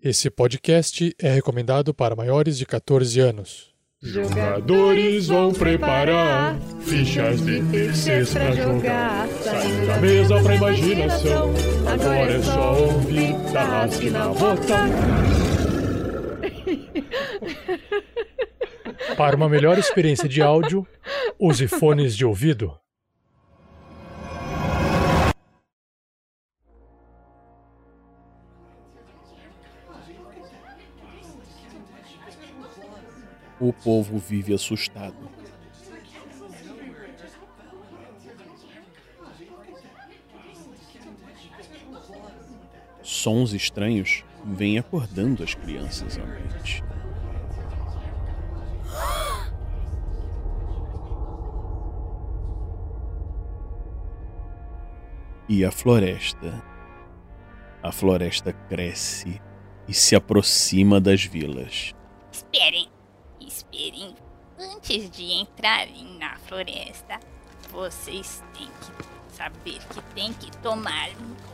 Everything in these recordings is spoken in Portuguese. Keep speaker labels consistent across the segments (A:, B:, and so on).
A: Esse podcast é recomendado para maiores de 14 anos.
B: Jogadores vão preparar fichas de terceiros pra jogar. Saindo da mesa pra imaginação. Agora é só ouvir Tarrasque na bota.
A: Para uma melhor experiência de áudio, use fones de ouvido.
C: O povo vive assustado. Sons estranhos vêm acordando as crianças à noite. E a floresta. A floresta cresce e se aproxima das vilas.
D: Esperem, esperem. Antes de entrarem na floresta, vocês têm que saber que tem que tomar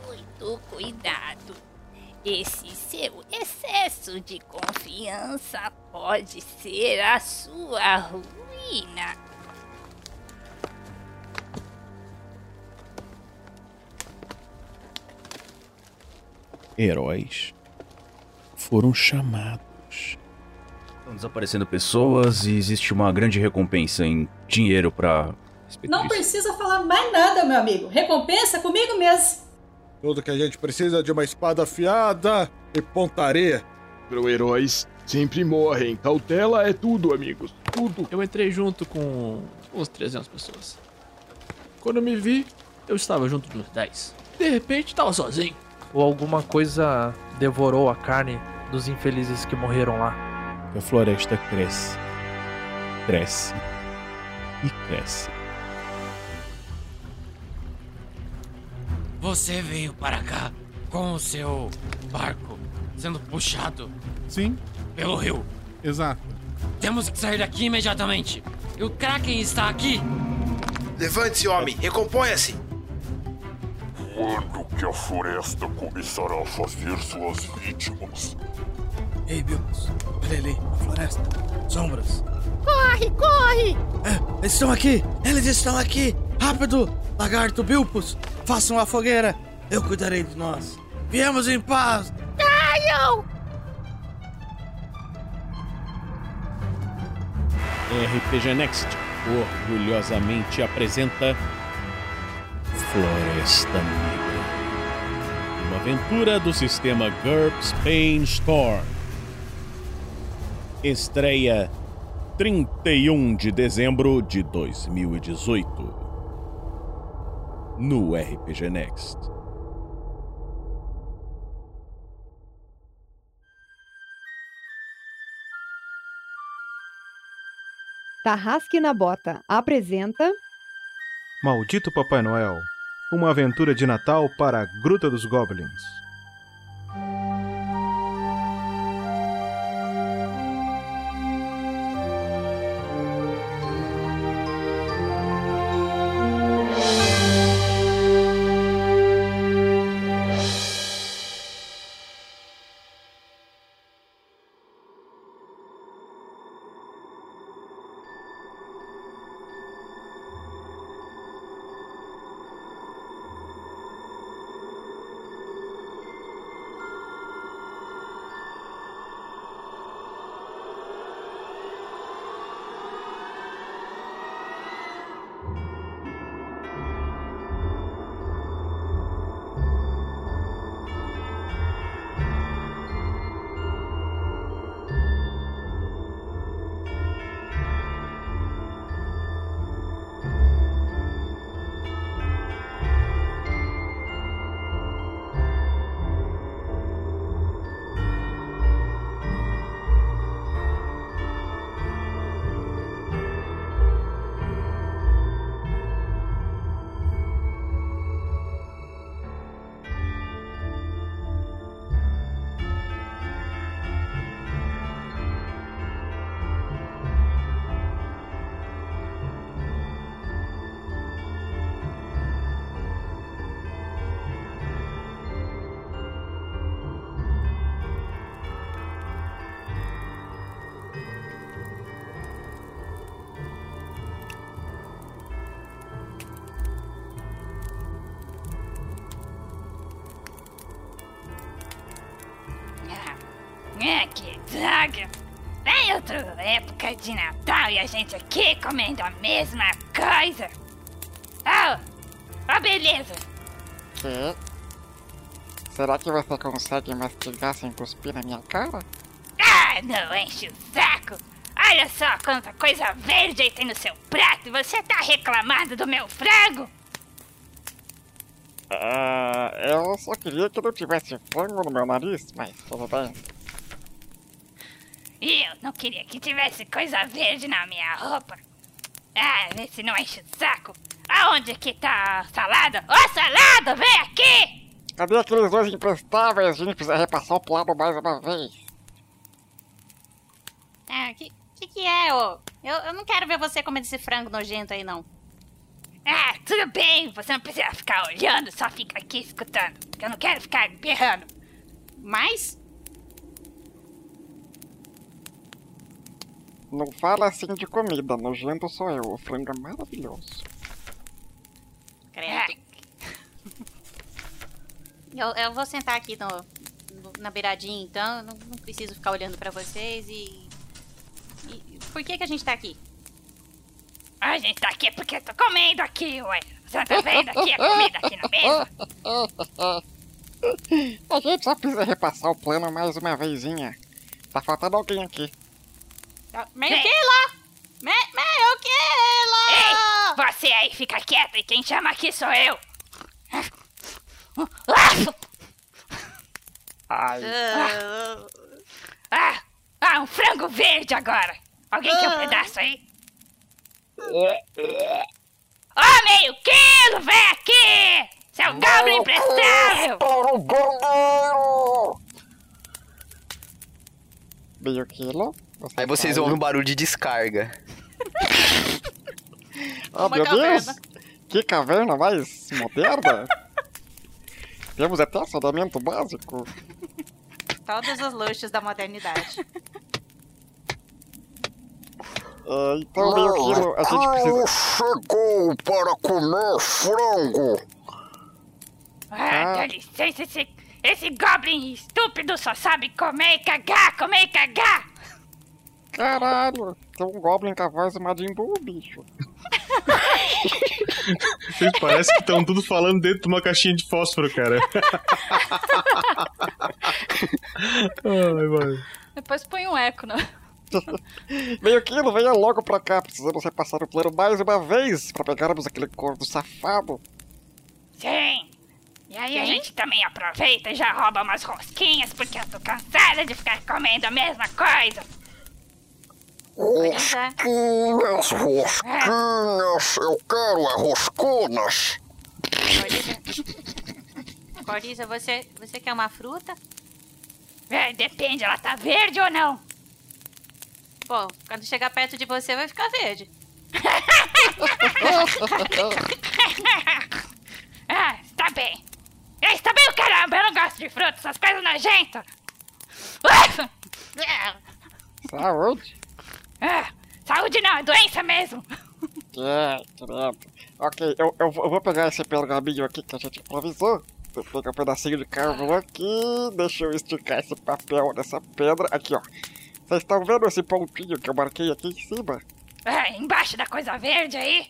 D: muito cuidado. Esse seu excesso de confiança pode ser a sua ruína.
C: Heróis foram chamados.
E: Estão desaparecendo pessoas e existe uma grande recompensa em dinheiro pra. respeito
F: Não
E: disso.
F: precisa falar mais nada, meu amigo. Recompensa comigo mesmo.
G: Tudo que a gente precisa é de uma espada afiada e pontaria.
B: Pro heróis sempre morrem. Cautela é tudo, amigos. Tudo.
H: Eu entrei junto com uns 300 pessoas. Quando eu me vi, eu estava junto de uns 10. De repente, estava sozinho.
I: ou alguma coisa devorou a carne dos infelizes que morreram lá.
C: A floresta cresce, cresce e cresce.
J: Você veio para cá com o seu barco sendo puxado
K: Sim,
J: pelo rio.
K: exato.
J: Temos que sair daqui imediatamente. E o Kraken está aqui.
L: Levante-se, homem, recomponha-se.
M: Quando que a floresta começará a fazer suas vítimas?
N: Ei, Bilbos. Olha ali, a floresta. Sombras.
D: Corre, corre!
N: Eles É, estão aqui! Eles estão aqui! Rápido! Lagarto Bilpus, façam a fogueira! Eu cuidarei de nós! Viemos em paz!
D: Caiam!
C: RPG Next orgulhosamente apresenta Floresta Negra. Uma aventura do sistema GURPS Painstorm. Estreia 31 de dezembro de 2018 no RPG Next.
O: Tarrasque na Bota apresenta
P: Maldito Papai Noel. Uma aventura de Natal para a Gruta dos Goblins.
D: Ah, que droga! Vem outra época de Natal e a gente aqui comendo a mesma coisa! Oh! Oh, beleza!
Q: Que? Será que você consegue mastigar sem cuspir na minha cara?
D: Ah, não enche o saco! Olha só quanta coisa verde aí tem no seu prato e você tá reclamando do meu frango!
Q: Ah, eu só queria que não tivesse frango no meu nariz, mas tudo bem.
D: E eu não queria que tivesse coisa verde na minha roupa. Ah, vê se não enche o saco. Aonde que tá a salada? Ô salada, vem aqui!
Q: Cadê aqueles dois imprestáveis? A gente precisa repassar o plano mais uma vez.
N: Ah, que, que que é, ô? Eu, eu não quero ver você comendo esse frango nojento aí, não.
D: Ah, tudo bem, você não precisa ficar olhando, só fica aqui escutando. que Eu não quero ficar berrando.
N: Mas?
Q: Não fala assim de comida, nojento sou eu. O frango é maravilhoso.
N: Credo. Ah. Eu, eu vou sentar aqui no, no- na beiradinha, então. Eu não, não preciso ficar olhando pra vocês e... e- Por que que a gente tá aqui?
D: A gente tá aqui porque eu tô comendo aqui, ué. Você não tá vendo aqui a comida aqui na mesa?
Q: A gente só precisa repassar o plano mais uma vezinha. Tá faltando alguém aqui.
N: Michaela! Me, Michaela!
D: Ei, você aí fica quieta e quem chama aqui sou eu.
Q: Ai.
D: Ah, ah, ah, um frango verde agora. Alguém quer um pedaço aí? Ô, meio quilo, vem aqui! Seu gobro imprestável!
M: um
Q: Meio quilo.
B: Aí vocês
Q: cai.
B: ouvem um barulho de descarga.
Q: Oh,
B: Uma
Q: meu
B: caverna.
Q: Deus! Que caverna mais moderna! Temos até assadamento básico.
N: Todos os luxos da modernidade.
Q: Ah, então, meio quilo, a gente precisa...
M: chegou para comer frango.
D: Ah, dá licença, esse, esse goblin estúpido só sabe comer e cagar, comer e cagar!
Q: Caralho! Tem um Goblin com a voz do Majin Buu, bicho.
P: Vocês parecem que estão tudo falando dentro de uma caixinha de fósforo, cara. Ai, mano.
N: Depois põe um eco,
R: né?
N: não?
Q: Meio quilo, venha logo pra cá. Precisamos repassar o plano mais uma vez pra pegarmos aquele corvo safado.
D: Sim! E aí a gente também aproveita e já rouba umas rosquinhas, porque eu tô cansada de ficar comendo a mesma coisa!
M: Rosquinhas, rosquinhas, eu quero é rosconas.
N: Corisa, você, você quer uma fruta?
D: É, depende, ela tá verde ou não?
N: Bom, quando chegar perto de você vai ficar verde.
D: ah, está bem. Ah, Está bem o caramba, eu não gosto de fruta, essas coisas nojentas. Ufa!
Q: Saúde!
D: Ah, saúde não, é doença mesmo.
Q: É, credo. Ok, eu, eu, vou- eu vou pegar esse pergaminho aqui que a gente improvisou. Eu pego um pedacinho de carvão aqui, deixa eu esticar esse papel nessa pedra. Aqui, ó. Vocês estão vendo esse pontinho que eu marquei aqui em cima?
D: Ah, embaixo da coisa verde aí.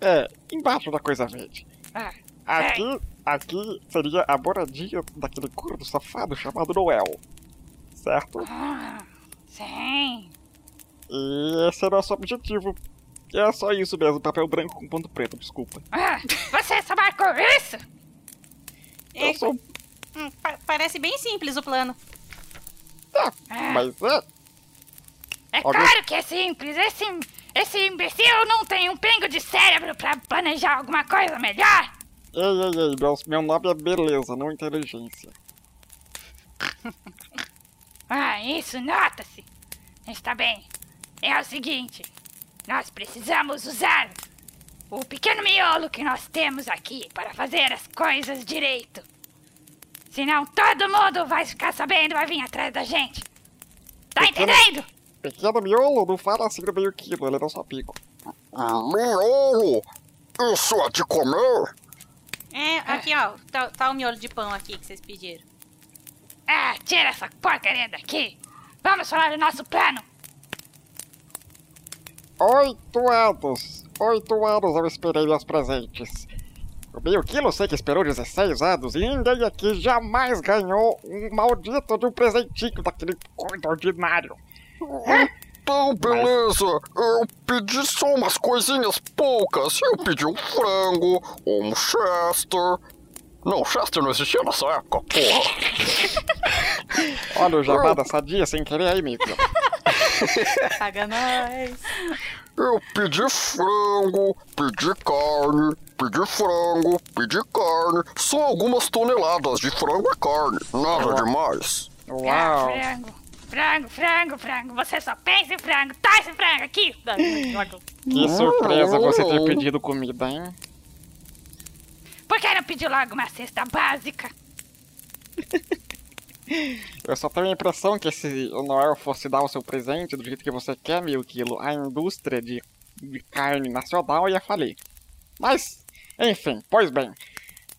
Q: É, embaixo da coisa verde.
D: Ah,
Q: Aqui, aqui seria a moradia daquele corvo safado chamado Noel. Certo?
D: Ah, sim.
Q: E esse é o nosso objetivo. É só isso mesmo, papel branco com ponto preto, desculpa.
D: Ah, você só marcou isso?
N: É, hum, pa- parece bem simples o plano.
Q: Mas é.
D: É
Q: Alguém-
D: claro que é simples. Esse, esse imbecil não tem um pingo de cérebro pra planejar alguma coisa melhor.
Q: Ei, ei, ei, meu, meu nome é beleza, não inteligência.
D: Ah, isso, nota-se. Está bem. É o seguinte: nós precisamos usar o pequeno miolo que nós temos aqui para fazer as coisas direito. Senão todo mundo vai ficar sabendo, vai vir atrás da gente. Tá entendendo?
Q: Pequeno miolo, não fala assim no meio quilo, ele não só pico.
M: Miolo! Isso é de comer?
N: É, aqui ó, tá, tá o miolo de pão aqui que vocês pediram.
D: Ah, tira essa porcaria daqui! Vamos falar do nosso plano!
Q: Oito anos! Oito anos eu esperei meus presentes. O meio quilo eu sei que esperou 16 anos e ninguém aqui jamais ganhou um maldito de um presentinho daquele coisa ordinário.
S: Então, beleza. Eu pedi só umas coisinhas poucas. Eu pedi um frango, um Chester. Não, Chester não existia nessa época, porra.
Q: Olha o jabá da sadia sem querer aí, amigo.
N: Paga nós.
S: Eu pedi frango, pedi carne, pedi frango, pedi carne. Só algumas toneladas de frango e carne. Nada demais.
D: Ah, frango, frango, frango, frango! Você só pensa em frango! Tá esse frango aqui!
Q: Que surpresa você ter pedido comida, hein?
D: Por que não pediu logo uma cesta básica?
Q: Eu só tenho a impressão que se o Noel fosse dar o seu presente do jeito que você quer, meio quilo, a indústria de, de carne nacional ia falir. Mas, enfim, pois bem.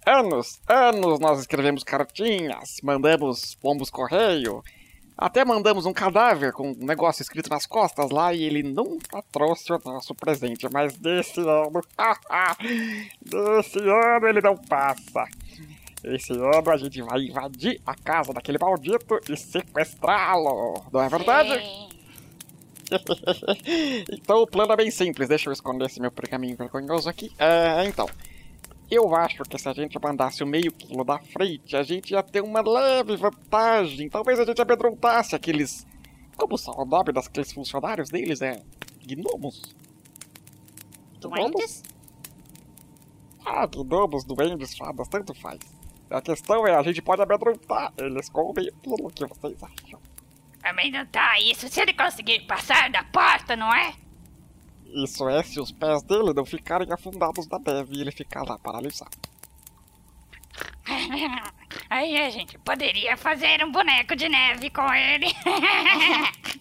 Q: Anos, anos nós escrevemos cartinhas, mandamos pombos correio, até mandamos um cadáver com um negócio escrito nas costas lá e ele nunca trouxe o nosso presente. Mas desse ano, desse ano ele não passa. Esse ano a gente vai invadir a casa daquele maldito e sequestrá-lo, não é verdade? então o plano é bem simples, deixa eu esconder esse meu pergaminho vergonhoso aqui. É, então, eu acho que se a gente mandasse o meio quilo da frente, a gente ia ter uma leve vantagem. Talvez a gente amedrontasse aqueles. Como são o nome daqueles funcionários deles? É. Gnomos?
N: Doentes?
Q: Ah, gnomos, duendes, fadas, tanto faz. A questão é, a gente pode amedrontar eles com o meio quilo, o que vocês acham?
D: Também não tá isso. Se ele conseguir passar da porta, não é?
Q: Isso é se os pés dele não ficarem afundados na neve e ele ficar lá paralisado.
D: Aí a gente poderia fazer um boneco de neve com ele.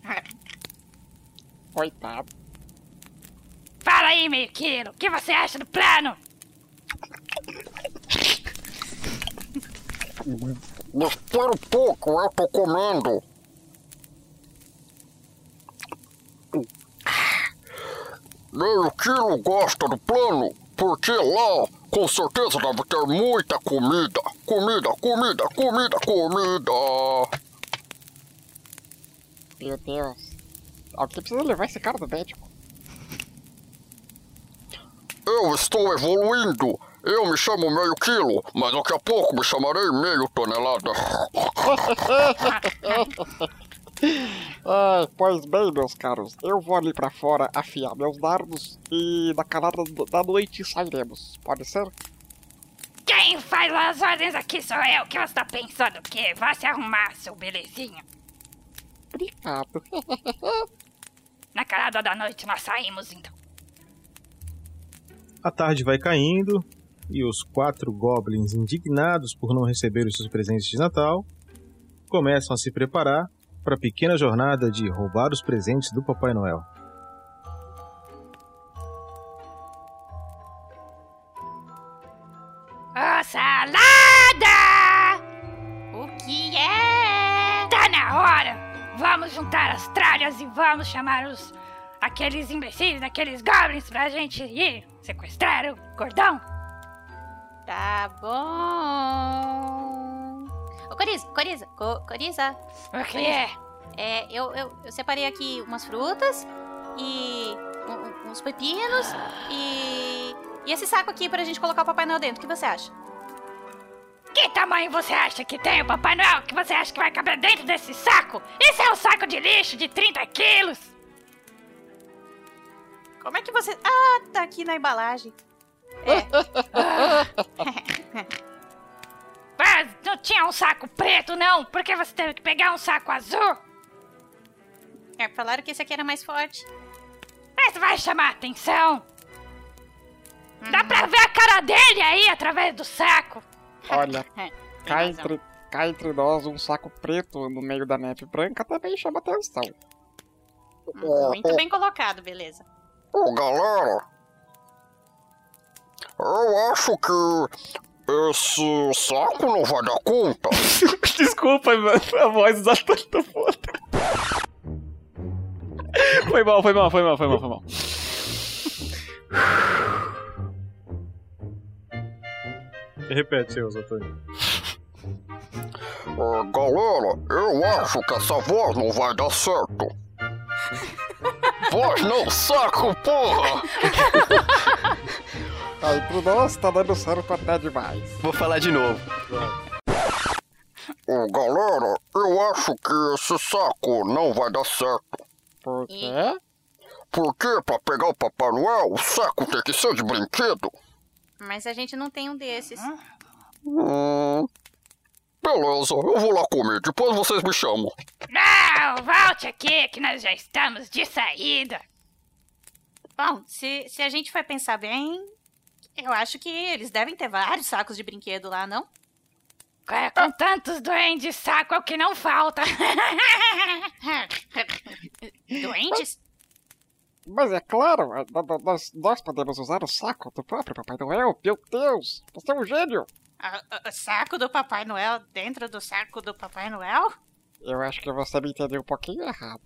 Q: Coitado.
D: Fala aí, meio quilo, o que você acha do plano?
S: Mas espera um pouco, eu tô comendo. Meio quilo gosta do plano, porque lá com certeza deve ter muita comida. Comida, comida, comida, comida.
Q: Meu Deus. Alguém precisa levar esse cara do médico.
S: Eu estou evoluindo. Eu me chamo meio quilo, mas daqui a pouco me chamarei meio tonelada.
Q: Ai, Ah, pois bem, meus caros, eu vou ali pra fora afiar meus dardos e na calada do- da noite sairemos. Pode ser?
D: Quem faz as ordens aqui sou eu. O que você tá pensando o quê? Vá se arrumar, seu belezinho.
Q: Obrigado.
D: Na calada da noite nós saímos, então.
T: A tarde vai caindo e os quatro goblins, indignados por não receber os seus presentes de Natal, começam a se preparar para a pequena jornada de roubar os presentes do Papai Noel.
D: Ô, salada! O que é? Tá na hora! Vamos juntar as tralhas e vamos chamar os... Aqueles imbecis, aqueles goblins pra gente ir sequestrar o gordão.
N: Tá bom. Ô, Coriza, Coriza, Co- Coriza.
D: O que é?
N: É, eu, eu, eu separei aqui umas frutas e um- um- uns pepinos e, e esse saco aqui pra gente colocar o Papai Noel dentro. O que você acha?
D: Que tamanho você acha que tem o Papai Noel? Que você acha que vai caber dentro desse saco? Isso é um saco de lixo de 30 quilos!
N: Como é que você... Ah, tá aqui na embalagem.
D: É. Mas não tinha um saco preto, não? Por que você teve que pegar um saco azul?
N: É, falaram que esse aqui era mais forte.
D: Mas vai chamar atenção! Dá pra ver a cara dele aí através do saco!
Q: Olha, cá
D: razão.
Q: entre, cá entre nós um saco preto no meio da neve branca também chama atenção.
N: Hum,
Q: É,
N: Muito bem colocado, beleza.
S: Ô galera, eu acho que Esse saco não vai dar conta.
O: Desculpa, a voz da tanta tá foda. Foi mal, foi mal, foi mal, foi mal, foi mal.
P: Repete, seus Antônio.
S: Ah, galera, eu acho que essa voz não vai dar certo. voz não, saco, porra!
Q: Aí pro nosso tá dando certo até demais.
B: Vou falar de novo.
S: Ô, galera, eu acho que esse saco não vai dar certo.
Q: Por quê?
S: Porque pra pegar o Papai Noel, o saco tem que ser de brinquedo.
N: Mas a gente não tem um desses.
S: Hum, beleza, eu vou lá comer, depois vocês me chamam.
D: Não, volte aqui que nós já estamos de saída.
N: Bom, se, se a gente for pensar bem, eu acho que eles devem ter vários sacos de brinquedo lá, não?
D: É, com tantos duendes, saco é o que não falta.
N: Duendes?
Q: Mas é claro, nós, nós podemos usar o saco do próprio Papai Noel. Meu Deus, você é um gênio!
N: Ah, ah, saco do Papai Noel dentro do saco do Papai Noel?
Q: Eu acho que você me entendeu um pouquinho errado.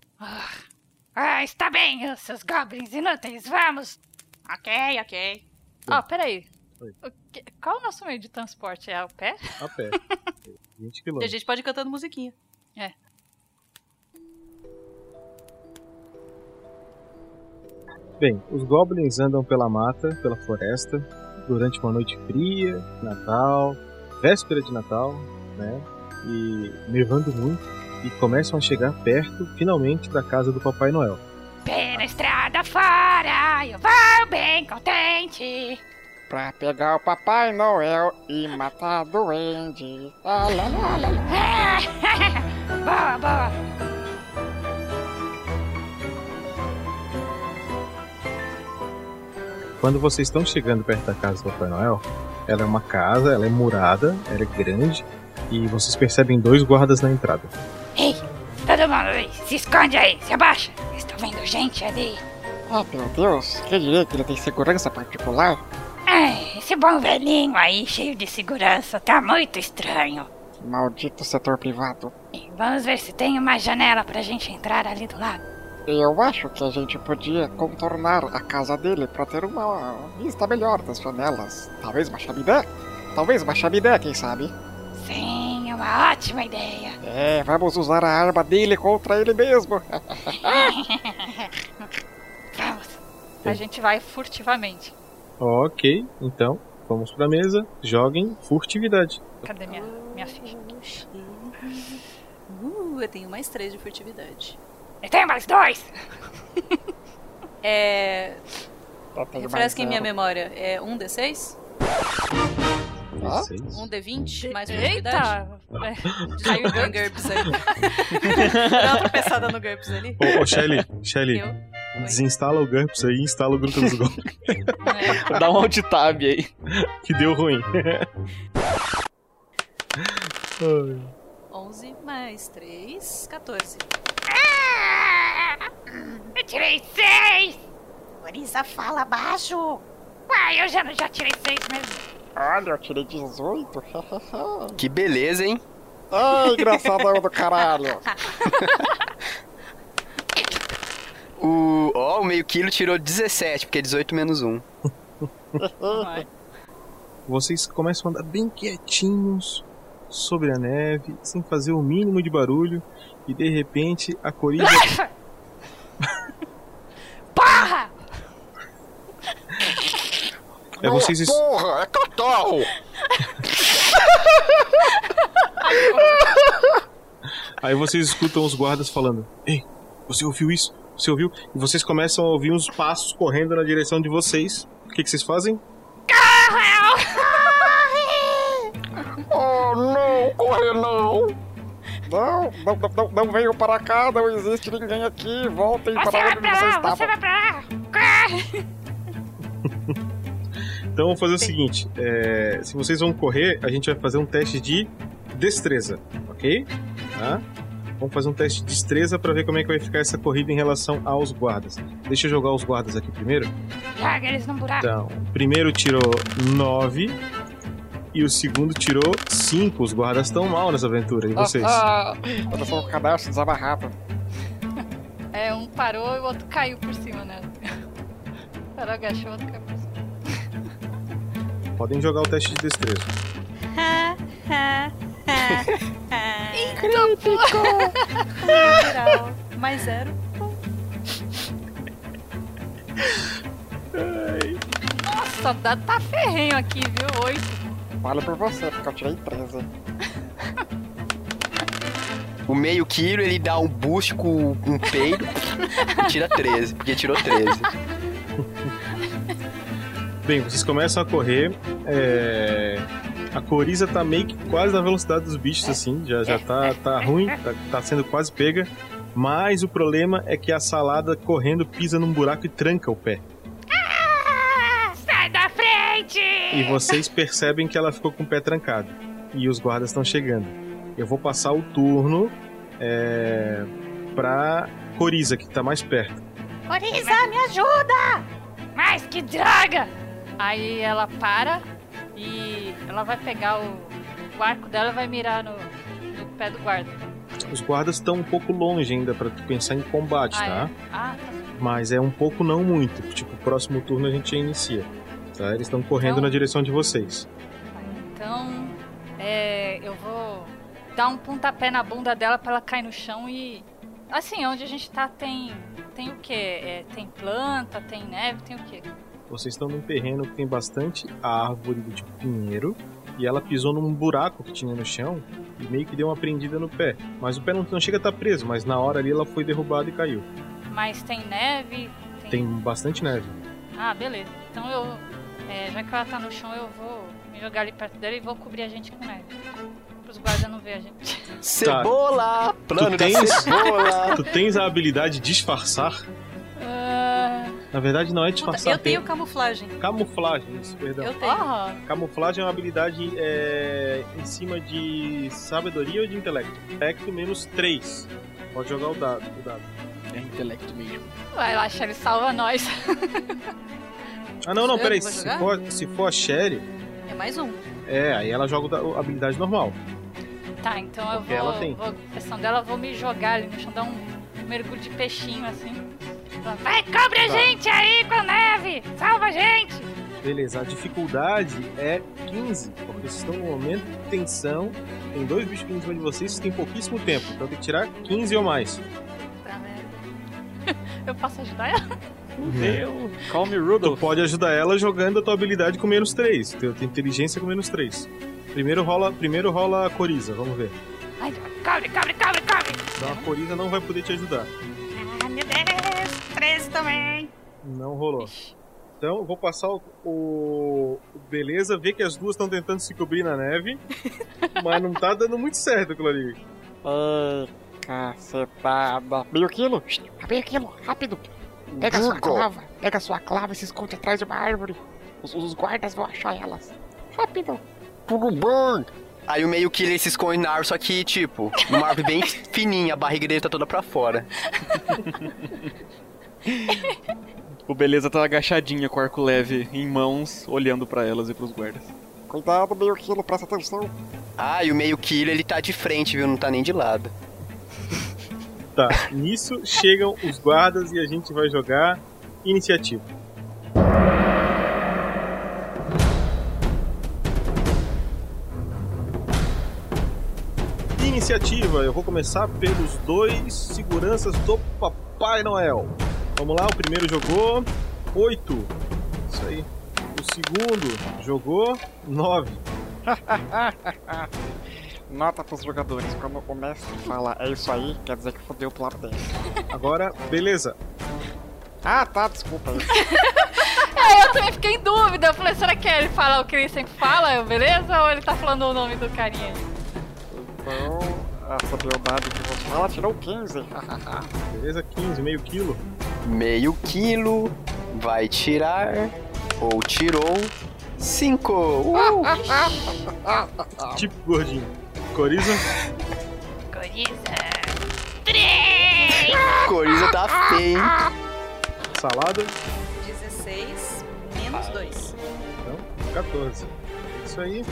D: Ah, está bem, os seus goblins inúteis, vamos!
N: Ok, ok.
R: Ó, peraí. O que- Qual o nosso meio de transporte? É a pé?
P: A pé. 20
R: E a
P: Tá quilômetros.
R: gente pode ir cantando musiquinha. É.
P: Bem, os goblins andam pela mata, pela floresta, durante uma noite fria, Natal, véspera de Natal, né? E nevando muito, e começam a chegar perto, finalmente, da casa do Papai Noel.
D: Pela estrada fora, eu vou bem contente.
Q: Pra pegar o Papai Noel e matar duende. Lá, lá, lá, lá, lá.
D: boa, boa.
P: Quando vocês estão chegando perto da casa do Papai Noel, ela é uma casa, ela é murada, ela é grande, e vocês percebem dois guardas na entrada.
D: Ei, todo mundo aí, se esconde aí, se abaixa. Estou vendo gente ali.
Q: Ah, meu Deus, quem diria que ele tem segurança particular?
D: Ai, esse bom velhinho aí, cheio de segurança, tá muito estranho.
Q: Maldito setor privado.
D: Vamos ver se tem uma janela pra gente entrar ali do lado.
Q: Eu acho que a gente podia contornar a casa dele pra ter uma vista melhor das janelas. Talvez uma chaminé? Talvez uma chaminé, quem sabe?
D: Sim, é uma ótima ideia.
Q: É, vamos usar a arma dele contra ele mesmo.
R: A gente vai furtivamente.
P: Ok, então, vamos pra mesa, joguem furtividade.
R: Cadê minha, minha ficha?
D: Oh, Uh,
R: eu tenho mais três de furtividade.
D: Eu tenho mais dois!
R: é.
Q: Eu tenho mais
R: Refresca em minha
Q: zero.
R: memória. É um D6?
Q: Hã?
R: Um D20? Mais Eita! furtividade? Saiu o É. GURPS aí. Dá uma tropeçada no GURPS ali.
F: Ô, ô Shelly, Shelly,
R: Eu?
F: desinstala o GURPS aí e instala o Grupo dos Goblins,
O: Dá um alt tab aí.
F: que deu ruim.
R: 11 mais 3, 14.
D: Ah, Eu tirei seis!
N: Marisa, fala baixo!
D: Uai, eu já, já tirei seis mesmo.
Q: Olha, eu tirei 18.
B: Que beleza, hein?
Q: Ai, engraçadão do caralho.
B: O. Ó, o meio quilo tirou 17, porque é 18 menos 1.
P: Vocês começam a andar bem quietinhos sobre a neve, sem fazer o mínimo de barulho, e de repente a coringa.
D: Porra!
P: É vocês. es-
S: Porra, é catarro!
P: Aí vocês escutam os guardas falando: Ei, você ouviu isso? Você ouviu? E vocês começam a ouvir uns passos correndo na direção de vocês. O que, que vocês fazem?
D: Ah,
S: Oh, não, corre não!
Q: Não, não, não, não, não venham para cá, não existe ninguém aqui. Voltem
D: Você
Q: para
D: vai
Q: onde
D: pra
Q: vocês
D: lá,
Q: estavam.
D: você vai pra lá! Corre!
P: Então vamos fazer o seguinte: é, se vocês vão correr, a gente vai fazer um teste de destreza, ok? Tá? Vamos fazer um teste de destreza pra ver como é que vai ficar essa corrida em relação aos guardas. Deixa eu jogar os guardas aqui primeiro.
D: Joga eles num buraco.
P: Então, o primeiro tirou 9 e o segundo tirou 5. Os guardas estão mal nessa aventura. E vocês?
Q: Ah, ah, Olha só o cadastro desabarrado.
R: É, um parou e o outro caiu por cima, né? Parou, agachou, o outro caiu por cima.
P: Podem jogar o teste de destreza.
R: Incrível! Natural. Mais zero. Nossa, o dado tá ferrenho aqui, viu? Oito.
Q: Vale por você, porque eu tirei 13.
B: O meio quilo ele dá um boost com um peido e tira 13, porque tirou 13.
P: Bem, vocês começam a correr. é, A coriza tá meio que quase na velocidade dos bichos, assim. Já, já tá, tá ruim, tá, tá sendo quase pega. Mas o problema é que a salada correndo pisa num buraco e tranca o pé.
D: Sai da frente!
P: E vocês percebem que ela ficou com o pé trancado. E os guardas estão chegando. Eu vou passar o turno é, pra Coriza, que tá mais perto.
R: Orisa, me ajuda! Mas que droga! Aí ela para e ela vai pegar o, o arco dela e vai mirar no, no pé do guarda.
P: Os guardas estão um pouco longe ainda pra tu pensar em combate,
R: Ah,
P: tá?
R: é? Ah, tá.
P: Mas é um pouco, não muito. Tipo, o próximo turno a gente já inicia. Tá? Eles estão correndo na direção de vocês.
R: Então, é, eu vou dar um pontapé na bunda dela pra ela cair no chão e. Assim, onde a gente tá tem. Tem o quê? É, tem planta, tem neve, tem o quê?
P: Vocês estão num terreno que tem bastante árvore de tipo pinheiro. E ela pisou num buraco que tinha no chão e meio que deu uma prendida no pé. Mas o pé não, não chega a estar preso, mas na hora ali ela foi derrubada e caiu.
R: Mas tem neve.
P: Tem bastante neve.
R: Ah, beleza. Então eu. é, já que ela tá no chão, eu vou me jogar ali perto dela e vou cobrir a gente com neve. Pros guardas não ver a gente.
B: Cebola! Plano
P: Tá. tu tens,
B: da cebola!
P: tu tens a habilidade disfarçar?
R: Ah,
P: Na verdade não é disfarçar.
R: eu tenho
P: tem-
R: camuflagem.
P: Camuflagem, isso, perdão.
R: Eu tenho.
P: Camuflagem é uma habilidade é, em cima de sabedoria ou de intelecto? Intelecto menos 3. Pode jogar o dado. O dado.
H: É intelecto mesmo.
R: Vai lá, Shelly, salva nós.
P: Ah, não, não,
R: Eu
P: peraí.
R: vou
P: Se
R: jogar?
P: for, se for a Sherry,
R: É mais um.
P: é, aí ela joga o da- a habilidade normal.
R: Tá, então eu
P: Porque
R: vou.
P: ela tem.
R: vou a ação dela, eu vou me jogar ali no chão, dar um mergulho de peixinho assim. Falar, Vai,
D: Cobre a
P: Tá.
D: gente aí com a neve! Salva a gente!
P: Beleza, a dificuldade é 15, porque vocês estão num momento de tensão, tem dois bichos em cima de vocês, vocês têm pouquíssimo tempo, então tem que tirar 15 ou mais.
R: Eu posso ajudar ela?
P: Meu, calme Rudolph. Tu pode ajudar ela jogando a tua habilidade com menos 3, tua tua inteligência com menos 3. Primeiro rola, primeiro rola a Coriza, vamos ver.
D: Ai, cobre, cobre, cobre, cobre!
P: Então a Coriza não vai poder te ajudar.
D: Ah, meu Deus! 13 também!
P: Não rolou. Então eu vou passar o, o- o Beleza, ver que as duas estão tentando se cobrir na neve, mas não tá dando muito certo aquilo ali.
Q: Ei, cacetada. Meio quilo? Meio quilo, rápido. Pega a sua
S: Digo.
Q: clava, pega a sua clava e se esconde atrás de uma árvore. Os, os guardas vão achar elas. Rápido.
B: Tudo bem! Aí o meio que ele se esconde na árvore, só que, tipo, uma árvore bem fininha, a barriga dele tá toda pra fora.
O: O Beleza tá agachadinha com o arco leve em mãos, olhando pra elas e pros guardas.
Q: Cuidado, meio quilo, presta atenção.
B: Ah, e o meio quilo ele tá de frente, viu? Não tá nem de lado.
P: Tá, nisso chegam os guardas e a gente vai jogar iniciativa. Iniciativa, eu vou começar pelos dois seguranças do Papai Noel. Vamos lá, o primeiro jogou 8. Isso aí. O segundo jogou 9.
Q: Nota pros jogadores, quando o mestre fala é isso aí, quer dizer que fodeu pro lado dele.
P: Agora, beleza.
Q: Ah, tá, desculpa aí.
R: É, eu também fiquei em dúvida. Eu falei, será que ele fala o que ele sempre fala, eu, beleza? Ou ele tá falando o nome do carinha?
Q: Então, essa beldade que você fala tirou 15.
P: Beleza, 15, meio quilo.
B: Meio quilo vai tirar, ou tirou, Uh! 5.
P: Tipo gordinho. Coriza?
D: Coriza! 3!
B: Coriza tá feio, hein?
P: Salada?
R: 16 menos 2.
P: Então, 14. Isso isso aí.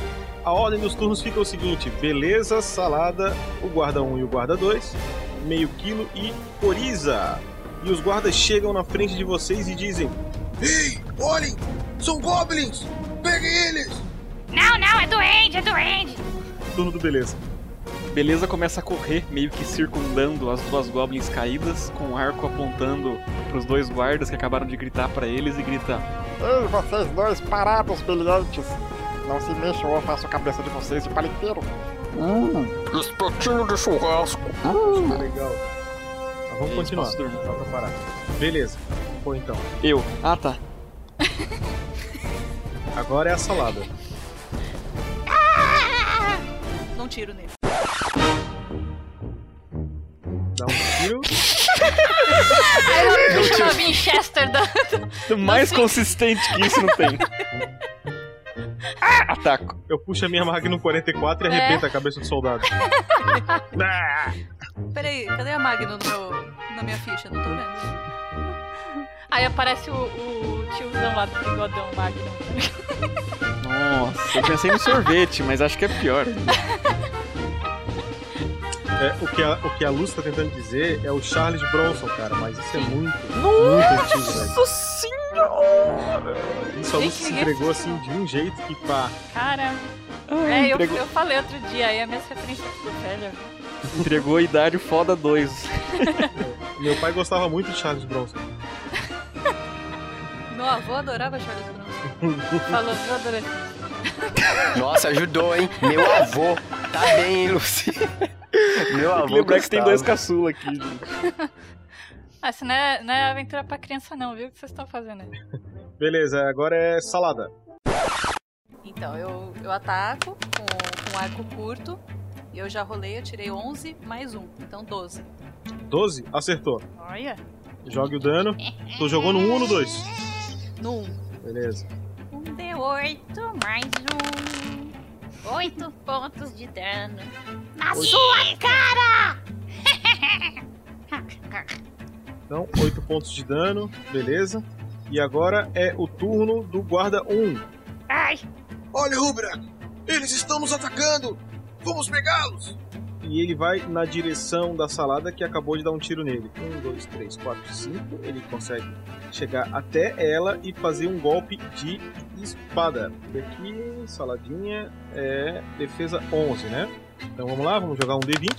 P: A ordem dos turnos fica o seguinte: beleza, salada, o guarda 1 e o guarda 2, meio quilo e coriza. E os guardas chegam na frente de vocês e dizem:
G: Ei, olhem! São goblins! Peguem eles!
D: Não, não, é doente, é doente.
P: Turno do beleza.
O: Beleza começa a correr, meio que circundando as duas goblins caídas, com o arco apontando pros dois guardas que acabaram de gritar pra eles e grita:
Q: Ei, vocês dois parados, brilhantes! Não se mexam ou eu faço a cabeça de vocês de paliteiro.
S: Hum, espetinho de churrasco. Hum.
P: Legal. Mas vamos continuar.
O: posso dormir.
P: Só pra parar. Beleza. Foi então.
O: Eu. Ah, tá.
P: Agora é a salada.
N: Não tiro nele.
P: Dá um tiro.
R: Ela puxa uma Winchester da.
O: Mais consistente que isso não tem. Ah, Ataco.
P: Eu puxo a minha Magnum 44 e arrebento a cabeça do soldado. Ah!
N: Peraí, cadê a Magno no meu- na minha ficha? Não tô vendo.
R: Aí aparece o, o tiozão lá do bigodão Magno.
O: Nossa, eu pensei no sorvete, mas acho que é pior.
P: É, o, que a, o que a Lúcia tá tentando dizer é o Charles Bronson, cara, mas isso é muito, muito antigo, velho.
U: Nossa senhora!
P: Isso a
R: Gente,
P: Lúcia se
R: ninguém-
P: entregou assim de um jeito que pá.
R: Cara.
O: Ai,
R: é, eu,
O: entregou.
R: eu falei outro dia, aí a minha referência ficou velha.
O: Entregou a idade foda 2.
P: Meu pai gostava muito de Charles Bronson.
N: Meu avô adorava Charles Bronson. Falou, eu adorei.
B: Nossa, ajudou, hein? Meu avô. Tá bem, hein, Lucy? Meu avô.
O: Lembrar que tem
B: gostava.
O: dois caçula aqui, gente.
R: Ah, isso não é, não é aventura pra criança, não, viu? O que vocês estão fazendo aí?
P: Beleza, agora é salada.
N: Então, eu, eu ataco com,
F: um
N: com arco curto. E eu já rolei, eu tirei 11 mais um, então 12.
P: 12, acertou.
N: Olha.
P: Jogue o dano. Tu jogou no 1 ou no 2?
N: No 1.
P: Beleza.
N: Um D8 mais um.
D: Oito pontos de dano. Na
P: Oito.
D: sua
P: Ah.
D: cara!
P: Então, 8 pontos de dano, beleza. E agora é o turno do guarda 1.
D: Ai!
G: Olha, Rubra! Eles estão nos atacando! Vamos pegá-los!
P: E ele vai na direção da salada que acabou de dar um tiro nele. 1, 2, 3, 4, 5. Ele consegue chegar até ela e fazer um golpe de espada. E aqui, saladinha, é defesa 11, né? Então vamos lá, vamos jogar um D20.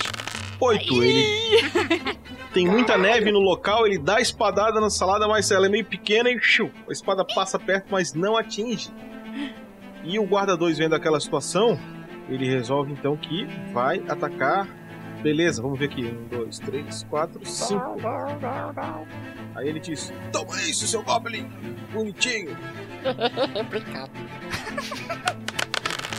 P: 8, ele... Tem muita neve no local, ele dá a espadada na salada, mas ela é meio pequena e xiu, a espada passa perto, mas não atinge. E o guarda 2 vendo aquela situação, ele resolve então que vai atacar. Beleza, vamos ver aqui. Um, dois, três, quatro, cinco. Aí ele diz: Toma isso, seu Goblin! Bonitinho!
Q: Obrigado.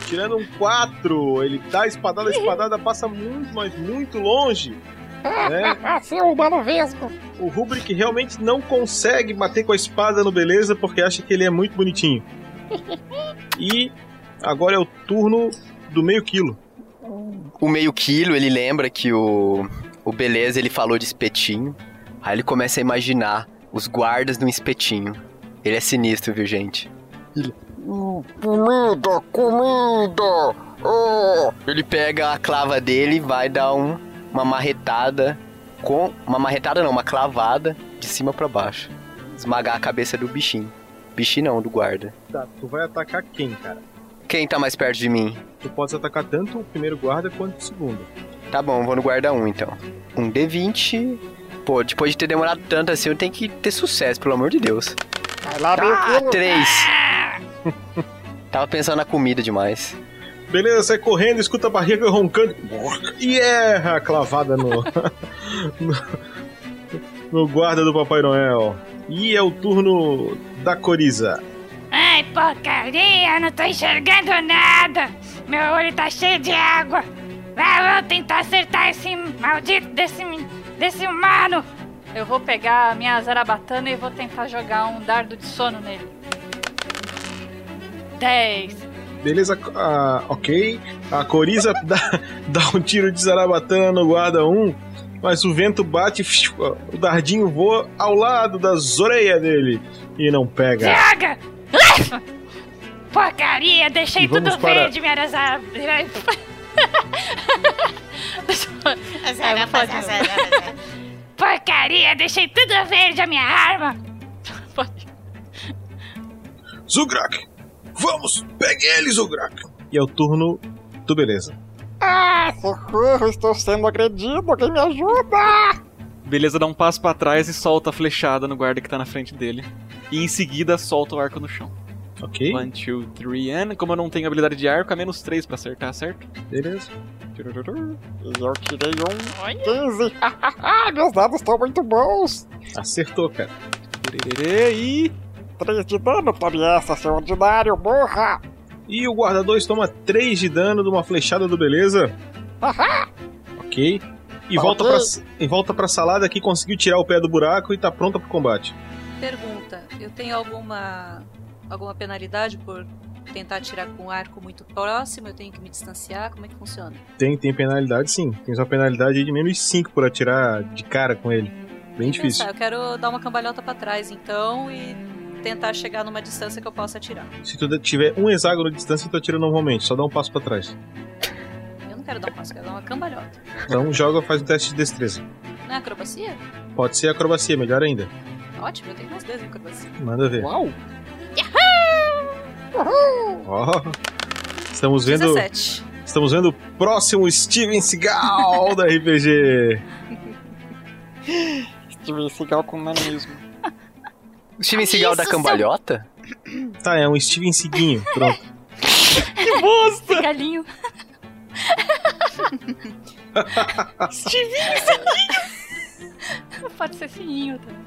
P: Tirando um 4, ele dá a espadada, a espadada passa muito, mas muito longe. Né?
Q: Ah, seu humano vesgo!
P: O Rubrik realmente não consegue bater com a espada no Beleza porque acha que ele é muito bonitinho. E agora é o turno do meio quilo.
B: O meio quilo, ele lembra que o, o Beleza, ele falou de espetinho. Aí ele começa a imaginar os guardas de um espetinho. Ele é sinistro, viu, gente?
S: Hum, Comida, comida! Ah,
B: Ele pega a clava dele e vai dar um- uma marretada com... Uma marretada não, uma clavada de cima pra baixo. Esmagar a cabeça do bichinho. Bichinho não, do guarda.
P: Tá, tu vai atacar quem, cara?
B: Quem tá mais perto de mim?
P: Tu pode atacar tanto o primeiro guarda quanto o segundo.
B: Tá bom, vou no guarda 1 então. Um D20. Pô, depois de ter demorado tanto assim, eu tenho que ter sucesso, pelo amor de Deus.
Q: Vai lá,
B: Ah,
Q: meu
B: três. Tava pensando na comida demais.
P: Beleza, sai correndo, escuta a barriga roncando. E erra a clavada no. no- no guarda do Papai Noel. E é o turno da Coriza.
D: Ai, porcaria, não tô enxergando nada! Meu olho tá cheio de água! Ah, vou tentar acertar esse maldito desse, desse humano!
R: Eu vou pegar a minha zarabatana e vou tentar jogar um dardo de sono nele. 10.
P: Beleza, ah, ok. A Coriza dá, dá um tiro de zarabatana no guarda 1, mas o vento bate, o dardinho voa ao lado das orelhas dele e não pega.
D: Droga! Porcaria, deixei
P: E vamos
D: tudo
P: para-
D: verde, minhas árvores. Ah, eu vou falar de novo. Porcaria, deixei tudo verde a minha arma.
M: Zugrak! Vamos! Pegue ele, Zugrak!
P: E é o turno do Beleza.
Q: Ah, socorro, estou sendo agredido, alguém me ajuda!
O: Beleza, dá um passo pra trás e solta a flechada no guarda que tá na frente dele. E em seguida solta o arco no chão.
P: Ok.
O: One, two, three, and. Como eu não tenho habilidade de arco, é menos três pra acertar, certo?
P: Beleza.
Q: E eu tirei um 15. Ah, meus dados estão muito bons.
P: Acertou, cara.
O: E...
Q: 3 de dano, tome essa, seu ordinário, morra!
P: E o guarda 2 toma 3 de dano de uma flechada do Beleza.
Q: Haha!
P: Ok. E volta,
Q: Ok.
P: pra, e volta pra salada que conseguiu tirar o pé do buraco e tá pronta pro combate.
F: Pergunta: eu tenho alguma alguma penalidade por tentar tirar com um arco muito próximo? Eu tenho que me distanciar? Como é que funciona?
P: Tem, tem penalidade sim. Tem só penalidade de menos 5 por atirar de cara com ele. Bem difícil.
F: Pensar, eu quero dar uma cambalhota pra trás então e tentar chegar numa distância que eu possa atirar.
P: Se tu tiver um hexágono de distância, tu atira normalmente, só dá um passo pra trás.
F: Eu não quero dar um passo, eu quero dar uma cambalhota.
P: Então joga, faz um teste de destreza.
F: Não é acrobacia?
P: Pode ser acrobacia, melhor ainda.
F: Ótimo, eu tenho mais dois em acrobacia.
P: Manda ver.
F: Uau! Yahoo! Uhul!
P: Ó. Estamos vendo.
F: 17.
P: Estamos vendo o próximo Steven Seagal da RPG.
Q: Steven Seagal com nanismo.
B: Steven Seagal da cambalhota?
P: Tá, é um Steven Seguinho. Pronto.
D: Que bosta! Galinho.
F: Estivinho,
R: Pode ser fininho também.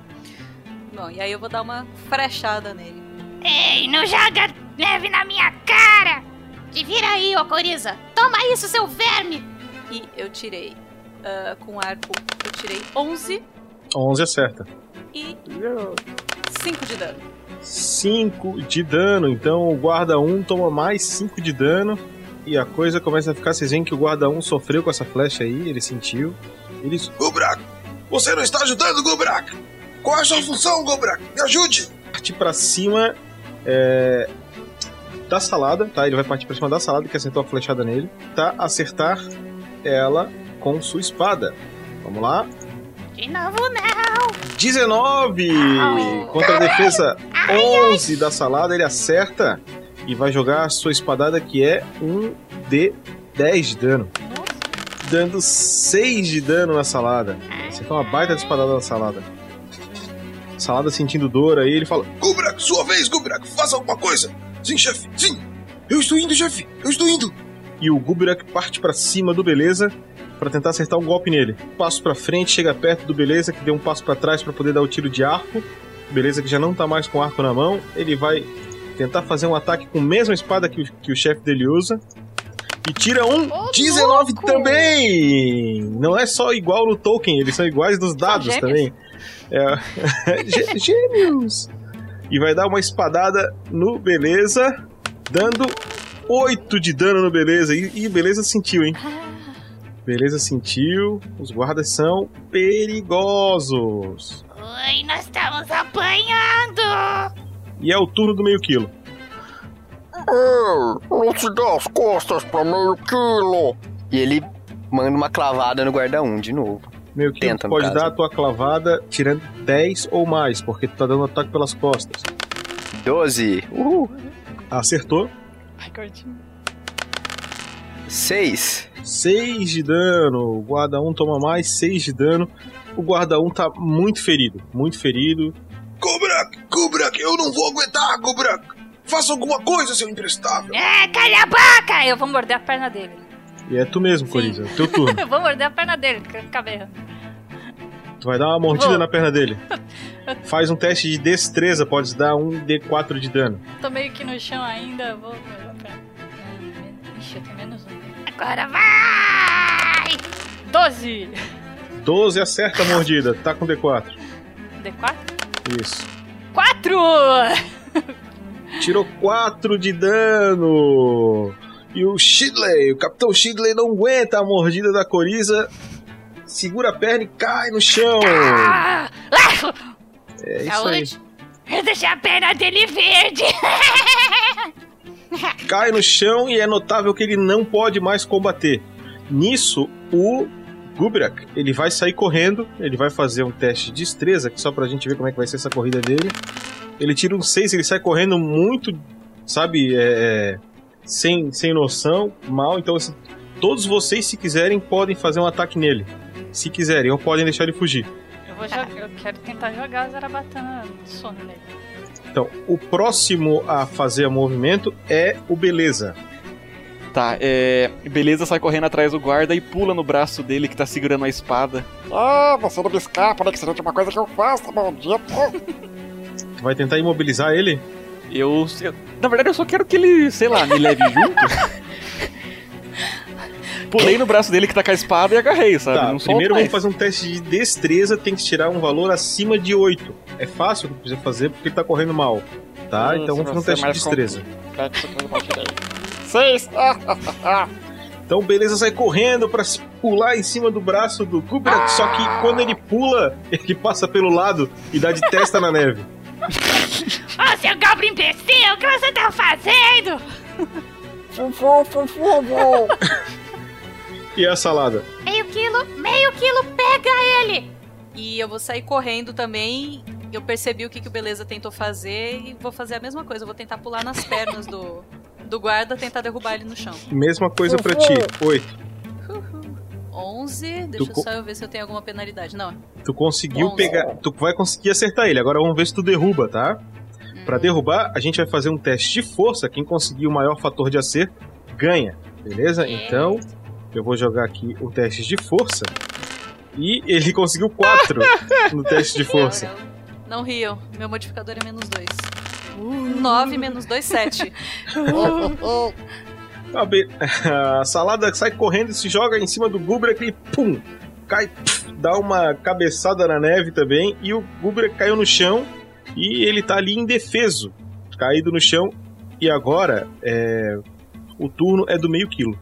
F: Bom, e aí eu vou dar uma frechada nele.
D: Ei, não joga neve na minha cara!
N: Te vira aí, ô Coriza. Toma isso, seu verme.
F: E eu tirei ah, com arco, eu tirei 11
P: 11 acerta.
F: e 5 de dano.
P: 5 de dano. Então o guarda 1 toma mais 5 de dano. E a coisa começa a ficar. Vocês veem que o guarda 1 sofreu com essa flecha aí, ele sentiu. Ele.
M: Gubrak! Você não está ajudando, Gubrak! Qual é a sua função, Gubrak? Me ajude!
P: parte pra cima é, da salada, tá? Ele vai partir pra cima da salada que acertou a flechada nele, tá? Acertar ela com sua espada. Vamos lá.
N: De novo, né? não.
P: 19 contra a defesa 11 da salada, ele acerta e vai jogar a sua espadada que é um d 10 de dano. Dando 6 de dano na salada. Acertou uma baita de espadada na salada. Salada sentindo dor aí, ele fala:
M: Gubrak, sua vez, Gubrak! Faça alguma coisa! Sim, chefe! Sim! Eu estou indo, chefe! Eu estou indo!
P: e o Gubirak parte pra cima do Beleza pra tentar acertar um golpe nele. Passo pra frente, chega perto do Beleza, que deu um passo pra trás pra poder dar o tiro de arco. Beleza que já não tá mais com o arco na mão, ele vai tentar fazer um ataque com a mesma espada que o, que o chefe dele usa. E tira um 19 também! Não é só igual no Tolkien, eles são iguais nos dados
V: gêmeos?
P: também. É... Gê- gêmeos! E vai dar uma espadada no Beleza, dando 8 de dano no Beleza. E, e Beleza sentiu, hein? Beleza sentiu. Os guardas são perigosos.
D: Oi, nós estamos apanhando!
P: E é o turno do meio quilo.
B: Ei, não te dá as costas pra meio quilo. E ele manda uma clavada no guarda 1 de novo.
P: Meio quilo,
B: Tenta,
P: tu
B: no
P: pode
B: caso.
P: dar a tua clavada tirando 10 ou mais, porque tu tá dando ataque pelas costas.
B: 12. Uhul.
P: Acertou.
R: Ai, gordinho.
P: 6. 6 de dano. O guarda 1 toma mais 6 de dano. O guarda 1 tá muito ferido. Muito ferido.
M: Gubrak! Gubrak, eu não vou aguentar, Gubrak! Faça alguma coisa, seu imprestável!
R: É, calha a boca! Eu vou morder a perna dele.
P: E é tu mesmo, Coriza. É o teu turno.
R: Eu vou morder a perna dele, porque eu acabei errando.
P: tu vai dar uma mordida
R: Vou.
P: na perna dele. Faz um teste de destreza. Pode dar um D4 de dano.
R: Tô meio que no chão ainda, vou morder a perna. Ixi, eu tenho menos um.
D: Agora vai!
R: 12!
P: 12 acerta a mordida. Tá com D4.
R: D4?
P: Isso.
R: 4!
P: Tirou 4 de dano. E o Shidley, o Capitão Shidley não aguenta a mordida da Coriza. Segura a perna e cai no chão.
D: Ah! Ah!
P: É isso aí.
D: Saúde! Eu deixei a perna dele verde!
P: cai no chão e é notável que ele não pode mais combater. Nisso, o Gubrak, ele vai sair correndo, ele vai fazer um teste de destreza, que só pra gente ver como é que vai ser essa corrida dele. Ele tira um 6, ele sai correndo muito, sabe, é, sem, sem noção, mal. Então, assim, todos vocês, se quiserem, podem fazer um ataque nele. Se quiserem, ou podem deixar ele fugir.
R: Eu, vou jogar, eu quero tentar jogar a Zarabatana de sono nele.
P: Então, o próximo a fazer movimento é o Beleza.
O: Tá, é. Beleza sai correndo atrás do guarda e pula no braço dele que tá segurando a espada.
Q: Ah, você não me escapa, né? Que seja de uma coisa que eu faço, maldito.
P: Tu vai tentar imobilizar ele?
O: Eu, eu- Na verdade, eu só quero que ele, sei lá, me leve junto. Pulei no braço dele que tá com a espada e agarrei, sabe?
P: Tá,
O: Não solto
P: primeiro
O: mais.
P: vamos fazer um teste de destreza, tem que tirar um valor acima de 8. É fácil o que precisa fazer porque ele tá correndo mal. Tá?
Q: Isso,
P: então vamos fazer um
Q: você é
P: teste de
Q: mais
P: destreza.
Q: complexo que eu imaginei. Seis! Ah, ah, ah.
P: Então, beleza, sai correndo pra se pular em cima do braço do Kubrat, só que quando ele pula, ele passa pelo lado e dá de testa na neve.
D: Ô, seu Galbro imbecil, o que você tá fazendo?
Q: Fufu, fufu,
P: E a salada?
N: Meio quilo, meio quilo, pega ele!
F: E eu vou sair correndo também. Eu percebi o que, que o Beleza tentou fazer e vou fazer a mesma coisa. Eu vou tentar pular nas pernas do, do guarda, tentar derrubar ele no chão.
P: Mesma coisa pra ti.
Q: Um
P: 8.
F: 11, deixa
P: Tu co-
F: só eu ver se eu tenho alguma penalidade. Não,
P: Tu conseguiu
F: Onze.
P: pegar. Tu vai conseguir acertar ele. Agora vamos ver se tu derruba, tá? Pra derrubar, a gente vai fazer um teste de força. Quem conseguir o maior fator de acerto ganha. Beleza? Então, eu vou jogar aqui o teste de força. E ele conseguiu 4 no teste de força.
F: não riam. Meu modificador é menos 2. 9 menos 2, 7. Uh.
P: A, be- Tá a salada sai correndo e se joga em cima do Gubrak e pum! Cai, pf, dá uma cabeçada na neve também e o Gubrak caiu no chão e ele tá ali indefeso, caído no chão. E agora é, o turno é do meio quilo.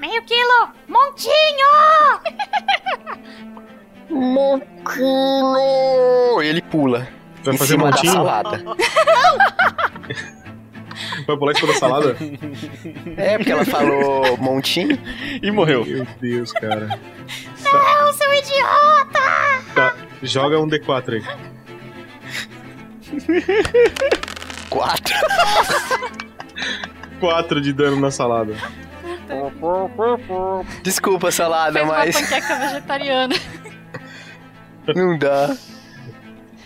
N: Meio quilo, montinho!
B: Monquilo! Ele pula.
P: Vai
B: em
P: fazer
B: cima
P: montinho?
B: da salada.
P: Vai pular em cima da salada?
B: É, porque ela falou montinho.
O: E morreu.
P: Meu Deus, cara.
N: Não, seu idiota!
P: Tá, joga um D4 aí.
B: Quatro.
P: 4 de dano na salada.
B: Desculpa, salada,
R: Fez uma
B: mas.
R: panqueca vegetariana.
B: Não dá.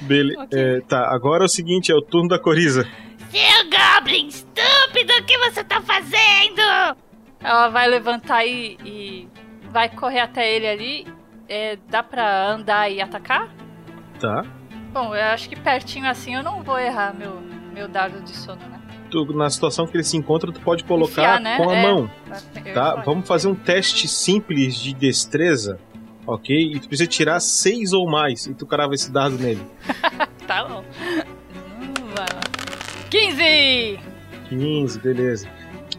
P: Bele... é, tá, agora é o seguinte, é o turno da Coriza.
D: Seu Goblin estúpido, o que você tá fazendo?
R: Ela vai levantar e, e vai correr até ele ali. É, dá pra andar e atacar?
P: Tá.
R: Bom, eu acho que pertinho assim eu não vou errar meu, meu dado de sono, né?
P: tu- na situação que ele se encontra, tu pode
R: Enfiar,
P: colocar
R: né?
P: com a
R: É.
P: mão.
R: Eu ia
P: Tá?
R: falar.
P: Vamos fazer um teste simples de destreza, ok? E tu precisa tirar seis ou mais. E tu carava esse dado nele.
R: Tá bom. Hum, vai lá. 15!
P: 15, beleza.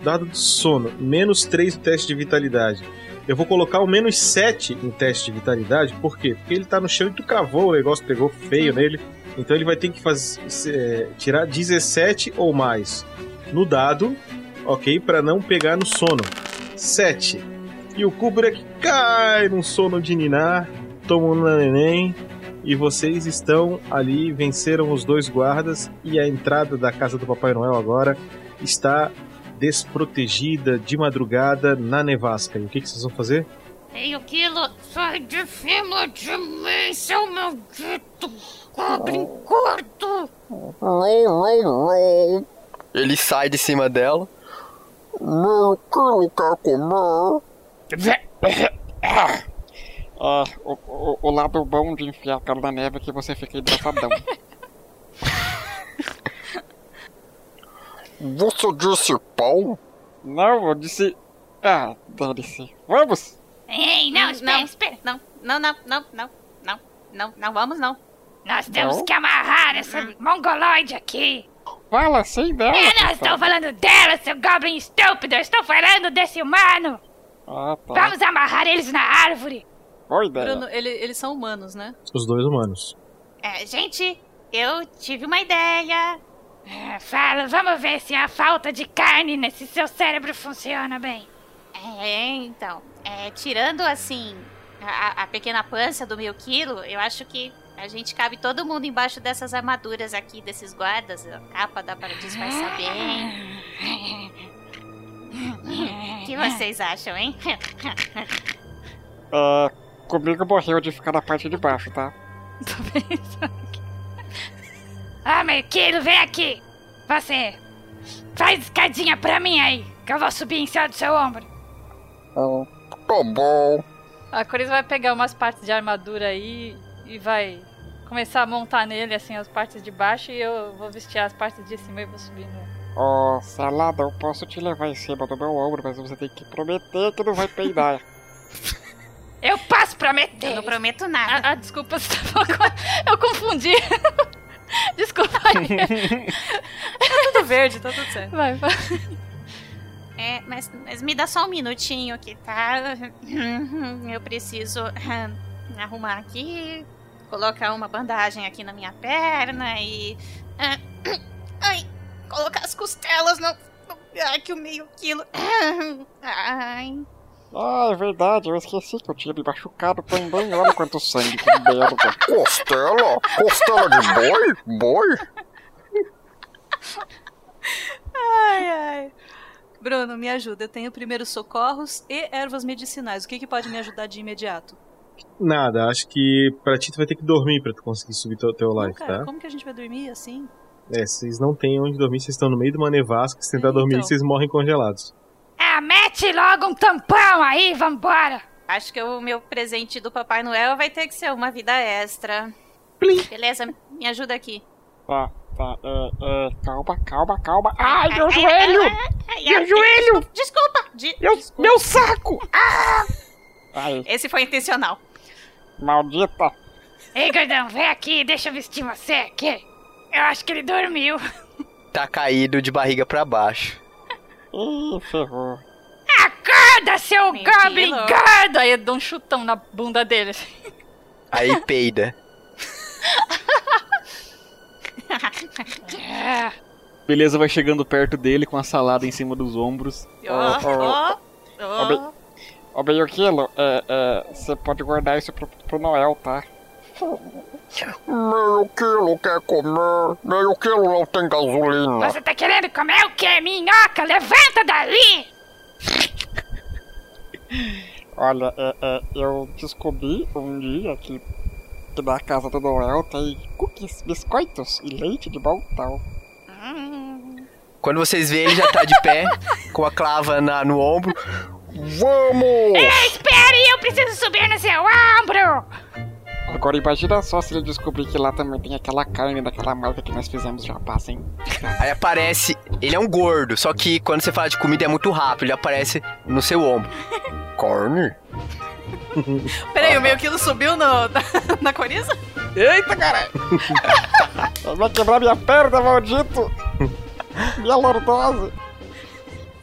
P: Dado de sono, menos 3 no teste de vitalidade. Eu vou colocar o menos 7 no teste de vitalidade, por quê? Porque ele tá no chão e tu cavou, o negócio pegou feio nele. Então ele vai ter que fazer, é, tirar 17 ou mais no dado, ok? Pra não pegar no sono. 7. E o Kubrick cai num sono de ninar, toma um neném. E vocês estão ali, venceram os dois guardas e a entrada da casa do Papai Noel agora está desprotegida de madrugada na nevasca. E o que, que vocês vão fazer?
D: Meio quilo, sai de cima de mim, seu maldito Goblin curto.
B: Ele sai de cima dela.
S: Meu cão quer comer.
Q: Ah, o, o, o lado bom de enfiar a cara na neve é que você fica hidratadão.
S: Você disse pau?
Q: Não, eu disse. Ah, dane-se. Vamos!
D: Ei, não, espera, espera.
N: Não, não, não, não, não, não, não, não vamos não.
D: Nós temos
Q: Não?
D: que amarrar essa mongoloide aqui.
Q: Fala assim dela!
D: eu não
Q: pessoal.
D: estou falando dela, seu Goblin estúpido, eu estou falando desse humano.
Q: Ah, tá.
D: Vamos amarrar eles na árvore.
Q: Boa
F: Bruno,
Q: ideia.
F: ele- eles são humanos, né?
P: Os dois humanos.
N: É, gente, eu tive uma ideia.
D: É, fala, vamos ver se a falta de carne nesse seu cérebro funciona bem.
N: É, então. É, tirando assim a, a pequena pança do meu quilo, eu acho que a gente cabe todo mundo embaixo dessas armaduras aqui, desses guardas. A capa dá para disfarçar bem. O que vocês acham, hein?
Q: É, comigo morreu de ficar na parte de baixo, tá?
D: Tô pensando aqui. Ah, meu querido, vem aqui! Você! Faz escadinha pra mim aí, que eu vou subir em cima do seu ombro.
S: Hum, tá bom.
R: A Coris vai pegar umas partes de armadura aí e vai começar a montar nele, assim, as partes de baixo e eu vou vestir as partes de cima e vou subindo.
Q: Ó, oh, salada, eu posso te levar em cima do meu ombro, mas você tem que prometer que não vai peidar.
D: eu posso prometer!
N: Eu não prometo nada.
R: Ah, ah desculpa, eu confundi. Desculpa.
F: tá tudo verde, tá tudo certo.
R: Vai, vai.
N: É, mas, mas me dá só um minutinho aqui, tá? Eu preciso ah, arrumar aqui, colocar uma bandagem aqui na minha perna e. ah, Ai, colocar as costelas no. Ai, que o meio quilo. Ai.
Q: Ah, é verdade, eu esqueci que eu tinha me machucado também. Olha quanto sangue, que merda.
S: Costela? Costela de boi? Boi?
F: Ai, ai. Bruno, me ajuda. Eu tenho primeiros socorros e ervas medicinais. O que, que pode me ajudar de imediato?
P: Nada, acho que pra ti tu vai ter que dormir pra tu conseguir subir teu, teu life,
F: Cara,
P: tá?
F: como que a gente vai dormir assim?
P: É, vocês não têm onde dormir, vocês estão no meio de uma nevasca. Se tentar dormir,
F: então.
P: vocês morrem congelados.
D: Ah, mete logo um tampão aí, vambora!
N: Acho que o meu presente do Papai Noel vai ter que ser uma vida extra.
P: Plim.
N: Beleza? Me ajuda aqui.
Q: Tá, tá, é, é, calma, calma, calma. Ai, meu joelho! Meu joelho!
N: Desculpa! de-
Q: Meu, meu saco! Ah! Ai,
N: Esse foi intencional.
Q: maldita!
D: Ei, gordão, vem aqui, deixa eu vestir você aqui. Eu acho que ele dormiu.
B: Tá caído de barriga pra baixo.
Q: Ih, ferrou.
D: Acorda, seu Goblin!
R: Quilo.
D: Go-
R: Aí eu dou um chutão na bunda dele. assim.
B: Aí peida.
R: É.
O: Beleza vai chegando perto dele com a salada em cima dos ombros.
Q: Ó, ó, Ô, bem- ô, meio quilo, é, é, você pode guardar isso pro, pro Noel, tá?
S: Meio quilo quer comer, meio quilo não tem gasolina.
D: Você tá querendo comer o quê, minhoca? Levanta dali!
Q: Olha, é, é, eu descobri um dia que, que na casa do Noel tem cookies, biscoitos e leite de montão.
B: Quando vocês veem, ele já tá de pé, com a clava na, no ombro.
D: Ei,
B: Vamos!
D: espere, eu preciso subir no seu ombro!
Q: Agora imagina só se ele descobrir que lá também tem aquela carne daquela marca que nós fizemos já passa, hein?
B: Aí aparece. Ele é um gordo, só que quando você fala de comida é muito rápido, ele aparece no seu ombro. Carne?
F: Peraí, o meio quilo subiu no, na, na coriza?
Q: Eita, caralho! Vai quebrar minha perna, maldito! Minha lordose!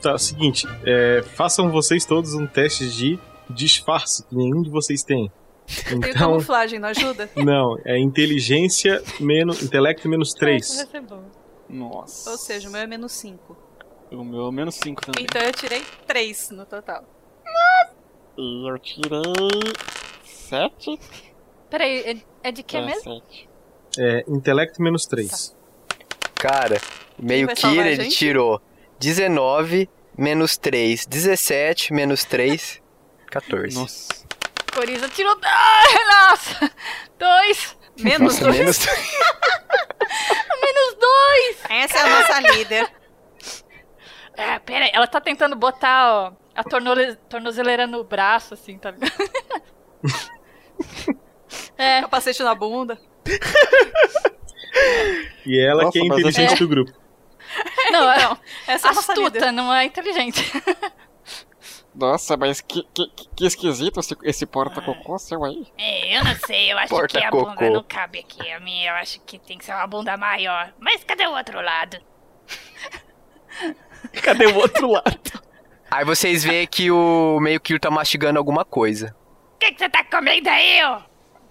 P: Tá, seguinte, é, façam vocês todos um teste de disfarce, que nenhum de vocês tem.
F: E o
P: Então,
F: camuflagem não ajuda?
P: não, é inteligência menos. intelecto menos 3.
F: Vai ser bom.
O: Nossa.
F: Ou seja, o meu é menos 5.
O: O meu é menos 5 também.
F: Então eu tirei 3 no total.
Q: E eu tirei. sete?
R: Peraí, é, é de que
Q: É,
R: mesmo?
Q: sete.
P: É, intelecto menos 3.
B: Cara, meio
R: vai
B: que
R: salvar a
B: ele
R: gente?
B: tirou 19 menos 3, 17 menos 3, 14.
O: Nossa.
R: Coriza tirou. Ah, nossa! Dois!
F: Menos
B: Nossa,
F: dois.
B: menos
R: Menos dois!
F: Essa é a nossa líder.
R: Ah, pera aí, ela tá tentando botar ó, a tornole- tornozeleira no braço, assim, tá ligado? é.
F: Capacete na bunda.
P: E ela
O: Nossa,
P: que é
O: mas eu
P: inteligente
O: tenho-
P: do grupo.
R: Não, é
F: essa é a nossa
R: astuta, não é inteligente.
Q: Nossa, mas que, que, que esquisito esse, esse
R: Ah.
Q: porta-cocô seu aí.
D: É, eu não sei, eu acho
Q: Porta
D: que a
Q: cocô.
D: bunda não cabe aqui. A minha, eu acho que tem que ser uma bunda maior. Mas cadê o outro lado?
O: Cadê o outro lado?
B: Aí vocês veem que o meio quilo tá mastigando alguma coisa.
D: O que, que você tá comendo aí, ô?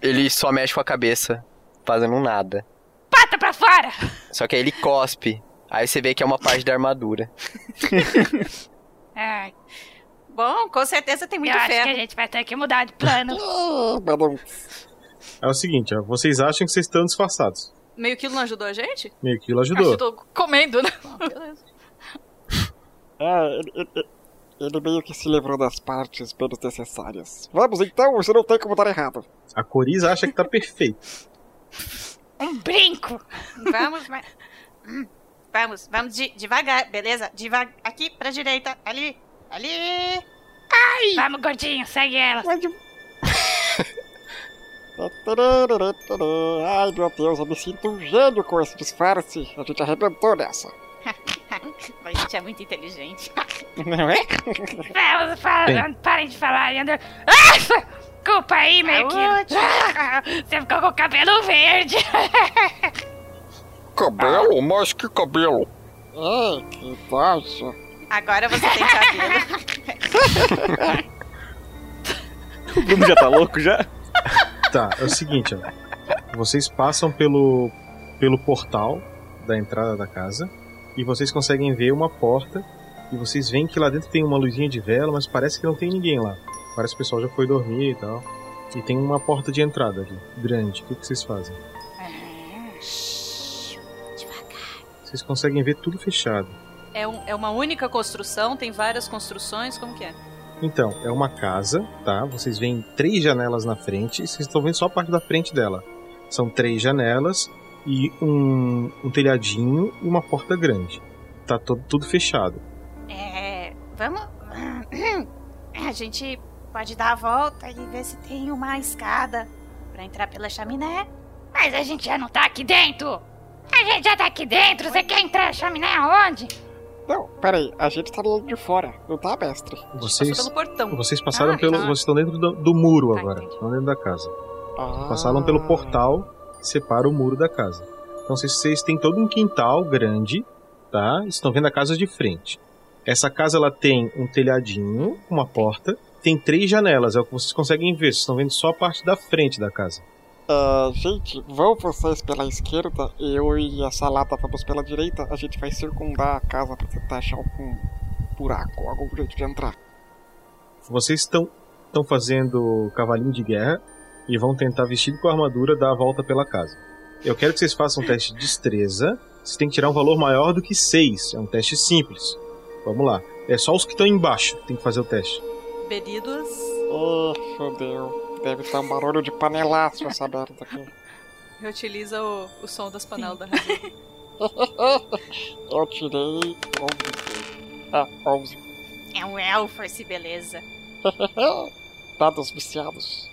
B: Ele só mexe com a cabeça, fazendo um nada.
D: bota pra fora!
B: Só que aí ele cospe. Aí você vê que é uma parte da armadura.
D: Ai,
F: Bom, com certeza tem muito
D: eu acho
F: ferro.
D: que a gente vai ter que mudar de plano.
Q: Oh.
P: É o seguinte, ó, vocês acham que vocês estão disfarçados.
F: Meio quilo não ajudou a gente?
P: Meio que ele ajudou.
F: Ajudou comendo, né?
Q: Ah, ele, ele- ele meio que se livrou das partes menos necessárias. Vamos então, você não tem como dar errado.
P: A Coriza acha que tá perfeito.
D: Um brinco!
N: Vamos, mas... Hum, Vamos, vamos de- devagar, beleza? Devagar. Aqui pra direita, ali, ali. Ai!
D: Vamos, gordinho, segue ela.
Q: Ai meu Deus, eu me sinto um gênio com esse disfarce. A gente arrebentou nessa.
N: A gente é muito inteligente.
Q: Não é?
D: Vamos, fala-
Q: Bem.
D: parem de falar, Leandro. Ah, culpa aí, meio que.
N: Saúde.
D: Ah, Você ficou com o cabelo verde.
S: Cabelo? Mas que cabelo?
Q: Ai, Ah. que baixo.
N: Agora você tem cabelo.
O: O Bruno já tá louco já?
P: Tá, é o seguinte, ó. Vocês passam pelo, pelo portal da entrada da casa e vocês conseguem ver uma porta e vocês veem que lá dentro tem uma luzinha de vela, mas parece que não tem ninguém lá. Parece que o pessoal já foi dormir e tal. E tem uma porta de entrada ali, grande. O que, que vocês fazem?
F: É.
P: Vocês conseguem ver tudo fechado.
F: É, um- é uma única construção, tem várias construções, como que é?
P: Então, é uma casa, tá? Vocês veem três janelas na frente, e vocês estão vendo só a parte da frente dela. São três janelas e um, um telhadinho e uma porta grande. Tá todo, tudo fechado.
N: É, vamos. A gente pode dar a volta e ver se tem uma escada pra entrar pela chaminé.
D: Mas a gente já não tá aqui dentro. A gente já tá aqui dentro. Você quer entrar na chaminé aonde?
Q: Não, peraí, a gente tá do lado de fora, não tá, mestre?
P: Vocês,
F: portão.
P: vocês passaram
Q: Ah,
P: pelo.
Q: tá.
P: Vocês estão dentro do, do muro agora, não dentro da casa.
Q: Ah,
P: Passaram pelo portal que separa o muro da casa. Então vocês, vocês têm todo um quintal grande, tá? Estão vendo a casa de frente. Essa casa ela tem um telhadinho, uma porta, tem três janelas, é o que vocês conseguem ver. Vocês estão vendo só a parte da frente da casa.
Q: Ah, gente, vão vocês pela esquerda, eu e a salada vamos pela direita. A gente vai circundar a casa pra tentar achar algum buraco, algum jeito de entrar.
P: Vocês estão estão fazendo cavalinho de guerra e vão tentar vestido com a armadura dar a volta pela casa. Eu quero que vocês façam um teste de destreza. Vocês têm que tirar um valor maior do que 6. É um teste simples. Vamos lá. É só os que estão embaixo que tem que fazer o teste.
F: Beridos.
Q: Oh, fodeu. Deve estar um barulho de panelaço essa merda aqui.
F: Reutiliza o, o som das panelas da razão.
Q: Eu tirei 11. Ah, 11.
N: É um elfo esse beleza.
Q: Dados viciados.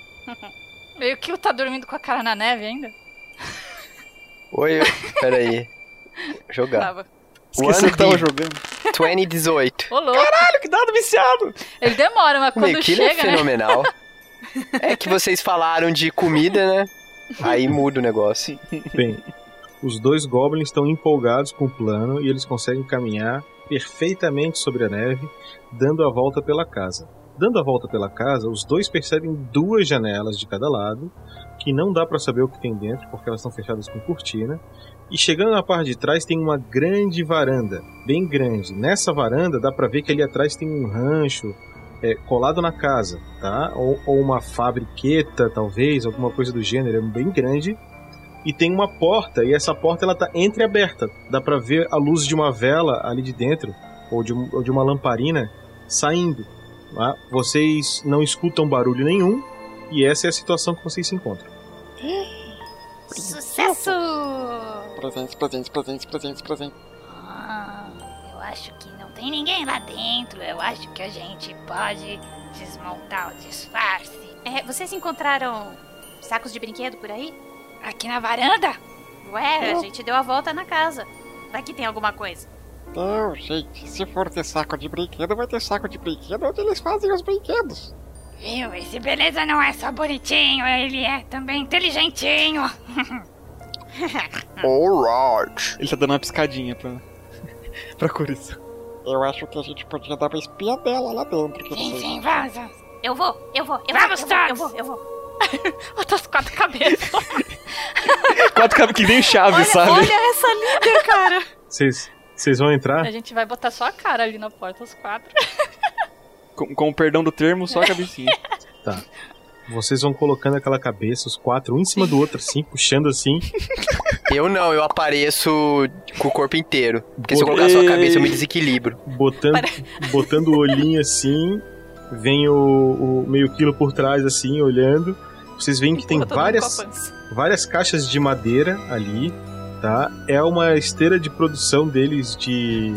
R: Meio que tá dormindo com a cara na neve ainda.
B: Oi, eu... peraí. Jogar.
R: Tava.
O: Esqueceu que tava jogando.
B: 2018.
R: Ô, louco. Caralho, que dado viciado! Ele demora, mas
B: Meu,
R: quando
B: aquilo é
R: chega, né?
B: fenomenal. É que vocês falaram de comida, né? Aí muda o negócio.
P: Bem, os dois goblins estão empolgados com o plano e eles conseguem caminhar perfeitamente sobre a neve, dando a volta pela casa. Dando a volta pela casa, os dois percebem duas janelas de cada lado, que não dá para saber o que tem dentro, porque elas estão fechadas com cortina. E chegando na parte de trás tem uma grande varanda, bem grande. Nessa varanda dá para ver que ali atrás tem um rancho é, colado na casa, tá? Ou, ou uma fabriqueta, talvez, alguma coisa do gênero, é bem grande e tem uma porta e essa porta ela tá entreaberta. Dá pra ver a luz de uma vela ali de dentro ou de, um- ou de uma lamparina saindo. tá? Vocês não escutam barulho nenhum e essa é a situação que vocês se encontram.
N: Sucesso!
Q: Presentes, presentes, presentes, presentes, presentes.
D: Ah, eu acho que não tem ninguém lá dentro. Eu acho que a gente pode desmontar o disfarce.
N: É, vocês encontraram sacos de brinquedo por aí?
D: Aqui na varanda? É.
N: Ué, a
Q: Não.
N: gente deu a volta na casa. Vai que tem alguma coisa.
Q: Não, gente, se for ter saco de brinquedo, vai ter saco de brinquedo onde eles fazem os brinquedos.
D: Viu? Esse beleza não é só bonitinho, ele é também inteligentinho.
S: Alright.
O: Ele tá dando uma piscadinha pra, pra Coriza.
Q: Eu acho que a gente podia dar uma espiadela lá dentro. Que
D: Sim,
Q: vocês-
D: sim, vaza.
N: Eu vou, eu vou, eu
D: Vamos
N: vou.
D: todos.
N: Eu vou, eu vou.
R: Outras quatro cabeças.
O: Quatro cabe que nem chave,
F: olha,
O: sabe?
F: olha essa líder, cara.
P: Vocês vocês vão
R: A
P: entrar?
R: gente vai botar só a cara ali na porta, os quatro.
O: Com, com o perdão do termo, só a cabecinha.
P: Tá. Vocês vão colocando aquela cabeça, os quatro, um em cima do outro, assim, puxando assim.
B: Eu não, eu apareço com o corpo inteiro. Porque se eu colocar só a cabeça, eu me desequilibro.
P: Botando, botando o olhinho assim, vem o, o meio quilo por trás, assim, olhando. Vocês veem que tem
F: Botando no
P: várias,
F: copo antes.
P: várias caixas de madeira ali, tá? É uma esteira de produção deles de.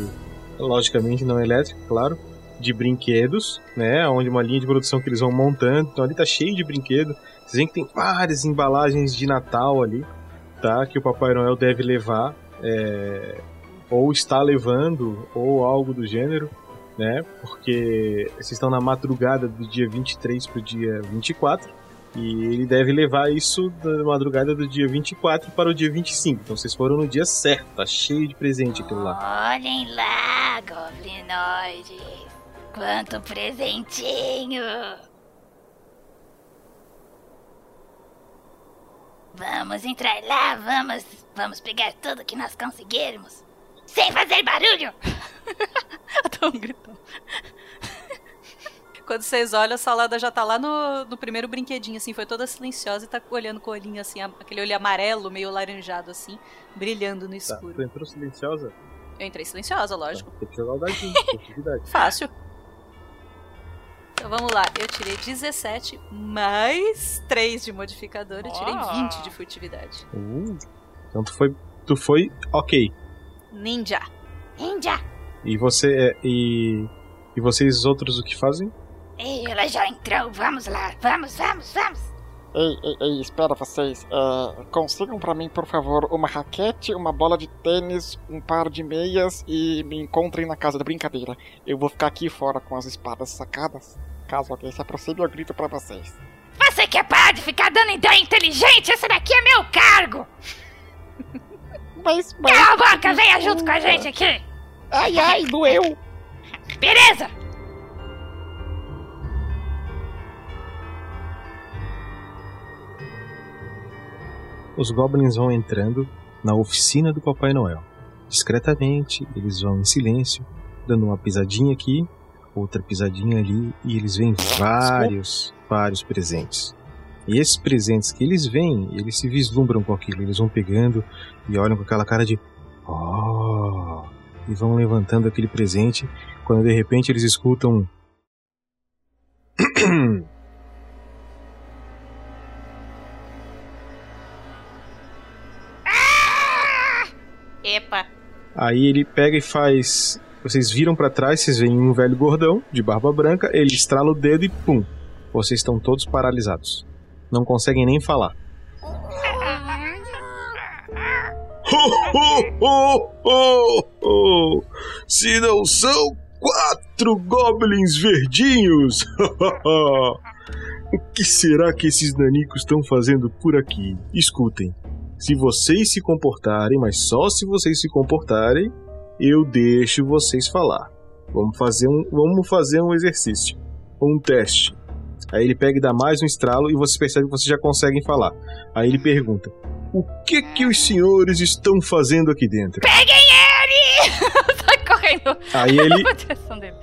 P: Logicamente não elétrica, claro. De brinquedos, né? Onde uma linha de produção que eles vão montando. Então ali tá cheio de brinquedo. Vocês veem que tem várias embalagens de Natal ali, tá? Que o Papai Noel deve levar. é, Ou está levando, ou algo do gênero, né? Porque vocês estão na madrugada do dia 23 pro dia 24. E ele deve levar isso da madrugada do dia 24 para o dia 25. Então vocês foram no dia certo, tá cheio de presente aquilo lá.
D: Olhem lá, goblinoides. Quanto presentinho! Vamos entrar lá, vamos, vamos pegar tudo que nós conseguirmos. Sem fazer barulho!
F: Quando vocês olham, a salada já tá lá no, no primeiro brinquedinho, assim, foi toda silenciosa e tá olhando com o olhinho, assim, a- aquele olho amarelo, meio laranjado, assim, brilhando no
P: Tá,
F: escuro.
P: tu entrou silenciosa?
F: Eu entrei silenciosa,
P: Tá,
F: lógico.
P: tem que jogar o dadinho, furtividade.
F: Fácil. Então vamos lá, eu tirei 17 mais 3 de modificador, eu tirei 20 de furtividade.
P: Uh, então tu foi, tu foi ok.
F: Ninja. Ninja!
P: E você é, e e vocês outros o que fazem?
D: Ei, ela já entrou, vamos lá, vamos, vamos, vamos!
Q: Ei, ei, ei, espera vocês. É, consigam pra mim, por favor, uma raquete, uma bola de tênis, um par de meias e me encontrem na casa da brincadeira. Eu vou ficar aqui fora com as espadas sacadas. Caso alguém se aproxime, eu grito pra vocês.
D: Você que é pá de ficar dando ideia inteligente, esse daqui é meu cargo!
Q: Mas,
D: mas... Cala a boca, venha junto com a gente aqui!
Q: Ai, ai, doeu!
D: Beleza!
P: Os goblins vão entrando na oficina do Papai Noel. Discretamente, eles vão em silêncio, dando uma pisadinha aqui, outra pisadinha ali, e eles veem vários, vários presentes. E esses presentes que eles veem, eles se vislumbram com aquilo, eles vão pegando e olham com aquela cara de oh! e vão levantando aquele presente, quando de repente eles escutam um
N: Epa.
P: Aí ele pega e faz. Vocês viram pra trás, vocês veem um velho gordão de barba branca, ele estrala o dedo e pum! Vocês estão todos paralisados. Não conseguem nem falar.
M: Ho, ho, ho, ho. Se não são quatro goblins verdinhos.
P: o que será que esses nanicos estão fazendo por aqui? Escutem. Se vocês se comportarem, mas só se vocês se comportarem, eu deixo vocês falar. Vamos fazer um, vamos fazer um exercício, um teste. Aí ele pega e dá mais um estralo e você percebe que vocês já conseguem falar. Aí ele pergunta: "O que que os senhores estão fazendo aqui dentro?"
R: Peguem ele! Sai correndo.
P: Aí ele-
R: Na direção dele.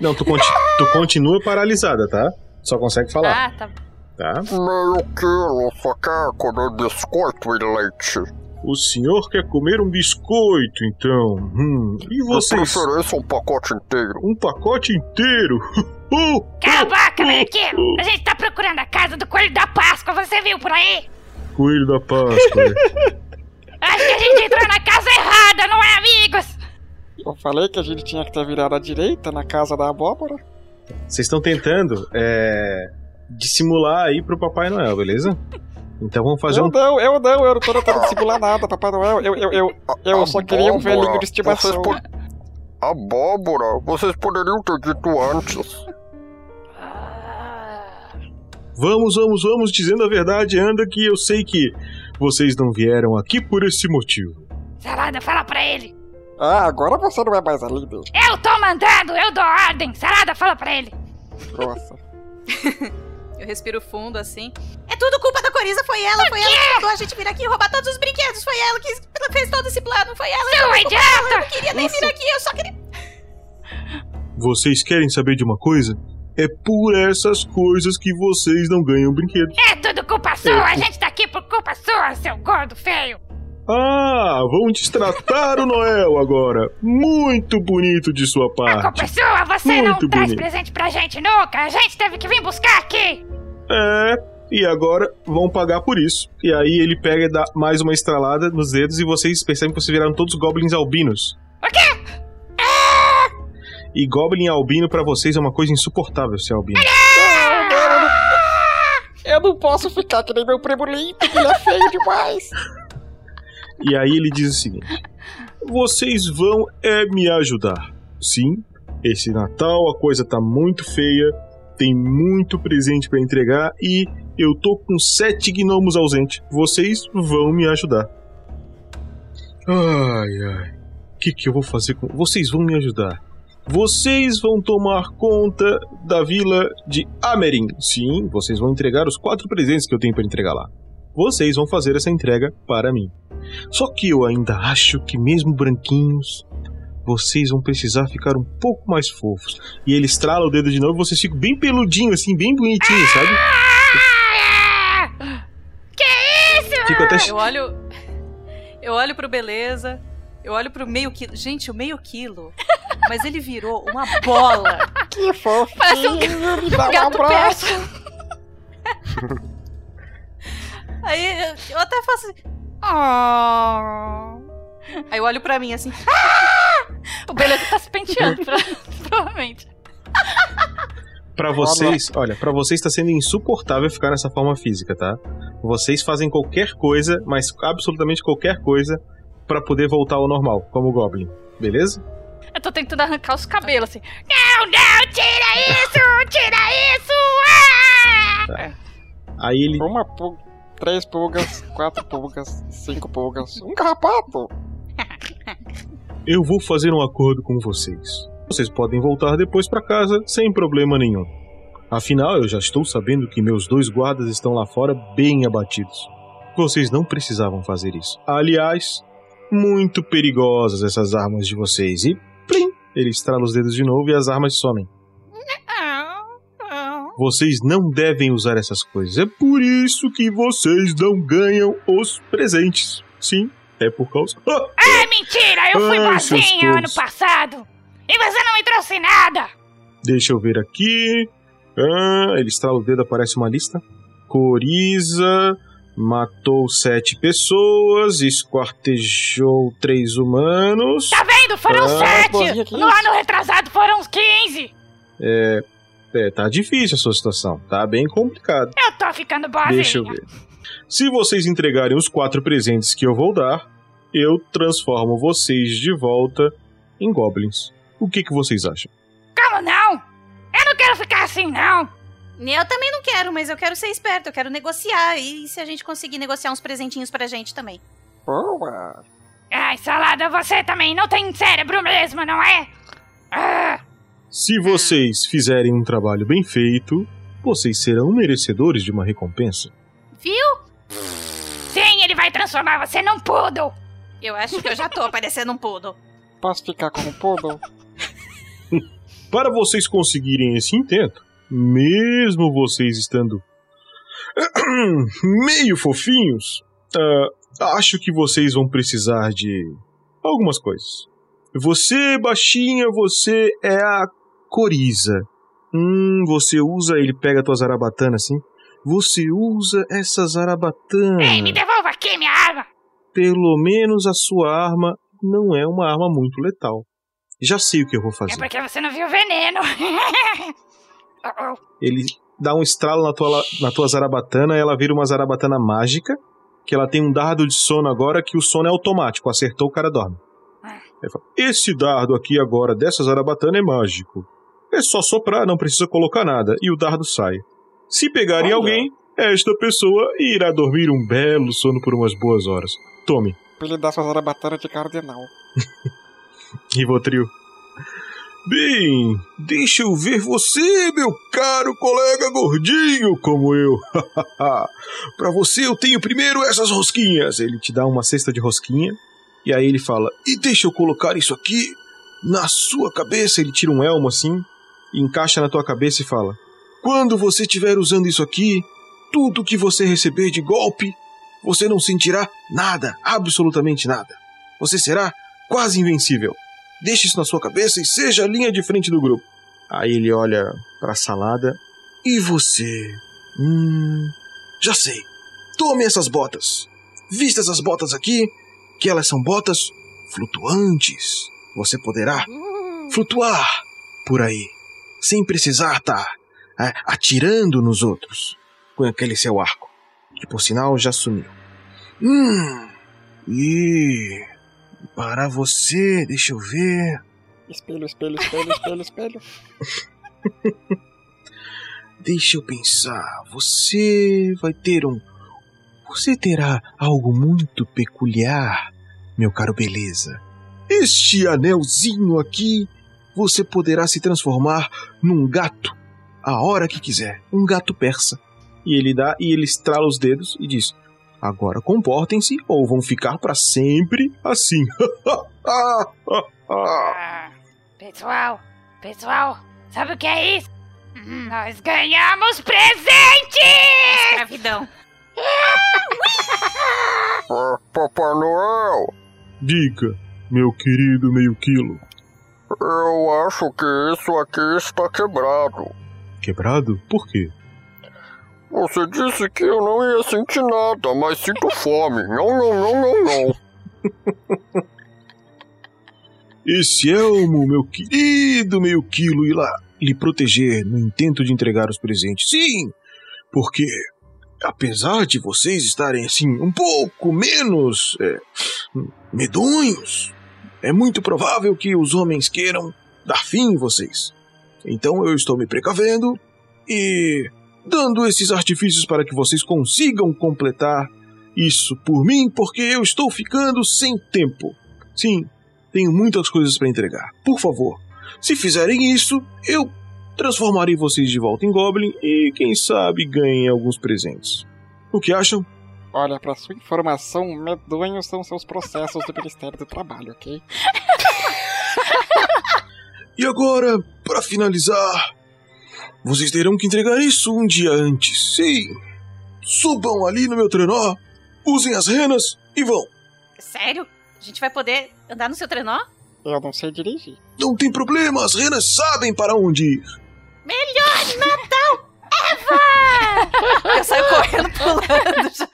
P: Não, tu, conti- tu continua paralisada, tá? Só consegue falar,
R: Ah, tá.
P: tá?
S: Meio quilo, sacaco de biscoito e leite.
P: O senhor quer comer um biscoito, então. Hum, e
S: De
P: vocês?
S: preferência, um pacote inteiro.
P: Um pacote inteiro?
D: Cala a boca, Marquinho! A gente tá procurando a casa do Coelho da Páscoa, você viu por aí?
P: Coelho da Páscoa.
D: Acho que a gente entrou na casa errada, não é, amigos?
Q: Eu falei que a gente tinha que ter virado à direita na casa da abóbora.
P: Vocês estão tentando é, dissimular aí pro Papai Noel, beleza? Então vamos fazer
Q: eu
P: um.
Q: não, eu não, eu não tô tentando dissimular nada, Papai Noel. Eu, eu, eu, eu só queria um
S: tá
Q: velhinho de estimação.
S: Vocês po- Abóbora, vocês poderiam ter dito antes.
P: Vamos, vamos, vamos, dizendo a verdade, anda que eu sei que vocês não vieram aqui por esse motivo.
D: Salada, fala pra ele!
Q: Ah, agora você não é mais a líder.
D: Eu tô mandando, eu dou ordem! Salada, fala pra ele!
Q: Nossa.
F: Eu respiro fundo assim. É tudo culpa da Coriza, foi ela, foi ela que mandou a gente vir aqui roubar todos os brinquedos, foi ela que fez todo esse plano, foi ela.
D: Seu
F: eu desculpa ela, Eu não
D: idiota!
F: queria nem vir aqui, eu só queria.
P: Vocês querem saber de uma coisa? É por essas coisas que vocês não ganham brinquedo.
D: É tudo culpa sua, a gente tá aqui por culpa sua, seu gordo feio.
P: Ah, vão destratar o Noel agora. Muito bonito de sua parte.
D: Culpa é sua, você
P: Muito
D: não tá traz
P: bonito.
D: presente pra gente nunca, a gente teve que vir buscar aqui.
P: É, e agora vão pagar por isso. E aí ele pega e dá mais uma estralada nos dedos e vocês percebem que vocês viraram todos goblins albinos.
D: Ah!
P: O quê? E goblin albino pra vocês é uma coisa insuportável ser albino.
Q: Ah! Eu não posso ficar que nem meu primo limpo, que ele é feio demais.
P: E aí ele diz o seguinte: Vocês vão é me ajudar. Sim, esse Natal a coisa tá muito feia, tem muito presente pra entregar e eu tô com sete gnomos ausentes. Vocês vão me ajudar. Ai, ai. O que, que eu vou fazer com. Vocês vão me ajudar. Vocês vão tomar conta da vila de Amerin. Sim, vocês vão entregar os quatro presentes que eu tenho pra entregar lá. Vocês vão fazer essa entrega para mim. Só que eu ainda acho que, mesmo branquinhos, vocês vão precisar ficar um pouco mais fofos. E ele estrala o dedo de novo e vocês ficam bem peludinho, assim, bem bonitinho, sabe?
D: Que isso?
P: Fico até ch-
F: Eu olho. Eu olho pro Beleza. Eu olho pro meio quilo. Gente, o meio quilo. Mas ele virou uma bola.
Q: Que fofo.
F: Parece um gato,
Q: Me dá um
F: gato
Q: abraço.
F: persa. Aí eu- eu até faço assim. "Ah." Aí eu olho pra mim assim. "Ah!"
R: O Beleza tá se penteando, pra- provavelmente.
P: Pra vocês, olha, pra vocês tá sendo insuportável ficar nessa forma física, tá? Vocês fazem qualquer coisa, mas absolutamente qualquer coisa, pra poder voltar ao normal, como o Goblin, beleza?
R: Eu tô tentando arrancar os cabelos, assim.
D: Não, não, tira isso, tira isso. Ah!
P: Aí ele.
Q: Uma pulga, três pulgas, quatro pulgas, cinco pulgas, um carrapato.
P: Eu vou fazer um acordo com vocês. Vocês podem voltar depois pra casa sem problema nenhum. Afinal, eu já estou sabendo que meus dois guardas estão lá fora bem abatidos. Vocês não precisavam fazer isso. Aliás, muito perigosas essas armas de vocês. E plim! Ele estrala os dedos de novo e as armas somem. Vocês não devem usar essas coisas. É por isso que vocês não ganham os presentes. Sim, é por causa. Ah!
D: Ah, mentira, eu fui
P: Ai, seus
D: boazinha ano
P: tolos.
D: passado. E você não me trouxe nada.
P: Deixa eu ver aqui. Ah, ele estrala o dedo, aparece uma lista. Coriza matou sete pessoas, esquartejou três humanos.
D: Tá vendo? Foram
P: Ah, boazinha,
D: sete.
P: que
D: No
P: isso?
D: ano retrasado foram uns 15.
P: É, é, tá difícil a sua situação, tá bem complicado.
D: Eu tô ficando boazinha.
P: Deixa eu ver. Se vocês entregarem os quatro presentes que eu vou dar, eu transformo vocês de volta em goblins. O que, que vocês acham?
D: Como não? Eu não quero ficar assim, não.
F: Eu também não quero, mas eu quero ser esperto, eu quero negociar. E se a gente conseguir negociar uns presentinhos pra gente também?
Q: Boa.
D: Ai, salada, você também não tem cérebro mesmo, não é?
P: Se vocês fizerem um trabalho bem feito, vocês serão merecedores de uma recompensa.
D: Viu?
P: É.
D: Sim, ele vai transformar você num poodle.
F: Eu acho que eu já tô parecendo um poodle.
Q: Posso ficar com o poodle?
P: Para vocês conseguirem esse intento, mesmo vocês estando meio fofinhos, ah, acho que vocês vão precisar de algumas coisas. Você, baixinha, você é a coriza. Hum, você usa, ele pega a tua zarabatana assim. Você usa essa zarabatana.
D: Ei, me devolva aqui minha arma.
P: Pelo menos a sua arma não é uma arma muito letal. Já sei o que eu vou fazer.
D: É porque você não viu o veneno. Oh, oh.
P: ele dá um estralo na tua, la- na tua zarabatana e ela vira uma zarabatana mágica, que ela tem um dardo de sono agora que o sono é automático, acertou o cara dorme. Ele fala, Esse dardo aqui agora dessa zarabatana é mágico. É só soprar, não precisa colocar nada, e o dardo sai. Se pegarem alguém, esta pessoa irá dormir um belo sono por umas boas horas. Tome,
Q: Pra ele dar sua zarabatana de cardenal.
P: Rivotril.
C: Bem, deixa eu ver você, meu caro colega gordinho como eu. Para você eu tenho primeiro essas rosquinhas.
P: Ele te dá uma cesta de rosquinha
C: e aí ele fala: "E deixa eu colocar isso aqui na sua cabeça". Ele tira um elmo assim e encaixa na tua cabeça e fala: "Quando você estiver usando isso aqui, tudo que você receber de golpe, você não sentirá nada, absolutamente nada. Você será quase invencível. Deixe isso na sua cabeça e seja a linha de frente do grupo.
P: Aí ele olha pra salada.
C: E você? Hum. Já sei. Tome essas botas. Vista essas botas aqui, que elas são botas flutuantes. Você poderá flutuar por aí, sem precisar estar é, atirando nos outros com aquele seu arco, que por sinal já sumiu. Hum. E para você, deixa eu ver.
Q: Espelho, espelho, espelho, espelho, espelho.
C: deixa eu pensar. Você vai ter um. Você terá algo muito peculiar, meu caro beleza. Este anelzinho aqui, você poderá se transformar num gato a hora que quiser, um gato persa.
P: E ele dá e ele estrala os dedos e diz: Agora comportem-se ou vão ficar para sempre assim.
D: Ah, pessoal, pessoal, sabe o que é isso? Nós ganhamos presente!
N: Escravidão.
S: Ah, Papai Noel,
C: Diga, meu querido meio quilo.
S: eu acho que isso aqui está quebrado.
C: Quebrado? Por quê?
S: Você disse que eu não ia sentir nada, mas sinto fome. Não, não, não, não, não.
C: Esse elmo, meu querido meio quilo, irá lhe proteger no intento de entregar os presentes. Sim, porque apesar de vocês estarem assim um pouco menos é, medonhos, é muito provável que os homens queiram dar fim em vocês. Então eu estou me precavendo e dando esses artifícios para que vocês consigam completar isso por mim, porque eu estou ficando sem tempo. Sim, tenho muitas coisas para entregar. Por favor, se fizerem isso, eu transformarei vocês de volta em Goblin e quem sabe ganhem alguns presentes. O que acham?
Q: Olha, pra sua informação, medonhos são seus processos do Ministério do Trabalho, ok?
C: E agora, para finalizar, vocês terão que entregar isso um dia antes. Sim. Subam ali no meu trenó, usem as renas e vão.
N: Sério? A gente vai poder andar no seu trenó?
Q: Eu não sei dirigir.
C: Não tem problema, as renas sabem para onde ir.
N: Melhor Natal ever! Eu saio correndo pulando já.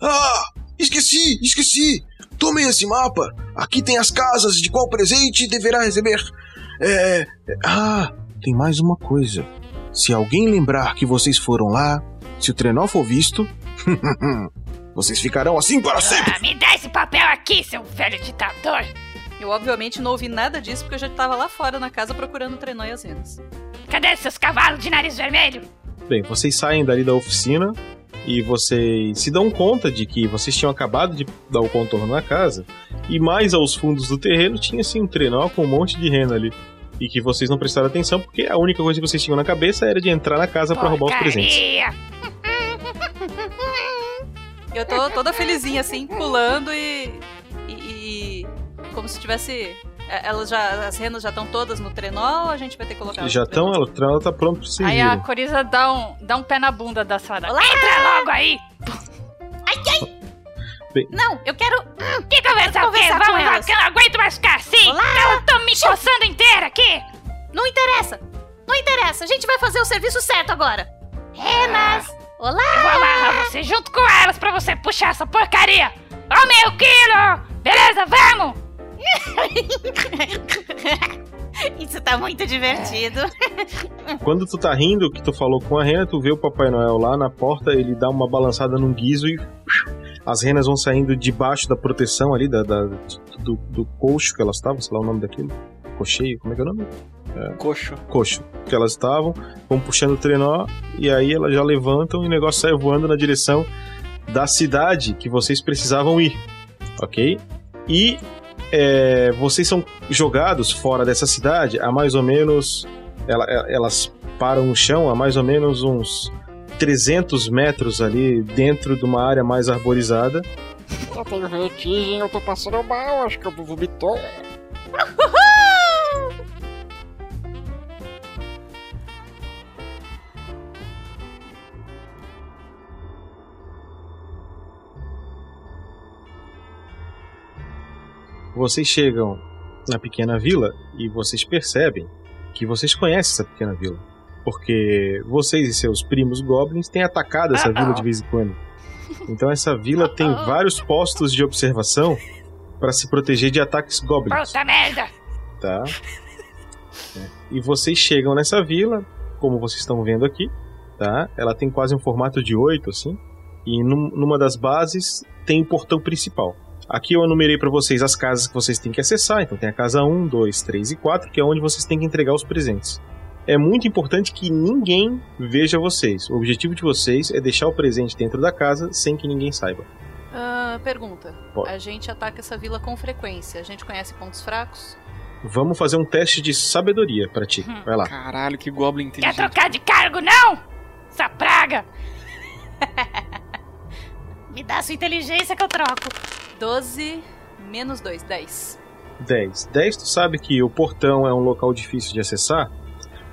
C: Ah, esqueci, esqueci. Tomem esse mapa. Aqui tem as casas de qual presente deverá receber. É. Ah, tem mais uma coisa. Se alguém lembrar que vocês foram lá, se o trenó for visto, vocês ficarão assim para sempre.
D: Ah, me dá esse papel aqui, seu velho ditador!
F: Eu obviamente não ouvi nada disso porque eu já tava lá fora na casa procurando o trenó e as renas.
D: Cadê seus cavalos de nariz vermelho?
P: Bem, vocês saem dali da oficina e vocês se dão conta de que vocês tinham acabado de dar o contorno na casa e mais aos fundos do terreno tinha assim um trenó com um monte de rena ali e que vocês não prestaram atenção porque a única coisa que vocês tinham na cabeça era de entrar na casa para roubar os presentes.
F: Eu tô toda felizinha assim, pulando e. e, e como se tivesse. é, Elas já, as renas já estão todas no trenó, ou a gente vai ter que colocar.
P: Já
F: no trenó?
P: estão, ela, ela tá pronta para
R: Aí
P: seguir.
R: a Coriza dá um, dá um pé na bunda da Sara.
D: Entra logo aí!
N: Não, eu quero.
D: Que conversa
N: Vamos
D: o quê?
N: conversar com
D: Vamos lá,
N: elas.
D: que eu não aguento mais ficar assim! Elas estão me coçando inteira aqui!
N: Não interessa! Não interessa! A gente vai fazer o serviço certo agora! Renas! Olá!
D: É, Eu vou amarrar você junto com elas pra você puxar essa porcaria! Ó meu quilo! Beleza, vamos!
N: Isso tá muito divertido.
P: Quando tu tá rindo, que tu falou com a rena, tu vê o Papai Noel lá na porta, ele dá uma balançada num guiso e as renas vão saindo debaixo da proteção ali, da, da- do, do coxo que elas estavam, sei lá o nome daquilo. Cocheio, como é que é o nome? É,
O: Coxo.
P: Coxo, que elas estavam, vão puxando o trenó e aí elas já levantam e o negócio sai voando na direção da cidade que vocês precisavam ir, ok? E é, vocês são jogados fora dessa cidade a mais ou menos. ela- ela- elas param no chão a mais ou menos uns 300 metros ali dentro de uma área mais arborizada.
Q: Eu tenho vertigem, eu tô passando mal, acho que eu vou vomitar.
P: Vocês chegam na pequena vila e vocês percebem que vocês conhecem essa pequena vila. Porque vocês e seus primos goblins têm atacado essa vila de vez em quando. Então essa vila tem vários postos de observação para se proteger de ataques goblins,
D: Puta merda!
P: tá? É. E vocês chegam nessa vila, como vocês estão vendo aqui, tá? Ela tem quase um formato de oito, assim. E num- numa das bases tem o portão principal. Aqui eu enumerei para vocês as casas que vocês têm que acessar. Então tem a casa 1, 2, 3 e 4, que é onde vocês têm que entregar os presentes. É muito importante que ninguém veja vocês. O objetivo de vocês é deixar o presente dentro da casa sem que ninguém saiba.
F: Ah, pergunta.
P: Pode.
F: A gente ataca essa vila com frequência. A gente conhece pontos fracos?
P: Vamos fazer um teste de sabedoria pra ti. Vai lá.
O: Caralho, que goblin
D: Quer
O: inteligente.
D: trocar de cargo, não? Essa praga!
N: Me dá sua inteligência que eu troco.
F: 12 menos 2, 10.
P: 10. 10, tu sabe que o portão é um local difícil de acessar,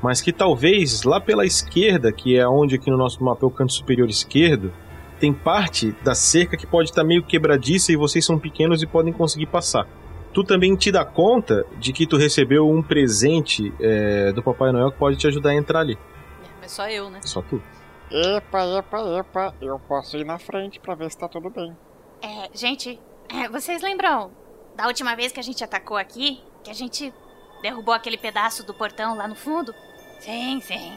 P: mas que talvez lá pela esquerda, que é onde aqui no nosso mapa é o canto superior esquerdo, tem parte da cerca que pode estar meio quebradiça e vocês são pequenos e podem conseguir passar. Tu também te dá conta de que tu recebeu um presente eh, do Papai Noel que pode te ajudar a entrar ali.
F: Mas só eu, né?
P: Só tu.
Q: Epa, epa, epa, eu posso ir na frente pra ver se tá tudo bem.
N: É, gente, é, vocês lembram da última vez que a gente atacou aqui? Que a gente derrubou aquele pedaço do portão lá no fundo? Sim, sim.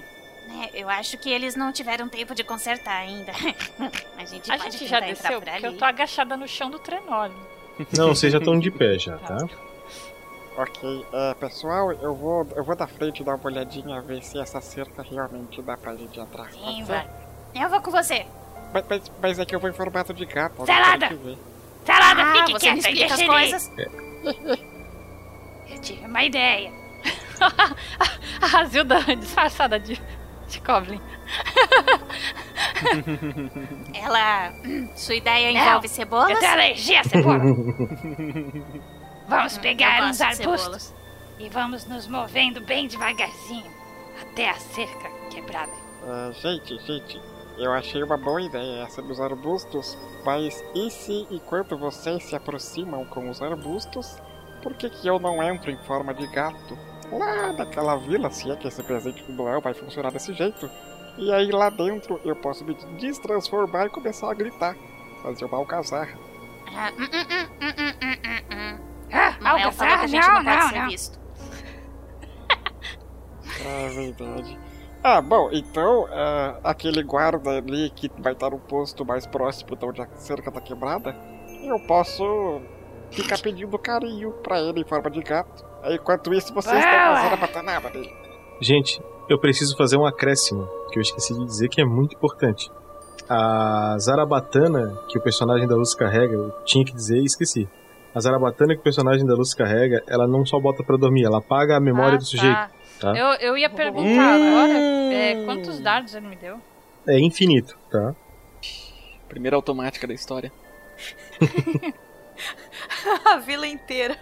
N: Né, eu acho que eles não tiveram tempo de consertar ainda. a gente,
R: A
N: pode
R: gente já
N: tentar entrar
R: desceu,
N: por
R: porque
N: ali.
R: eu tô agachada no chão do trenóleo.
P: Não, vocês já estão de pé já, tá?
Q: Ok, é, pessoal, eu vou, eu vou da frente dar uma olhadinha, ver se essa cerca realmente dá pra gente entrar.
N: Sim, vai. Eu vou com você.
Q: Mas, mas, mas é que eu vou em formato de gato. alguém
N: Salada!
Q: tem que ver.
D: Salada,
N: Ah,
D: fique
N: você me
D: quieta e
N: explica
D: deixa
N: as
D: ele.
N: coisas.
C: É.
D: Eu tive uma ideia.
R: A Razilda disfarçada de, de Goblin.
N: Ela. Sua ideia
D: Não,
N: envolve cebolas?
D: eu tenho alergia a cebola. Vamos
N: Hum,
D: pegar
N: eu
D: uns
N: gosto de
D: arbustos e vamos nos movendo bem devagarzinho até a cerca quebrada.
Q: É, gente, gente, eu achei uma boa ideia essa dos arbustos, mas e se enquanto vocês se aproximam com os arbustos, por que que eu não entro em forma de gato lá naquela vila, se é que esse presente do Noel vai funcionar desse jeito? E aí lá dentro eu posso me destransformar e começar a gritar, fazer uma alcazarra.
N: Ah, hum, hum, hum, hum, hum, hum, hum, hum.
D: Ah,
N: Noel
D: algazarra,
N: falou que a gente
D: não,
N: não, pode
D: não,
N: ser
D: não.
N: visto.
Q: É verdade. Ah, bom, então ah, aquele guarda ali que vai estar no posto mais próximo de onde a cerca tá quebrada, eu posso ficar pedindo carinho pra ele em forma de gato. Enquanto isso, vocês estão
D: Boa!
Q: fazendo a patanada dele.
P: Gente, eu preciso fazer um acréscimo, que eu esqueci de dizer que é muito importante. A Zarabatana, que o personagem da Luz carrega, eu tinha que dizer e esqueci. A Zarabatana que o personagem da Luz carrega, ela não só bota pra dormir, ela apaga a memória
R: Ah,
P: do sujeito. Tá?
R: Eu, eu ia perguntar agora é, quantos dardos ele me deu.
P: É infinito, tá?
O: Primeira automática da história.
F: a vila inteira.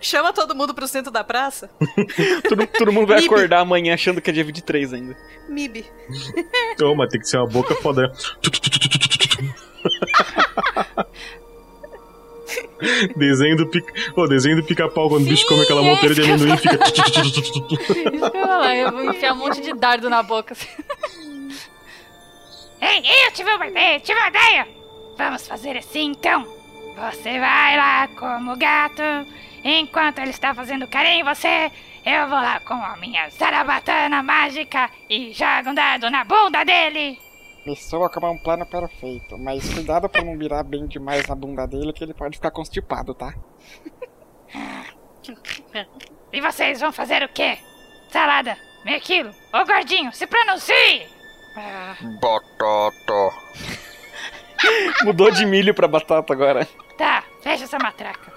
F: Chama todo mundo pro centro da praça?
O: todo, todo mundo vai
F: Mib.
O: acordar amanhã achando que é dia 23 ainda.
F: MIB.
P: Toma, tem que ser uma boca né? fodão. desenho do pica... Ô, desenho do pica-pau quando o bicho come aquela
R: é
P: monteira de
R: isso que eu
P: amendoim fica.
R: Isso que eu ia falar, eu vou enfiar um monte de dardo na boca. assim.
D: Ei, eu tive uma ideia, eu tive uma ideia! Vamos fazer assim então. Você vai lá como gato, enquanto ele está fazendo carinho em você, eu vou lá com a minha zarabatana mágica e jogo um dado na bunda dele.
Q: Me soa como um plano perfeito, mas cuidado pra não mirar bem demais na bunda dele, que ele pode ficar constipado, tá?
D: E vocês vão fazer o quê? Salada, meio quilo, ô gordinho, se pronuncie! Ah,
S: Batata.
O: Mudou de milho pra batata agora.
D: tá, Fecha essa matraca.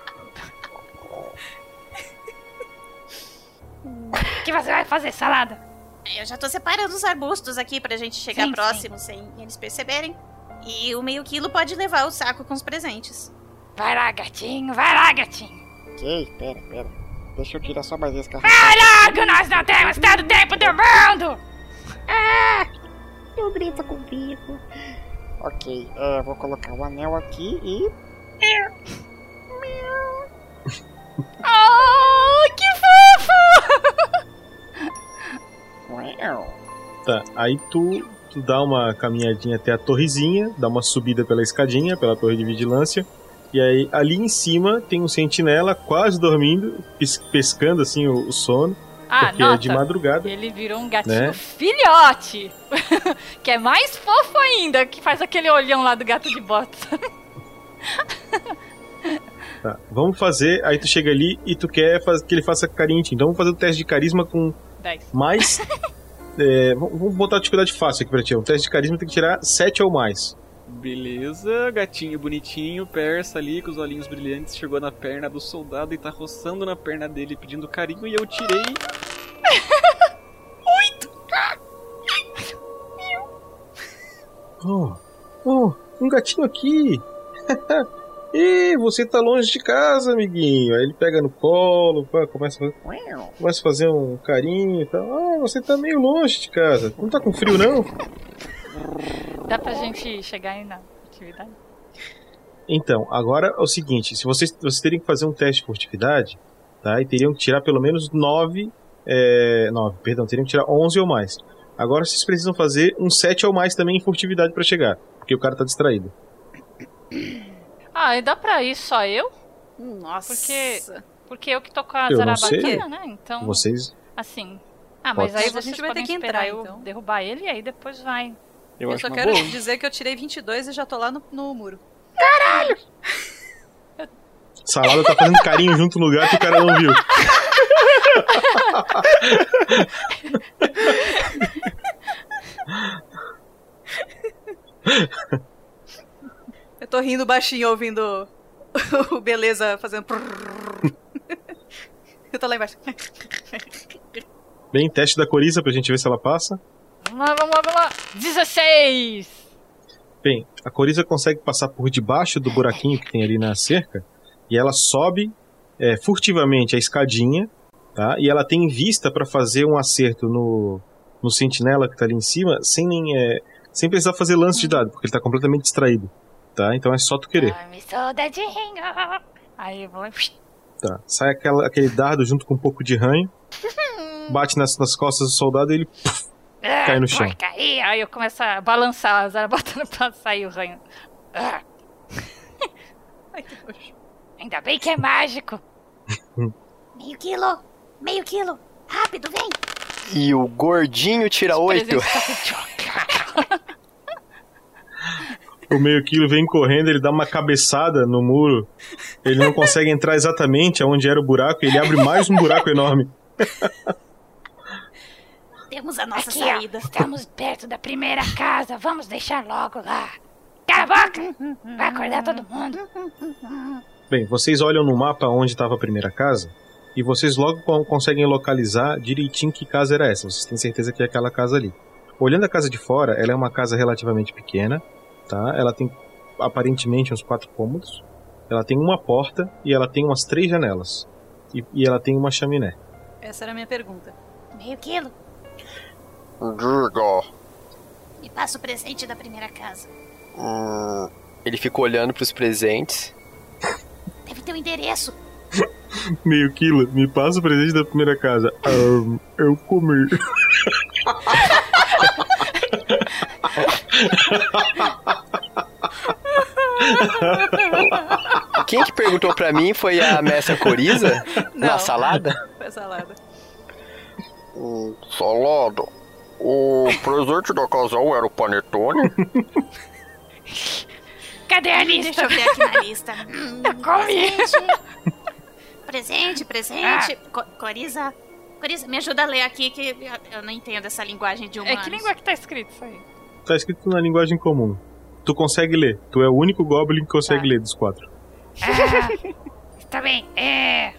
D: O que você vai fazer, salada?
N: É, Eu já tô separando os arbustos aqui pra gente chegar
D: Sim,
N: próximo sem eles perceberem. E o meio quilo pode levar o saco com os presentes.
D: Vai lá, gatinho, vai lá, gatinho.
Q: Ok, pera, pera. Deixa eu tirar só mais esse carro.
D: Logo, nós não temos tanto tempo do mundo! É.
Q: Ah! Não grita comigo. Ok, é, vou colocar o anel aqui e.
R: Oh, que fofo!
P: Tá, aí tu, tu dá uma caminhadinha até a torrezinha, dá uma subida pela escadinha, pela torre de vigilância. E aí ali em cima tem um sentinela quase dormindo, pes- pescando assim o, o sono.
R: Ah,
P: porque é de
R: nota.
P: madrugada.
R: Ele virou um gatinho
P: Né?
R: filhote! que é mais fofo ainda, que faz aquele olhão lá do gato de bota.
P: Tá, vamos fazer. Aí tu chega ali e tu quer faz- que ele faça carinho. em ti. Então vamos fazer o teste de carisma com
R: Dez.
P: mais. é, vamos vamos botar a dificuldade fácil aqui pra ti. O teste de carisma tem que tirar 7 ou mais.
O: Beleza, gatinho bonitinho, persa ali com os olhinhos brilhantes, chegou na perna do soldado e tá roçando na perna dele pedindo carinho e eu tirei.
P: Oh, oh, um gatinho aqui! Ih, você tá longe de casa, amiguinho. Aí ele pega no colo, pá, começa, a fazer, começa a fazer um carinho e tal. Ah, você tá meio longe de casa. Não tá com frio, não?
R: Dá pra gente chegar aí na atividade?
P: Então, agora é o seguinte: se vocês, vocês teriam que fazer um teste de furtividade, tá? E teriam que tirar pelo menos 9. É, 9, perdão, teriam que tirar 11 ou mais. Agora vocês precisam fazer um 7 ou mais também em furtividade pra chegar, porque o cara tá distraído.
R: Ah, e dá pra ir só eu?
N: Nossa.
R: Porque, porque eu que tô com a
P: Eu não sei.
R: zarabatana, né? Então,
P: Vocês.
R: assim... Ah,
P: Pode
R: mas aí
P: ser.
R: vocês
F: A gente vai ter
R: podem
F: que
R: esperar
F: entrar,
R: eu
F: então.
R: derrubar ele e aí depois vai.
F: Eu, só quero dizer que eu tirei 22 e já tô lá no, no muro.
R: Caralho!
P: Salada tá fazendo carinho junto no gato e o cara não viu.
F: Eu tô rindo baixinho ouvindo o Beleza fazendo. prrrr. eu tô lá embaixo.
P: Bem, teste da Coriza pra gente ver se ela passa.
R: Vamos lá, vamos lá, vamos lá! 16!
P: Bem, a Coriza consegue passar por debaixo do buraquinho que tem ali na cerca e ela sobe é, furtivamente a escadinha, tá? E ela tem vista pra fazer um acerto no, no sentinela que tá ali em cima sem nem é, sem precisar fazer lance de dado, porque ele tá completamente distraído, tá? Então é só tu querer.
D: Me soldadinho.
R: Aí eu vou...
P: Tá. Sai aquela- aquele dardo junto com um pouco de ranho, bate nas, nas costas do soldado e ele puf, cai no chão.
R: Porcaria! Ah, Aí eu começo a balançar a zarabatana pra sair o ranho.
D: Ah,
F: Ai, que nojo.
D: ainda bem que é mágico.
N: Meio quilo! Meio quilo! Rápido, vem!
B: E o gordinho tira 8.
P: O meio quilo vem correndo, ele dá uma cabeçada no muro. Ele não consegue entrar exatamente aonde era o buraco, ele abre mais um buraco enorme.
N: Temos a nossa
D: Aqui, ó,
N: saída.
D: estamos perto da primeira casa. Vamos deixar logo lá. Cala a boca! Vai acordar todo mundo.
P: Bem, vocês olham no mapa onde estava a primeira casa e vocês logo con- conseguem localizar direitinho que casa era essa. Vocês têm certeza que é aquela casa ali. Olhando a casa de fora, ela é uma casa relativamente pequena, tá? Ela tem aparentemente uns quatro cômodos. Ela tem uma porta e ela tem umas três janelas. E, e ela tem uma chaminé.
F: Essa era a minha pergunta.
N: Meio quilo.
R: tá
S: Diga.
N: Me passa o presente da primeira casa.
B: Hum, ele fica olhando pros presentes.
N: Deve ter o endereço.
P: Meio quilo, me passa o presente da primeira casa. Ahn, eu comi.
B: Quem que perguntou pra mim foi a mestra Coriza?
F: Não.
B: Na salada?
F: Foi a salada.
S: Hum, Salada. O presente da casal era o panetone?
D: Cadê a
N: Deixa
D: lista?
N: eu ver aqui na lista. Hum, presente. Presente, presente.
D: Ah.
N: Co- Coriza. Coriza, me ajuda a ler aqui que eu- eu não entendo essa linguagem de humanos.
R: É que língua que tá escrito isso aí?
P: Tá escrito na linguagem comum. Tu consegue ler. Tu é o único goblin que consegue ler dos quatro.
D: Ah, tá bem. É,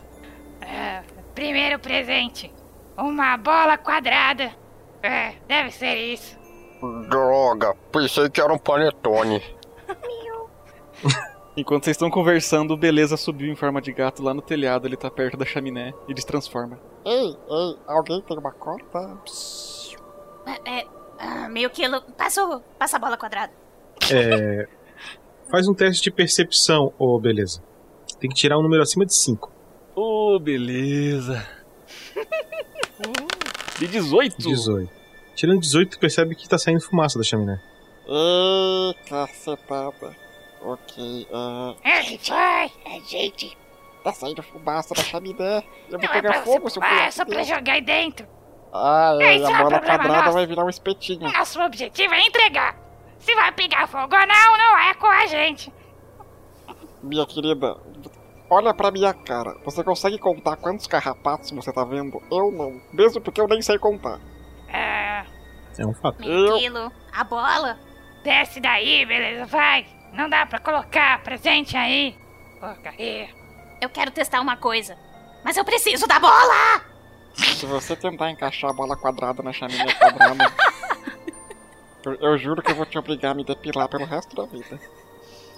D: é, Primeiro presente. Uma bola quadrada. É, deve ser isso.
S: Droga, pensei que era um panetone.
O: Enquanto vocês estão conversando, o Beleza subiu em forma de gato lá no telhado, ele tá perto da chaminé e transforma.
Q: Ei, ei, alguém tem uma cota?
N: É, ah, meio quilo. Passa, o- passa a bola quadrada.
P: É, faz um teste de percepção, ô beleza. Tem que tirar um número acima de 5.
O: Ô, beleza. De 18?
P: 18. Tirando 18, tu percebe que tá saindo fumaça da chaminé.
Q: Ei, cacetada. Ok, ah.
D: Ele vai, a é, gente.
Q: Tá saindo fumaça da chaminé. Eu vou
D: Não é
Q: pegar
D: pra você
Q: fogo, seu
D: fumar, é só
Q: filho.
D: pra jogar aí dentro.
Q: Ah, é,
D: Esse
Q: e
D: é
Q: a
D: o
Q: bola
D: problema
Q: quadrada
D: nosso.
Q: vai virar um espetinho.
D: Nosso objetivo é entregar. Se vai pegar fogo ou não, não é com a gente.
Q: Minha querida, olha pra minha cara. Você consegue contar quantos carrapatos você tá vendo? Eu não. Mesmo porque eu nem sei contar.
D: Ah,
P: É um fato.
D: Quilo, a bola. Desce daí, beleza, vai. Não dá pra colocar presente aí. Porcaria.
N: Eu quero testar uma coisa. Mas eu preciso da bola!
Q: Se você tentar encaixar a bola quadrada na chaminé quadrada, eu, eu juro que eu vou te obrigar a me depilar pelo resto da vida.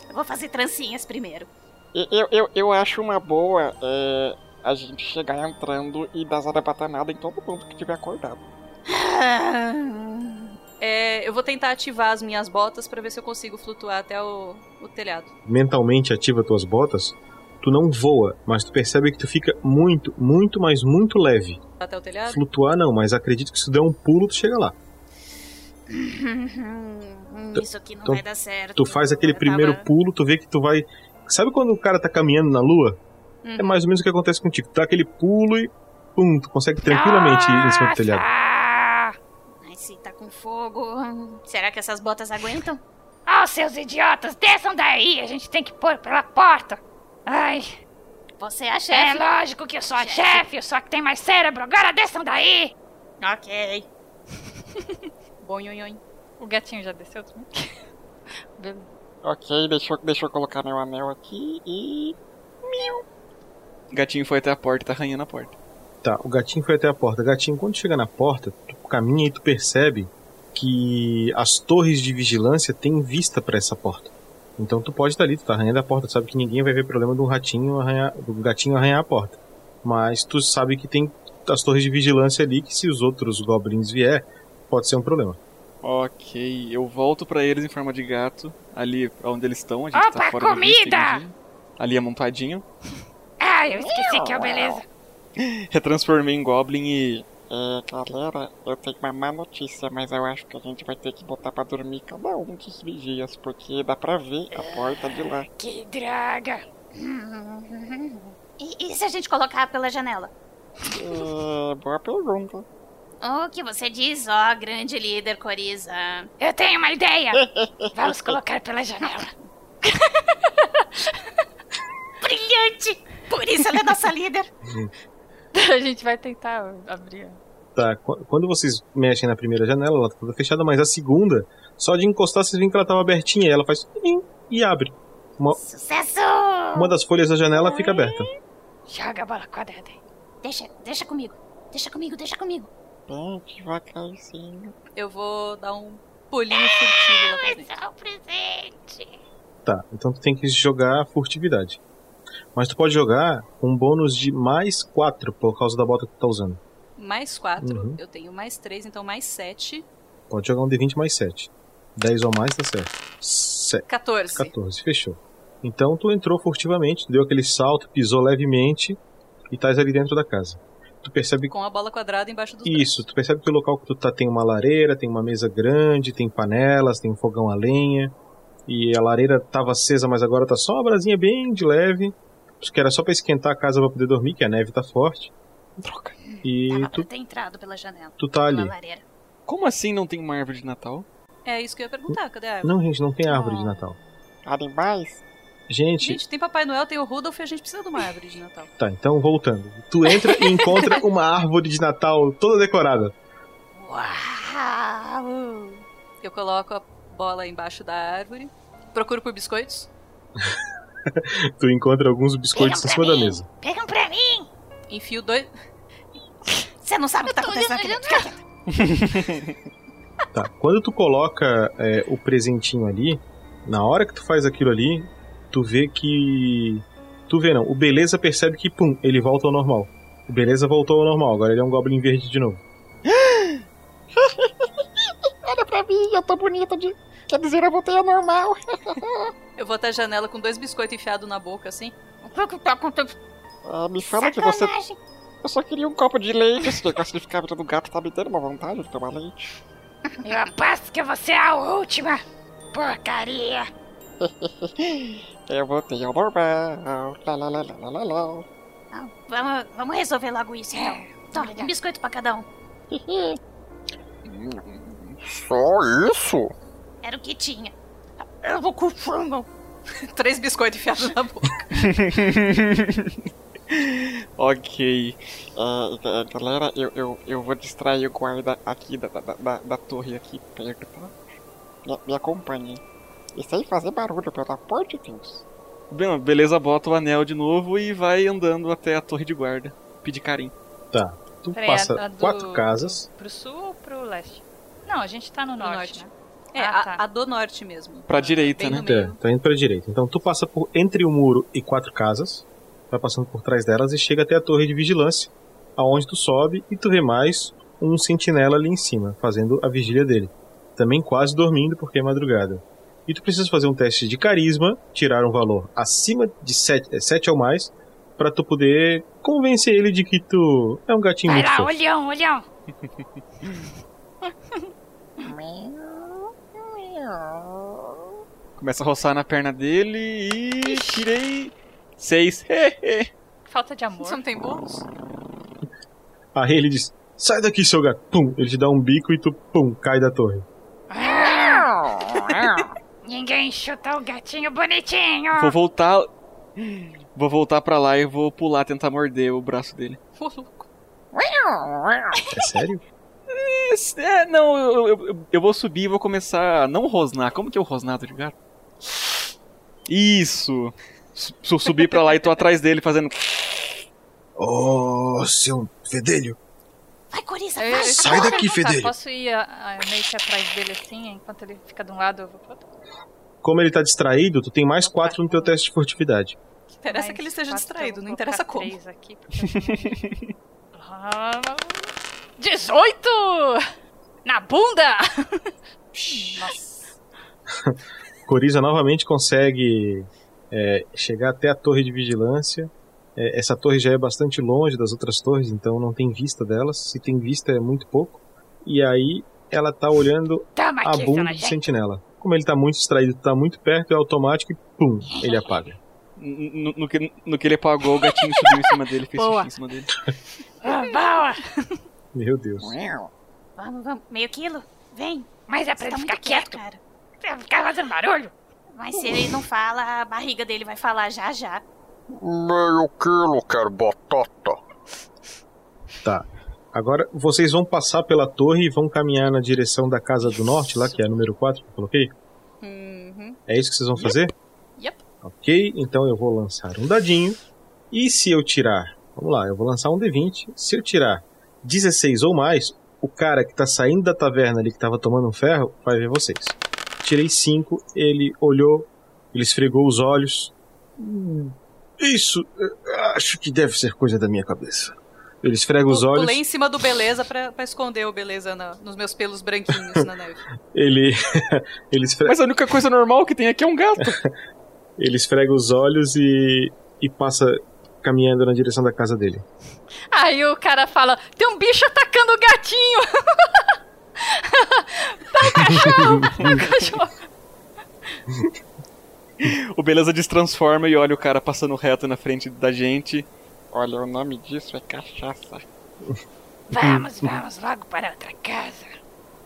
N: Eu vou fazer trancinhas primeiro.
Q: E- Eu, eu, eu acho uma boa é, a gente chegar entrando e dar zarabatanada em todo mundo que tiver acordado.
F: É, eu vou tentar ativar as minhas botas pra ver se eu consigo flutuar até o, o telhado.
P: Mentalmente ativa tuas botas, tu não voa, mas tu percebe que tu fica muito, muito, mas muito leve.
F: Até o telhado?
P: Flutuar não, mas acredito que se tu der um pulo, tu chega lá.
N: Hum, Isso aqui não
P: Então,
N: vai dar certo.
P: Tu faz aquele
N: Eu
P: primeiro
N: tava-
P: pulo, tu vê que tu vai. Sabe quando o cara tá caminhando na lua?
N: Uhum.
P: É mais ou menos o que acontece contigo. Tu dá aquele pulo e. Pum, tu consegue tranquilamente ir em
N: Ah,
P: cima do telhado.
N: Mas se tá com fogo, hum, será que essas botas aguentam?
D: Ó, seus idiotas, desçam daí. A gente tem que pôr pela porta. Ai.
N: Você é a
D: É
N: chefe.
D: lógico que eu sou a chefe, eu sou a que tem mais cérebro. Agora desçam daí.
N: Ok.
F: Bom, O gatinho já desceu também?
Q: Ok, deixa, eu- deixa eu colocar meu anel aqui e.
O: O gatinho foi até a porta e tá arranhando a porta.
P: Tá, o gatinho foi até a porta. Gatinho, quando chega na porta, tu caminha e tu percebe que as torres de vigilância têm vista pra essa porta. Então tu pode estar ali, tu tá arranhando a porta, tu sabe que ninguém vai ver problema de um ratinho arranhar, do gatinho arranhar a porta. Mas tu sabe que tem as torres de vigilância ali que se os outros goblins vier, pode ser um problema.
O: Ok, eu volto pra eles em forma de gato, ali onde eles estão, a gente tá
D: Opa,
O: fora de vista,
D: comida!
O: inclusive. Ali é amontadinho.
D: Ai, eu esqueci que é o beleza.
O: Retransformei em Goblin e. ah,
Q: É, galera, eu tenho uma má notícia, mas eu acho que a gente vai ter que botar pra dormir cada um dos vigias, porque dá pra ver a porta de lá.
D: Que draga.
N: E, e se a gente colocar pela janela?
Q: É, boa pergunta.
N: O que você diz, ó, grande líder Coriza?
D: Eu tenho uma ideia. Vamos colocar pela janela.
N: Brilhante! Por isso ela é nossa líder.
R: a gente vai tentar abrir.
P: Tá, qu- quando vocês mexem na primeira janela, ela tá toda fechada, mas a segunda, só de encostar, vocês veem que ela tava abertinha e ela faz tim e abre. Uma,
N: Sucesso!
P: uma das folhas da janela fica aberta.
D: Joga a bola quadrada.
N: Deixa, deixa comigo. Deixa comigo, deixa comigo.
Q: Bem, devagarzinho.
F: Eu vou dar um pulinho furtivo lá pra dentro.
D: Dá um presente.
P: Tá, então tu tem que jogar furtividade. Mas tu pode jogar com um bônus de mais 4 por causa da bota que tu tá usando.
F: Mais quatro.
P: Uhum.
F: Eu tenho mais três, então mais sete.
P: Pode jogar um D20 mais 7. 10 ou mais tá certo. 7.
F: 14.
P: 14, fechou. Então tu entrou furtivamente, deu aquele salto, pisou levemente e estás ali dentro da casa. Tu percebe
F: Com a bola quadrada embaixo dos
P: Isso, tu percebe que o local que tu tá tem uma lareira, tem uma mesa grande, tem panelas, tem um fogão a lenha. E a lareira tava acesa, mas agora tá só uma brasinha bem de leve. Acho que era só pra esquentar a casa pra poder dormir, que a neve tá forte.
O: Droga.
P: E
F: Ah,
P: tu,
N: Ter entrado pela janela.
P: tu tá ali.
O: Como assim não tem uma árvore de Natal?
F: É isso que eu ia perguntar, cadê a árvore?
P: Não, gente, não tem árvore de Natal.
Q: Animais?
P: Gente,
F: Gente, tem Papai Noel, tem o Rudolph e a gente precisa de uma árvore de Natal.
P: tá, então voltando. Tu entra e encontra uma árvore de Natal toda decorada.
F: Uau! Eu coloco a bola embaixo da árvore, procuro por biscoitos.
P: tu encontra alguns biscoitos em
N: Pegam
P: cima
N: pra
P: da
N: mim.
P: mesa.
R: um
N: Pegam pra mim!
F: Enfio dois.
N: Você não sabe o que tá acontecendo aqui dentro. Fica
D: é?
N: quieto.
P: Tá. Quando tu coloca é, o presentinho ali, na hora que tu faz aquilo ali, tu vê que. Tu vê não, o beleza percebe que, pum, ele volta ao normal. O beleza voltou ao normal, agora ele é um goblin verde de novo.
Q: Olha pra mim, eu tô bonita de. Quer dizer, eu voltei ao normal.
F: Eu vou até a janela com dois biscoitos enfiados na boca, assim.
N: O que que tá acontecendo?
Q: Ah, me fala que você. Eu só queria um copo de leite. Esse negócio de ficar virando gato tá me dando uma vontade de tomar leite.
D: Eu aposto que você é a última porcaria.
Q: eu voltei ao normal. Lá, lá, lá, lá, lá, lá, lá.
N: Não, tá? vamos, vamos resolver logo isso,
D: É,
N: então. Toma, um biscoito pra cada um.
S: Só isso?
N: Era o que tinha.
F: Eu vou com o frango. Três biscoitos enfiados na boca.
Q: ok. É, é, galera, eu, eu, eu vou distrair o guarda aqui da, da, da, da torre aqui perto, tá? Me, me acompanhem. E sem fazer barulho, pelo amor de Deus.
O: Bem, beleza, bota o anel de novo e vai andando até a torre de guarda. Pedir carinho.
P: Tá. Tu
R: Peraí,
F: É,
R: a- a do- Pro sul ou pro leste? Não, a gente tá no, norte, né?
F: É, a- a, do norte mesmo.
P: Pra direita,
F: Bem
P: né?
F: no meio.
P: Tá, tá indo pra direita. Então tu passa por entre o muro e quatro casas, vai passando por trás delas e chega até a torre de vigilância, aonde tu sobe e tu vê mais um sentinela ali em cima, fazendo a vigília dele. Também quase dormindo porque é madrugada. E tu precisa fazer um teste de carisma, tirar um valor acima de 7, ou mais, pra tu poder convencer ele de que tu é um gatinho
D: Vai
P: muito
D: lá,
P: fofo.
D: olhão, olhão.
O: Começa a roçar na perna dele e. Tirei. Seis.
R: Falta de amor.
F: Você não tem bônus?
P: Aí ele diz: Sai daqui, seu gato! Pum! Ele te dá um bico e tu, pum, cai da torre.
D: Ninguém chuta o gatinho bonitinho.
O: Vou voltar. Vou voltar pra lá e vou pular, tentar morder o braço dele.
P: É sério?
O: É, não, eu, eu- eu- eu vou subir e vou começar a não rosnar. Como que é o rosnado de gato? Isso! Su- su- Subi pra lá e tô atrás dele fazendo.
M: Oh, seu fedelho.
N: Vai, Coriza,
R: Eu-
N: vai.
R: eu- eu-
M: Sai
R: É, então eu- eu-
M: daqui,
R: eu-
M: fedelho.
R: Posso ir ah, ah, meio que atrás dele assim, enquanto ele fica de um lado, eu vou pro outro?
P: Como ele tá distraído, tu tem mais 4 no teu teste de furtividade.
F: Interessa que ele esteja distraído, não interessa como.
R: aqui, Ah, 18! Na bunda! Nossa.
P: Coriza novamente consegue é, chegar até a torre de vigilância. É, essa torre já é bastante longe das outras torres, então não tem vista delas. Se tem vista é muito pouco. E aí ela tá olhando
D: Toma
P: a
D: aqui,
P: bunda
D: fala,
P: do
D: gente.
P: sentinela. Como ele tá muito distraído, tá muito perto, é automático e pum, ele apaga.
O: N- No, no que, no que ele apagou, o gatinho subiu em cima dele, fez
N: Boa.
O: xixi em cima dele.
N: Ah, boa.
P: Meu Deus.
N: Vamos, vamos. Meio quilo? Vem.
D: Mas é pra
N: Você tá
D: ele
N: muito
D: ficar quieto.
N: cara.
D: Pra ficar fazendo barulho.
N: Mas se ele não fala, a barriga dele vai falar já já.
S: Meio quilo, quero batata.
P: Tá. Agora vocês vão passar pela torre e vão caminhar na direção da casa do norte, lá que é a número 4 que eu coloquei.
F: Uhum.
P: É isso que vocês vão fazer?
F: Yep.
P: Ok, então eu vou lançar um dadinho. E se eu tirar. Vamos lá, eu vou lançar um D20. Se eu tirar 16 ou mais, o cara que tá saindo da taverna ali que tava tomando um ferro vai ver vocês. Tirei 5, ele olhou, ele esfregou os olhos. Hum, Isso, eh, acho que deve ser coisa da minha cabeça. Ele esfrega os olhos.
F: Pulei em cima do beleza pra, pra esconder o beleza na- nos meus pelos branquinhos na neve.
P: Ele, ele, esfrega,
O: Mas a única coisa normal que tem aqui é um gato.
P: ele esfrega os olhos e, e passa caminhando na direção da casa dele.
R: Aí o cara fala: tem um bicho atacando o gatinho! Vai, cachorro! cachorro!
O: O Beleza destransforma e olha o cara passando reto na frente da gente.
Q: Olha, o nome disso é cachaça.
D: Vamos, vamos logo para outra casa.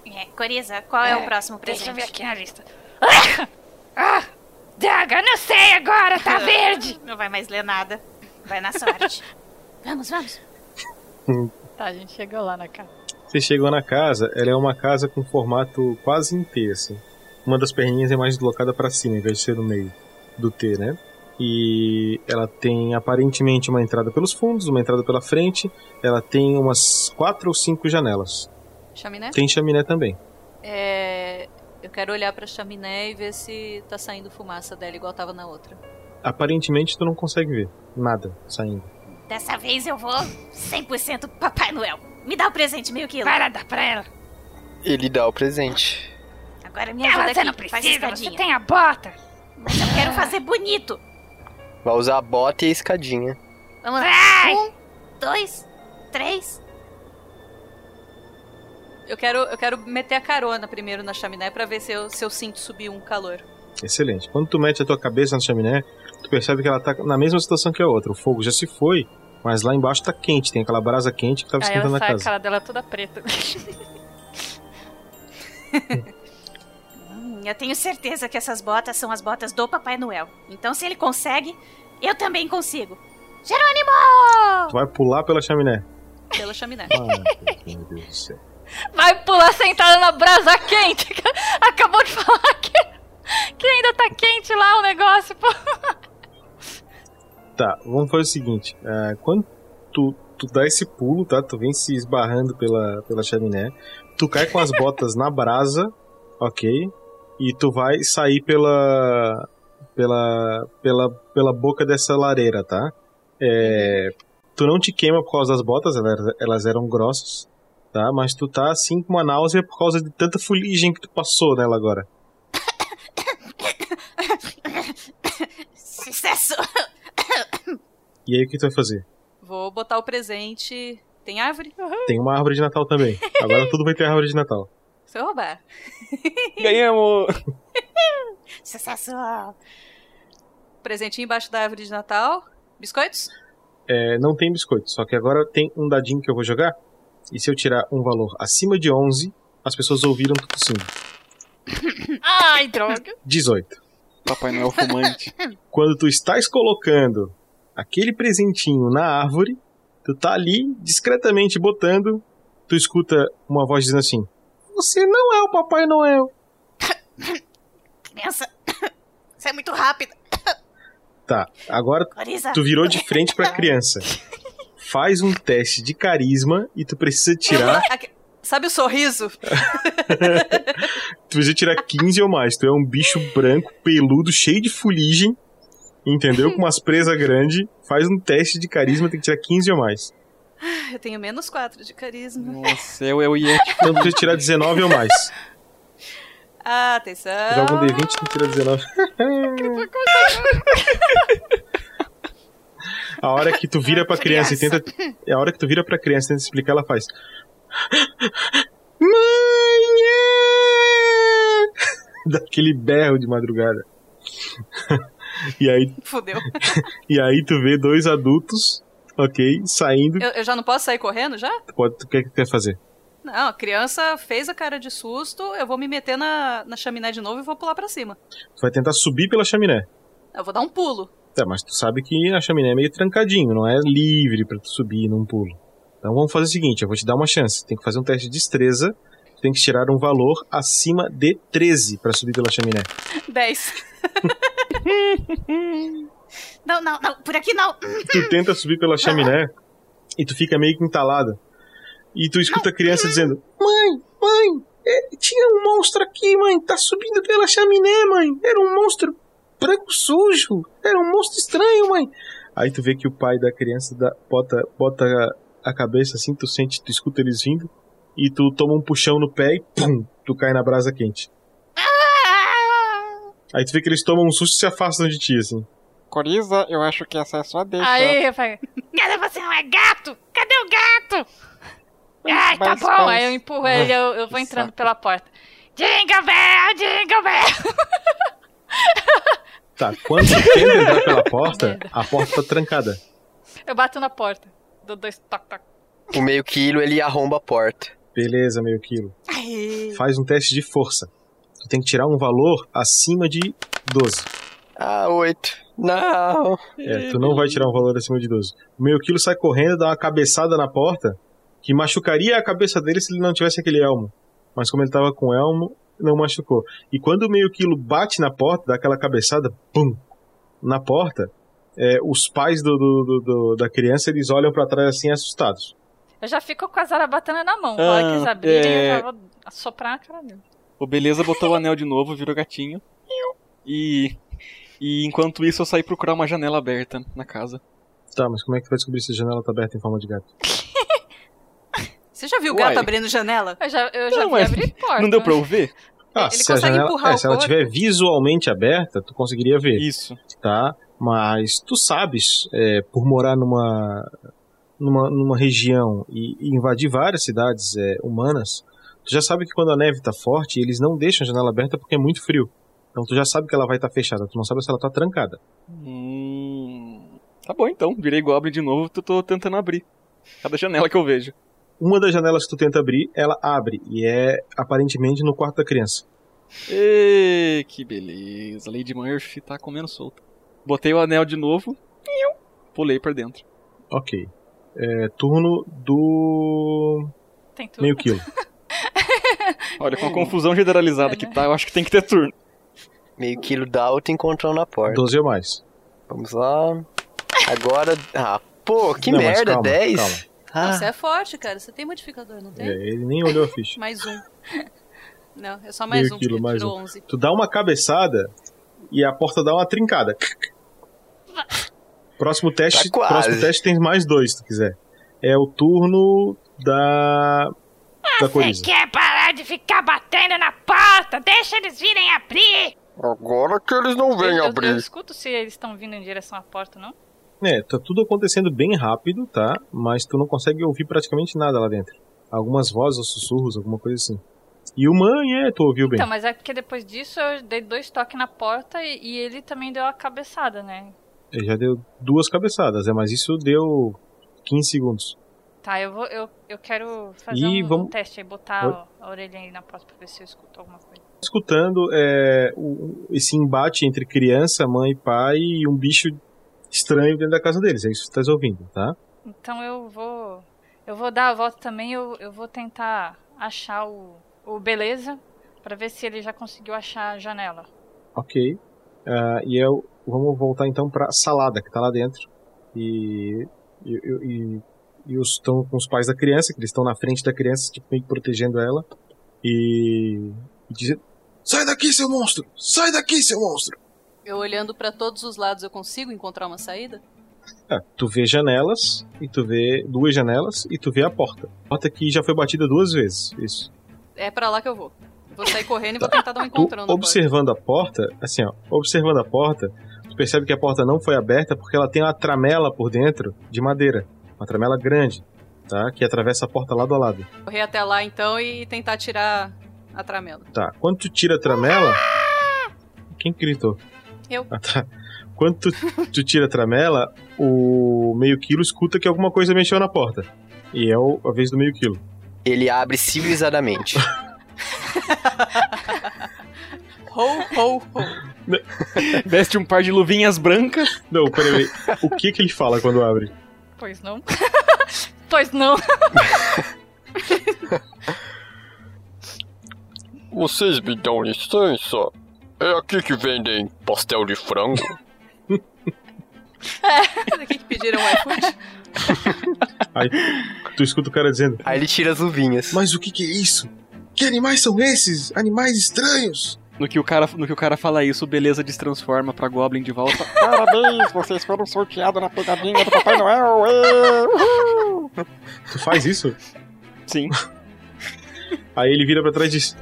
N: É, Coriza, qual é, o próximo presente?
D: Deixa eu ver aqui na lista. Ah! Ah! Daga, não sei agora, tá verde.
N: Não vai mais ler nada. Vai na sorte. vamos, vamos.
R: Tá, a gente chegou lá na casa.
P: Você chegou na casa, ela é uma casa com formato quase em T, assim. Uma das perninhas é mais deslocada pra cima, em vez de ser no meio do T, né? E ela tem aparentemente uma entrada pelos fundos, uma entrada pela frente. Ela tem umas quatro ou cinco janelas.
F: Chaminé?
P: Tem chaminé também.
F: É, eu quero olhar pra chaminé e ver se tá saindo fumaça dela igual tava na outra.
P: Aparentemente tu não consegue ver nada saindo.
N: Dessa vez eu vou 100% Papai Noel. Me dá o presente, meio quilo.
D: Para dar pra ela.
B: Ele dá o presente.
N: Agora me ajuda
D: Ela, você
N: aqui,
D: não
N: faz
D: precisa, você
N: escadinha.
D: tem a bota.
N: Mas eu quero fazer bonito.
B: Vai usar a bota e a escadinha.
N: Vamos lá. Um, dois, três.
F: Eu quero, eu quero meter a carona primeiro na chaminé pra ver se eu, se eu sinto subir um calor.
P: Excelente. Quando tu mete a tua cabeça na chaminé, tu percebe que ela tá na mesma situação que a outra. O fogo já se foi, mas lá embaixo tá quente, tem aquela brasa quente que tava
R: Aí
P: esquentando
R: ela
P: a
R: sai
P: casa.
R: a cara dela toda preta.
N: Hum, eu tenho certeza que essas botas são as botas do Papai Noel. Então, se ele consegue, eu também consigo. Jerônimo!
P: Tu vai pular pela chaminé.
F: Pela chaminé.
P: Ah, meu Deus do céu.
R: Vai pular sentada na brasa quente. Acabou de falar que, que ainda tá quente lá o negócio, pô.
P: Tá, vamos fazer o seguinte. ah, quando tu, tu dá esse pulo, tá? Tu vem se esbarrando pela, pela chaminé. Tu cai com as botas na brasa, ok? E tu vai sair pela. pela. pela, pela boca dessa lareira, tá? É, tu não te queima por causa das botas, elas, elas eram grossas, tá? Mas tu tá assim com uma náusea por causa de tanta fuligem que tu passou nela agora.
N: Sucesso!
P: E aí o que tu vai fazer?
F: Vou botar o presente. Tem árvore?
P: Tem uma árvore de Natal também. Agora tudo vai ter árvore de Natal.
F: Se eu roubar.
P: Ganhamos!
N: Sucesso!
F: Presentinho embaixo da árvore de Natal. Biscoitos?
P: É, não tem biscoito, só que agora tem um dadinho que eu vou jogar. E se eu tirar um valor acima de 11, as pessoas ouviram tudo tossindo.
R: Ai, droga.
P: 18.
O: Papai
P: é
O: Noel fumante.
P: Quando tu estás colocando aquele presentinho na árvore, tu tá ali discretamente botando, tu escuta uma voz dizendo assim: Você não é o Papai Noel.
N: Criança, você é muito rápida.
P: Tá, agora
N: Coriza.
P: tu virou de frente pra criança. Faz um teste de carisma e tu precisa tirar
F: Aque- Sabe o sorriso?
P: Tu precisa tirar 15 ou mais. Tu é um bicho branco, peludo, cheio de fuligem, entendeu? Com umas presas grandes. Faz um teste de carisma, tem que tirar 15 ou mais.
F: Ah, Eu tenho menos 4 de carisma.
O: Nossa, eu, eu ia
P: Então tu precisa tirar 19 ou mais.
F: Ah, Atenção.
P: Joga um D20 tem que tirar 19. A hora que tu vira pra criança e tenta. é A hora que tu vira pra criança e tenta explicar, ela faz. Mãe!
C: é!
P: Daquele berro de madrugada. E aí
F: Fudeu.
P: E aí tu vê dois adultos, ok, saindo.
F: Eu, eu já não posso sair correndo já?
P: Tu Pode, tu, o que é que tu quer fazer?
F: Não, a criança fez a cara de susto. Eu vou me meter na, na chaminé de novo e vou pular pra cima.
P: Tu vai tentar subir pela chaminé.
F: Eu vou dar um pulo.
P: Tá, mas tu sabe que a chaminé é meio trancadinho, não é livre pra tu subir num pulo. Então vamos fazer o seguinte, eu vou te dar uma chance. Tem que fazer um teste de destreza. Tu tem que tirar um valor acima de 13 pra subir pela chaminé.
F: 10.
N: não, não, não, por aqui não.
P: Tu tenta subir pela chaminé e tu fica meio que entalada. E tu escuta a criança dizendo:
V: Mãe, mãe, é, tinha um monstro aqui, mãe. Tá subindo pela chaminé, mãe. Era um monstro branco sujo. Era um monstro estranho, mãe.
P: Aí tu vê que o pai da criança dá- bota, bota a, a cabeça assim, tu sente, tu escuta eles vindo, e tu toma um puxão no pé e pum, tu cai na brasa quente. Aí tu vê que eles tomam um susto e se afastam de ti, assim.
Q: Coriza, eu acho que essa é a sua deixa.
R: Aí, rapaz.
D: Cadê você não é gato? Cadê o gato? Ai, tá
R: Tá
D: bom.
R: bom,
D: aí
R: aí eu empurro ele, eu, eu vou entrando pela porta. Jingle Bell, Jingle Bell!
P: Tá, quando tu tenta entrar pela porta, a porta tá trancada.
R: Eu bato na porta. Dou dois toc toc.
B: O meio quilo ele arromba a porta.
P: Beleza, meio quilo. Faz um teste de força. Tu tem que tirar um valor acima de 12.
B: Ah, oito. Não.
P: É, tu não vai tirar um valor acima de 12. O meio quilo sai correndo, dá uma cabeçada na porta, que machucaria a cabeça dele se ele não tivesse aquele elmo. Mas como ele tava com o elmo, não machucou. E quando o meio quilo bate na porta, dá aquela cabeçada, pum! na porta, é, os pais do, do- do- do- da criança eles olham pra trás assim assustados.
R: Eu já fico com a zarabatana na mão. Quando
O: Ah,
R: eles abrirem,
O: é.
R: eu já vou assoprar na cara dele.
O: O Beleza botou o anel de novo, virou gatinho. E. E enquanto isso eu saí procurar uma janela aberta na casa.
P: Tá, mas como é que tu vai descobrir se a janela tá aberta em forma de gato?
F: Você já viu o
P: Uai.
F: gato abrindo janela?
R: Eu já, eu já
F: Não,
R: vi
F: mas
R: abrir porta.
P: não deu pra ouvir? Ah,
F: Ele
P: se a
F: consegue
P: janela,
F: empurrar
P: é,
F: o
P: se ela
F: corpo.
P: tiver visualmente aberta, tu conseguiria ver.
O: Isso.
P: Tá? Mas tu sabes, é, por morar numa, numa, numa região e, e invadir várias cidades é, humanas, tu já sabe que quando a neve tá forte, eles não deixam a janela aberta porque é muito frio. Então tu já sabe que ela vai estar fechada, tu não sabe se ela tá trancada.
O: Hum. Tá bom então, virei Goblin de novo, tô, tô tentando abrir. Cada janela que eu vejo.
P: Uma das janelas que tu tenta abrir, ela abre, e é aparentemente no quarto da criança.
O: Ê, que beleza. Lady Murphy tá comendo solta. Botei o anel de novo. Iu. Pulei pra dentro.
P: Ok. É, turno do.
R: Tem turno?
P: Meio quilo.
O: Olha, com a confusão generalizada que tá, eu acho que tem que ter turno.
B: Meio quilo da alta e encontrão na porta.
P: 12 ou mais.
B: Vamos lá. Agora. Ah, pô, que
P: Não, mas
B: merda,
P: calma,
B: 10?
P: calma.
B: Ah.
F: Você é forte, cara. Você tem modificador, não tem?
P: É, ele nem olhou a ficha.
F: Mais um. Não, é só mais
P: meio
F: um.
P: quilo,
F: porque
P: mais
F: tirou
P: um.
F: 11.
P: Tu dá uma cabeçada e a porta dá uma trincada. Próximo teste,
B: Tá quase.
P: próximo teste tem mais dois, se tu quiser. É o turno da
F: Ah,
P: da
D: Você
F: é.
P: Coriza.
D: quer parar de ficar batendo na porta? Deixa eles virem abrir!
S: Agora que eles não vêm
R: eu,
S: abrir.
R: Eu escuto se eles estão vindo em direção à porta, não?
P: É, tá tudo acontecendo bem rápido, tá? Mas tu não consegue ouvir praticamente nada lá dentro. Algumas vozes ou sussurros, alguma coisa assim. E o mãe, é, tu ouviu bem.
R: Então, mas é porque depois disso eu dei dois toques na porta e, e ele também deu a cabeçada, né?
P: Ele já deu duas cabeçadas, é, mas isso deu 15 segundos.
R: Tá, eu vou. Eu, eu quero fazer
P: E
R: um, um
P: vamos-
R: teste aí, botar
P: Oi?
R: a, a orelha aí na porta pra ver se eu escuto alguma coisa.
P: escutando é, o- esse embate entre criança, mãe e pai e um bicho estranho dentro da casa deles. É isso que tu estás ouvindo, tá?
R: Então eu vou. Eu vou dar a volta também, eu, eu vou tentar achar o, o Beleza pra ver se ele já conseguiu achar a janela.
P: Ok. Ah, e eu vamos voltar então para salada que tá lá dentro e e, e, e os estão com os pais da criança que eles estão na frente da criança tipo meio que protegendo ela e, e dizendo
M: Sai daqui, seu monstro! Sai daqui, seu monstro!
F: Eu olhando pra todos os lados, eu consigo encontrar uma saída?
P: Ah, tu vê janelas e tu vê duas janelas e tu vê a porta. A porta que já foi batida duas vezes. Isso.
F: É pra lá que eu vou. Vou sair correndo e vou tentar dar um
P: Tu,
F: encontrão na porta.
P: observando a porta, assim, ó, observando a porta, tu percebe que a porta não foi aberta porque ela tem uma tramela por dentro de madeira. Uma tramela grande, tá? Que atravessa a porta lado a lado.
F: né? Correr até lá então e tentar tirar a tramela.
P: Tá. Quando tu tira a tramela. Quem gritou?
F: Eu.
P: Ah, tá. Quando tu, tu tira a tramela, o meio quilo escuta que alguma coisa mexeu na porta. E é o- a vez do meio quilo.
B: Ele abre civilizadamente.
F: Ho, ho, ho.
O: Veste um par de luvinhas brancas.
P: Não, peraí. O que que ele fala quando abre?
R: Pois não. pois não.
S: Vocês me dão licença? É aqui que vendem pastel de frango?
F: Daqui que pediram o iFood?
P: Aí tu escuta o cara dizendo.
B: Aí ele tira as luvinhas.
M: Mas o que, que é isso? Que animais são esses? Animais estranhos!
O: No que o cara, no que o cara fala isso, o Beleza destransforma pra Goblin de volta.
Q: Parabéns, vocês foram sorteados na pegadinha do Papai Noel! ê, uhul.
P: Tu faz isso?
O: Sim.
P: Aí ele vira pra trás e diz.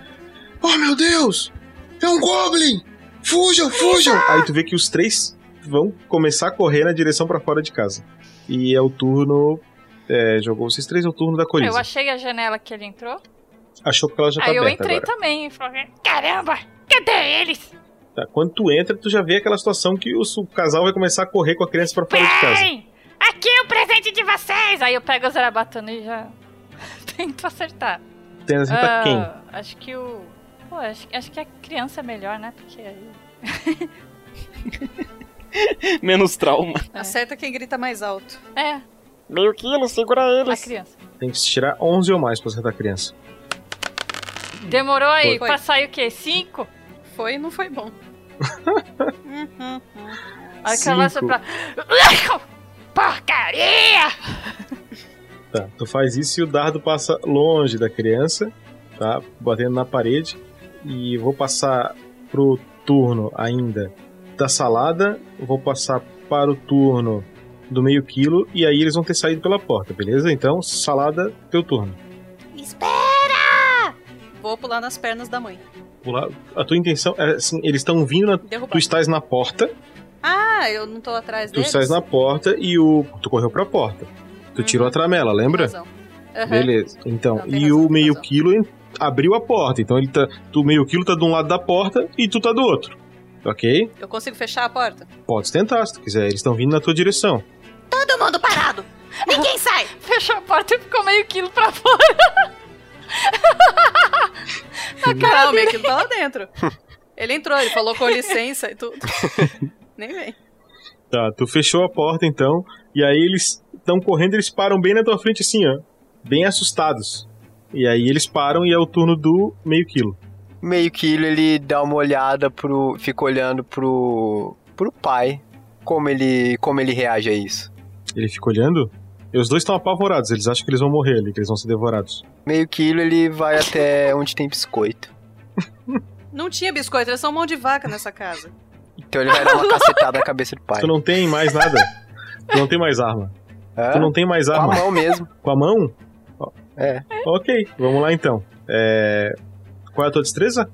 M: Oh meu Deus! É um Goblin! Fujam, fujam!
P: Aí tu vê que os três vão começar a correr na direção pra fora de casa. E é o turno. É, jogou vocês três, é o turno da
R: Ah, Eu
P: Coriza.
R: achei a janela que ele entrou.
P: Achou que ela já tá
R: aí Ah, eu
P: aberta
R: entrei
P: agora.
R: também e falei: caramba, cadê eles?
P: Tá, Quando tu entra, tu já vê aquela situação que o, su- o casal vai começar a correr com a criança pra fora de casa.
R: Bem, aqui é o presente de vocês! Aí eu pego a zarabatana e já tento acertar.
P: Tenta acertar
R: Ah,
P: assim quem?
R: Acho que o. Pô, acho, acho que a criança é melhor, né? Porque aí.
O: Menos trauma.
F: Acerta quem grita mais alto.
R: É.
Q: Meio quilo, segura eles!
R: A criança.
P: Tem que se tirar 11 ou mais pra acertar a criança.
R: Demorou aí
P: Foi.
R: pra sair o quê? Cinco?
F: Foi, não foi bom.
R: Olha que ela
P: Cinco.
R: pra. Porcaria!
P: Tá, tu faz isso e o dardo passa longe da criança, tá? Batendo na parede. E vou passar pro turno ainda da salada, vou passar para o turno do meio quilo e aí eles vão ter saído pela porta, beleza? Então, salada, teu turno.
F: Espera! Vou pular nas pernas da mãe.
P: Pular- A tua intenção é assim, eles estão vindo, na...
F: Derrubar.
P: tu estás na porta,
F: Ah, eu não tô atrás
P: tu
F: deles?
P: estás na porta e o tu correu pra porta. Tu tirou a tramela, lembra?
F: Uhum. Razão. Aham.
P: Beleza. Então, e o meio quilo en- abriu a porta. Então ele tá. Tu meio quilo tá de um lado da porta e tu tá do outro. Ok?
F: Eu consigo fechar a porta?
P: Pode tentar, se tu quiser. Eles estão vindo na tua direção.
F: Todo mundo parado! Ninguém sai!
R: Fechou a porta e ficou meio quilo pra fora.
F: Ah, caralho, o meio quilo tá lá dentro. Ele entrou, ele falou com licença e tudo. Nem vem.
P: Tá, tu fechou a porta então. E aí eles estão correndo, eles param bem na tua frente assim, ó. Bem assustados. E aí eles param e é o turno do meio quilo.
B: Meio que ele, ele dá uma olhada pro. fica olhando pro. pro pai. Como ele. como ele reage a isso.
P: Ele fica olhando. E os dois estão apavorados, eles acham que eles vão morrer ali, que eles vão ser devorados.
B: Meio que ele, ele vai até onde tem biscoito.
F: Não tinha biscoito, eles são mão de vaca nessa casa.
B: Então ele vai dar uma cacetada na cabeça do pai.
P: Tu não tem mais nada. tu não tem mais arma. Tu não tem mais arma.
B: Com a mão mesmo.
P: Com a mão?
B: É.
P: Ok, vamos lá então. É... Qual é a tua destreza?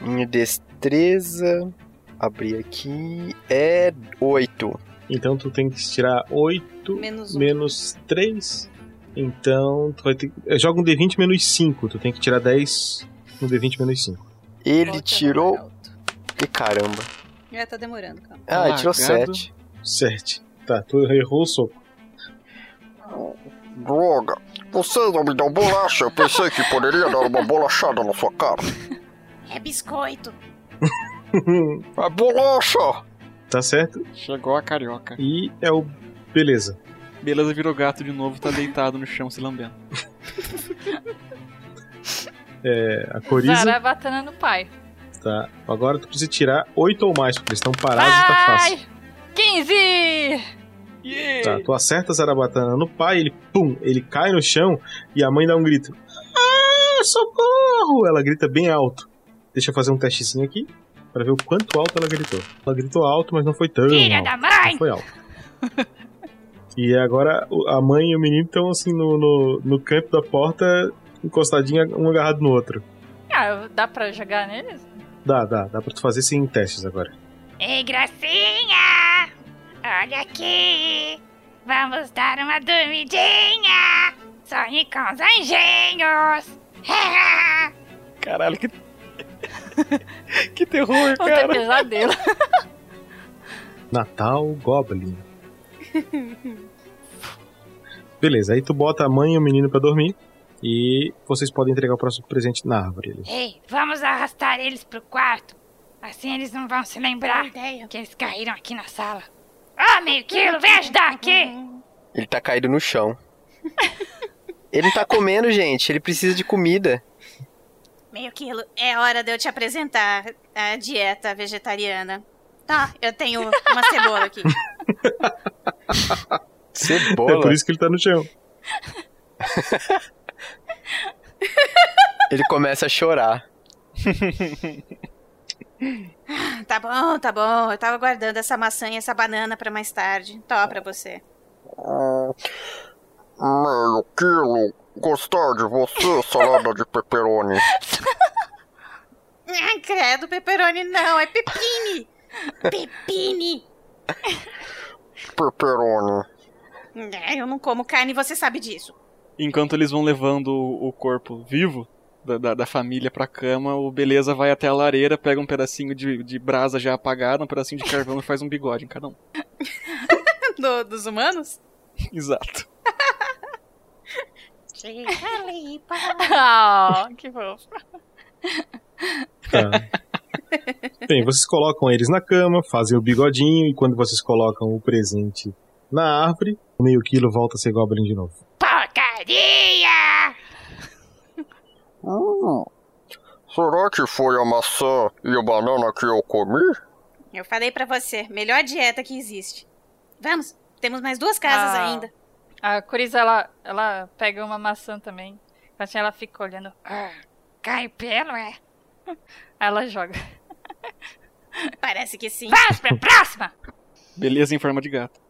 B: Minha destreza. Abrir aqui. É 8.
P: Então tu tem que tirar 8
F: menos,
B: um.
P: 3. Então tu vai ter. que- Joga um D20 menos 5. Tu tem que tirar 10 no D20 menos 5.
B: Ele tirou. E caramba.
F: É, tá demorando, calma.
B: Ah, ele tirou 7.
P: 7. Tá, tu errou o soco.
S: Droga, vocês não me dão bolacha. Eu pensei que poderia dar uma bolachada na sua cara.
N: É biscoito.
S: É bolacha!
P: Tá certo?
O: Chegou a carioca.
P: E é o. Beleza.
O: Beleza virou gato de novo, tá deitado no chão se lambendo.
P: É, a Coriza.
R: Zara batendo no pai.
P: Tá. Agora tu precisa tirar 8 ou mais, porque eles estão parados e tá fácil.
R: 15!
P: Tá, tu acerta a zarabatana no pai, ele pum, ele cai no chão e a mãe dá um grito. Ah, socorro! Ela grita bem alto. Deixa eu fazer um testezinho aqui pra ver o quanto alto ela gritou. Ela gritou alto, mas não foi tão.
D: Filha
P: alto.
D: da mãe!
P: Não foi alto. E agora o- a mãe e o menino estão assim no, no, no canto da porta, encostadinho, um agarrado no outro.
R: Ah, eu- dá pra jogar neles?
P: Dá, dá, dá pra tu fazer sem testes agora.
D: Ei, gracinha! Olha aqui! Vamos dar uma dormidinha! Sonhe com os anjinhos!
O: Caralho, que. que terror,
R: Vou
O: cara.
R: ter pesadelo.
P: Natal Goblin. Beleza, aí tu bota a mãe e o menino pra dormir. E vocês podem entregar o próximo presente na árvore. ali.
D: Ei, vamos arrastar eles pro quarto! Assim eles não vão se lembrar que eles caíram aqui na sala. Ah, meio quilo, vem ajudar aqui!
B: Ele tá caído no chão. ele não tá comendo, gente. Ele precisa de comida.
N: Meio quilo, é hora de eu te apresentar a dieta vegetariana. Tá, eu tenho uma cebola aqui.
B: Cebola.
P: É por isso que ele tá no chão.
B: Ele começa a chorar.
N: Tá bom, tá bom. Eu tava guardando essa maçã e essa banana pra mais tarde. Tó pra você.
S: Ah, meio quilo. Gostar de você, salada de pepperoni.
N: Ah, credo, pepperoni não, é pepini. Pepini.
S: Pepperoni.
N: Ah, Eu não como carne, você sabe disso.
O: Enquanto eles vão levando o o corpo vivo da, da, da família pra cama, o Beleza vai até a lareira, pega um pedacinho de, de brasa já apagada, um pedacinho de carvão e faz um bigode em cada um.
F: Do- dos humanos?
O: Exato.
R: Ah, que fofo.
P: Tá. Bem, vocês colocam eles na cama, fazem o bigodinho. E quando vocês colocam o presente na árvore, o meio quilo volta a ser Goblin de novo.
D: Porcaria!
S: Hum. Será que foi a maçã e a banana que eu comi?
N: Eu falei pra você, melhor dieta que existe. Vamos, temos mais duas casas
R: Ah.
N: ainda.
R: A Coriza, ela, ela pega uma maçã também. Assim, ela fica olhando. Ah, cai pelo, é? Aí ela joga.
N: Parece que sim.
R: Vamos pra próxima!
O: Beleza em forma de gato.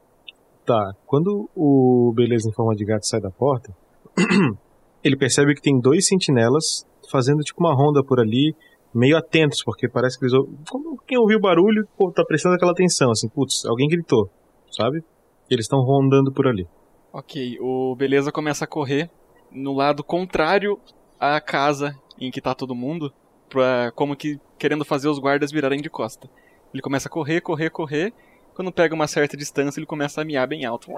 P: Tá. Quando o Beleza em forma de gato sai da porta, ele percebe que tem dois sentinelas fazendo tipo uma ronda por ali, meio atentos, porque parece que eles. ou- Como quem ouviu o barulho, pô, tá prestando aquela atenção, assim, putz, alguém gritou, sabe? Eles estão rondando por ali.
O: Ok, o Beleza começa a correr no lado contrário à casa em que tá todo mundo, pra, como que querendo fazer os guardas virarem de costa. Ele começa a correr, correr, correr. Quando pega uma certa distância, ele começa a miar bem alto.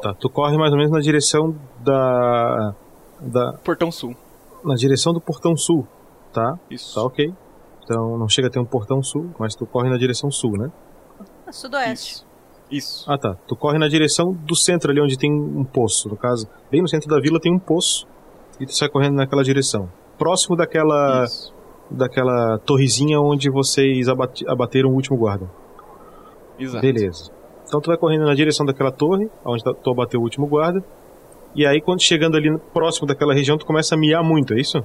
P: Tá, tu corre mais ou menos na direção da. da
O: Portão Sul.
P: Na direção do Portão Sul, tá?
O: Isso.
P: Tá ok. Então não chega a ter um Portão Sul, mas tu corre na direção sul, né?
F: Ah, Sudoeste.
O: Isso.
P: Ah tá, tu corre na direção do centro ali onde tem um poço, no caso, bem no centro da vila tem um poço e tu sai correndo naquela direção, próximo daquela daquela torrezinha onde vocês abate- abateram o último guarda.
O: Exato.
P: Beleza. Então tu vai correndo na direção daquela torre, onde tá- tu abateu o último guarda. E aí quando chegando ali próximo daquela região, tu começa a miar muito, é isso?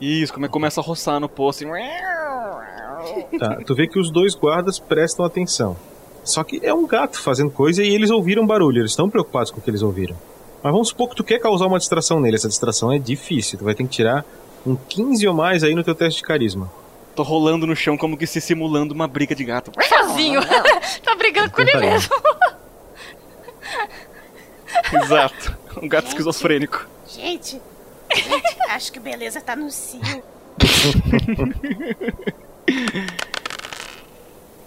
O: Isso, come- começa a roçar no poço. Assim.
P: Tá, tu vê que os dois guardas prestam atenção. Só que é um gato fazendo coisa e eles ouviram barulho, eles estão preocupados com o que eles ouviram. Mas vamos supor que tu quer causar uma distração nele, essa distração é difícil, tu vai ter que tirar um 15 ou mais aí no teu teste de carisma.
O: Tô rolando no chão como que se simulando uma briga de gato.
R: Sozinho! tá brigando com ele
O: Tentaria.
R: mesmo.
O: Exato. Um gato esquizofrênico.
N: Gente, gente, acho que o beleza tá no cio.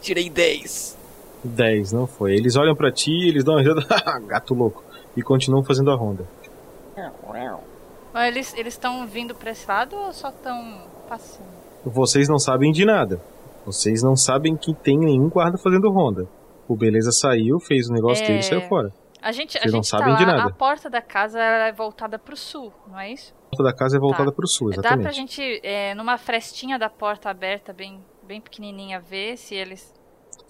U: Tirei 10.
P: 10, não foi. Eles olham pra ti, eles dão uma risada, "Ah, gato louco, e continuam fazendo a ronda.
R: Mas Eles eles estão vindo pra esse lado ou só estão passando?
P: Vocês não sabem de nada. Vocês não sabem que tem nenhum guarda fazendo ronda. O Beleza saiu, fez o negócio
R: É.
P: dele e saiu fora.
R: A gente, a
P: Vocês
R: gente
P: não
R: tá
P: sabem
R: lá,
P: de nada.
R: a porta da casa ela é voltada pro sul, não é isso?
P: A porta da casa é voltada
R: Tá.
P: pro sul,
R: Dá pra
P: exatamente.
R: gente, é, numa frestinha da porta aberta, bem, bem pequenininha, ver se eles...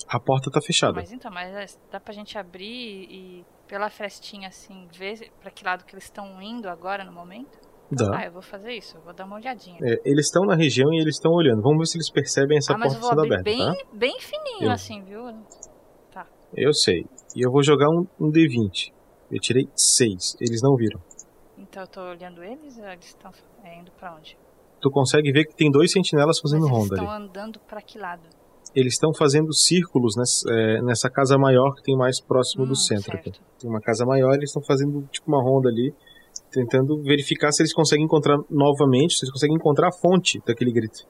P: A porta tá fechada.
R: Mas então, mas é, dá pra gente abrir e, pela frestinha, assim, ver pra que lado que eles estão indo agora, no momento?
P: Dá.
R: Ah, eu vou fazer isso, eu vou dar uma olhadinha.
P: É, eles estão na região e eles estão olhando. Vamos ver se eles percebem essa
R: ah, mas
P: porta
R: eu vou
P: sendo
R: abrir
P: aberta,
R: bem,
P: tá?
R: bem fininho,
P: Eu-
R: assim, viu? Tá.
P: Eu sei. E eu vou jogar um, um D20. Eu tirei 6. Eles não viram.
R: Então eu tô olhando eles, eles estão é, indo pra onde?
P: Tu consegue ver que tem dois sentinelas fazendo
R: Eles
P: ronda ali.
R: estão andando pra que lado?
P: Eles estão fazendo círculos nessa, é, nessa casa maior que tem mais próximo
R: Ah,
P: do centro. aqui. Tem uma casa maior, eles estão fazendo tipo uma ronda ali, tentando verificar se eles conseguem encontrar novamente, se eles conseguem encontrar a fonte daquele grito.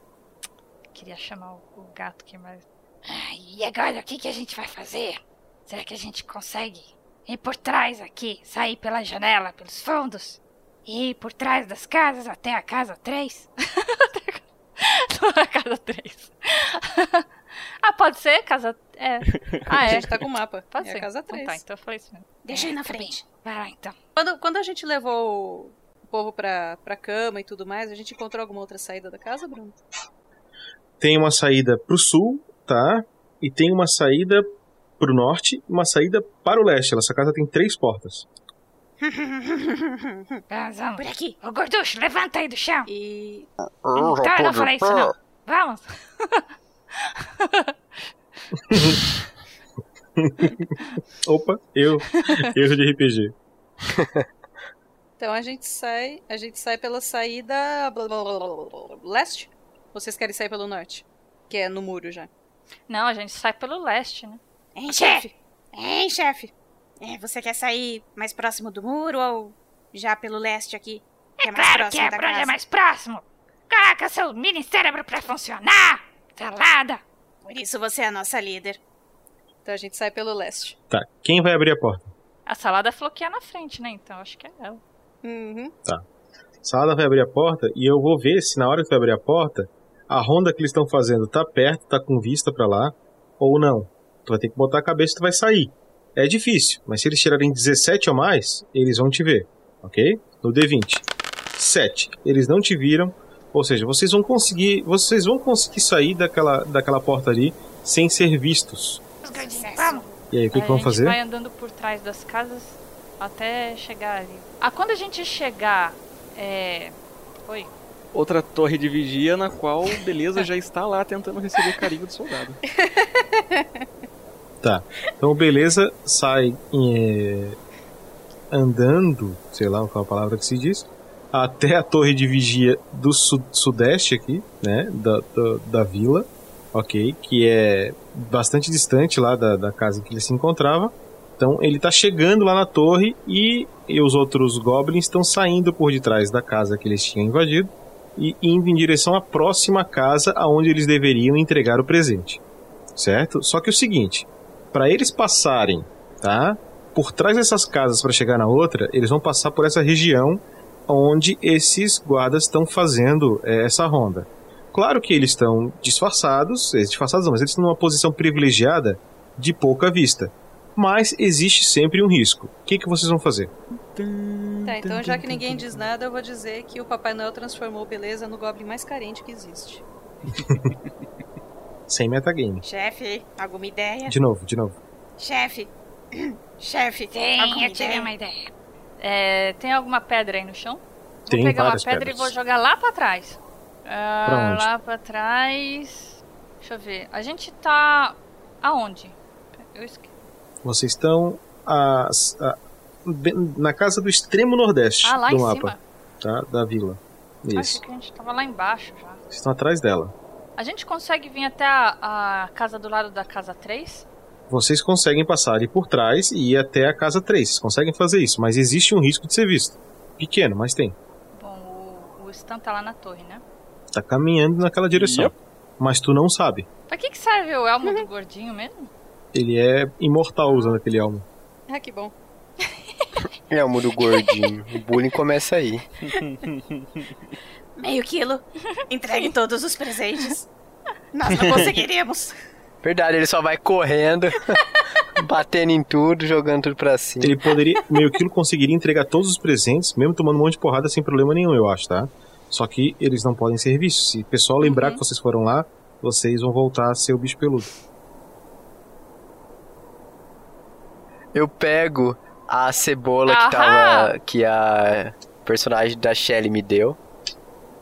R: Queria chamar o, o gato aqui, mas...
D: é E agora, o que, que a gente vai fazer? Será que a gente consegue ir por trás aqui, sair pela janela, pelos fundos? E ir por trás das casas até a casa 3?
R: a casa 3. ah, pode ser? Casa. É. Ah,
F: A
R: é.
F: gente tá com o mapa.
R: Pode
F: É a
R: ser.
F: casa
R: Então
F: três.
R: tá, então eu falei isso mesmo.
N: Deixa eu ir na
R: Tá bem.
N: frente.
R: Vai lá então.
F: Quando, quando a gente levou o povo pra, pra cama e tudo mais, a gente encontrou alguma outra saída da casa, Bruno?
P: Tem uma saída pro sul, tá? E tem uma saída pro norte, e uma saída para o leste. Essa casa tem três portas.
D: Vamos, vamos. Por aqui. Ah, Ô, gorducho, levanta aí do chão.
F: E...
S: Eu já
D: Então eu
S: tô
D: não
S: de
D: falei isso,
S: pé.
D: não. Vamos.
P: Opa, eu, erro de RPG.
F: Então a gente sai, a gente sai pela saída blá, blá, blá, blá, blá, blá, leste. Vocês querem sair pelo norte, que é no muro já.
R: Não, a gente sai pelo leste, né?
N: Hein, chefe? Hein, chefe? É, você quer sair mais próximo do muro ou já pelo leste aqui? Que é mais
D: Claro que
N: próximo
D: é,
N: da
D: pra onde é
N: casa?
D: mais próximo. Coloca seu mini cérebro pra funcionar. Salada.
N: Por isso você é a nossa líder.
F: Então a gente sai pelo leste.
P: Tá, quem vai abrir a porta?
R: A salada falou que é na frente, né? Então acho que é ela.
F: Uhum.
P: Tá. Salada vai abrir a porta e eu vou ver se na hora que vai abrir a porta, a ronda que eles estão fazendo tá perto, tá com vista pra lá, ou não. Tu vai ter que botar a cabeça e tu vai sair. É difícil, mas se eles tirarem 17 ou mais, eles vão te ver, ok? No D20. Sete. Eles não te viram. Ou seja, vocês vão conseguir. Vocês vão conseguir sair daquela, daquela porta ali sem ser vistos.
D: Vamos.
P: E aí, o que, que vão fazer?
R: É, A gente vai andando por trás das casas até chegar ali. Ah, quando a gente chegar. É. Oi.
O: Outra torre de vigia na qual Beleza já está lá tentando receber o carinho do soldado.
P: Tá. Então o beleza sai é, andando, sei lá qual é a palavra que se diz, até a torre de vigia do su- sudeste aqui, né? Da, da, da vila, ok? Que é bastante distante lá da, da casa em que ele se encontrava. Então ele tá chegando lá na torre e, e os outros goblins estão saindo por detrás da casa que eles tinham invadido e indo em direção à próxima casa aonde eles deveriam entregar o presente. Certo? Só que é o seguinte, para eles passarem, tá? Por trás dessas casas para chegar na outra, eles vão passar por essa região onde esses guardas estão fazendo eh, essa ronda. Claro que eles estão disfarçados, eh, disfarçados não, mas eles estão numa posição privilegiada de pouca vista. Mas existe sempre um risco. O que, que vocês vão fazer?
F: Tá, então já que ninguém diz nada, eu vou dizer que o Papai Noel transformou beleza no goblin mais carente que existe.
P: Sem metagame.
N: Chefe, alguma ideia?
P: De novo, de novo.
N: Chefe. Chefe,
D: Sim,
N: alguma
D: eu tive
N: ideia?
D: uma ideia.
R: É, tem alguma pedra aí no chão?
P: Tem
R: vou pegar uma
P: várias
R: pedra
P: pedras.
R: e vou jogar lá pra trás. Ah,
P: Pra onde?
R: Lá pra trás. Deixa eu ver. A gente tá. Aonde? Eu esque...
P: Vocês estão a- a- bem- na casa do extremo nordeste
R: Ah, lá
P: do
R: em
P: mapa.
R: cima?
P: Tá? Da vila. Isso.
R: Acho que a gente tava lá embaixo já.
P: Vocês estão atrás dela.
R: A gente consegue vir até a, a casa do lado da casa 3?
P: Vocês conseguem passar ali por trás e ir até a casa 3. Vocês conseguem fazer isso, mas existe um risco de ser visto. Pequeno, mas tem.
R: O Stan tá lá na torre, né?
P: Tá caminhando naquela direção. Mas tu não sabe.
R: Pra que, que serve o elmo do gordinho mesmo?
P: Ele é imortal usando aquele elmo.
F: Ah, que bom.
B: É o mundo gordinho. O bullying começa aí.
N: Meio quilo. Entregue todos os presentes. Nós não conseguiríamos.
B: Verdade, ele só vai correndo, batendo em tudo, jogando tudo pra cima.
P: Ele poderia, meio que ele conseguiria entregar todos os presentes, mesmo tomando um monte de porrada sem problema nenhum, eu acho, tá? Só que eles não podem ser vistos. Se o pessoal lembrar que vocês foram lá, vocês vão voltar a ser o bicho peludo.
B: Eu pego a cebola
R: Ahá!
B: que tava. que a personagem da Shelly me deu.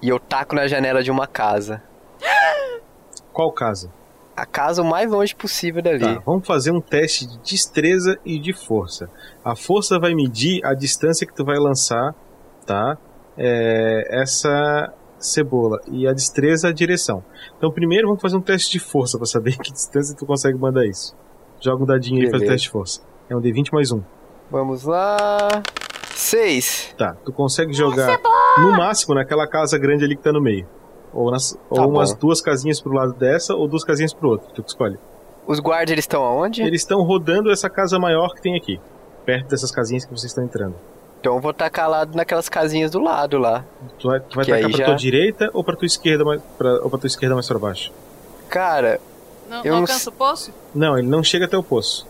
B: E eu taco na janela de uma casa.
P: Qual casa?
B: A casa o mais longe possível dali.
P: Tá, vamos fazer um teste de destreza e de força. A força vai medir a distância que tu vai lançar, tá? É, essa cebola. E a destreza a direção. Então primeiro vamos fazer um teste de força pra saber que distância tu consegue mandar isso. Joga um dadinho aí e faz o
B: Beleza.
P: teste de força. É um D20 mais um.
B: Vamos lá. Seis.
P: Tá, tu consegue jogar no máximo naquela casa grande ali que tá no meio. Ou, nas, ou
B: Tá bom.
P: umas duas casinhas pro lado dessa, ou duas casinhas pro outro. Tu que escolhe.
B: Os guardas eles estão aonde?
P: Eles estão rodando essa casa maior que tem aqui. Perto dessas casinhas que vocês estão entrando.
B: Então eu vou tacar lá naquelas casinhas do lado lá.
P: Tu vai, tu vai
B: Que
P: tacar
B: aí
P: pra
B: já-
P: tua direita ou pra tua esquerda mais pra, ou pra tua esquerda mais pra baixo?
B: Cara.
F: Não,
B: eu
F: não
B: não
F: alcança o poço?
P: Não, ele não chega até o poço.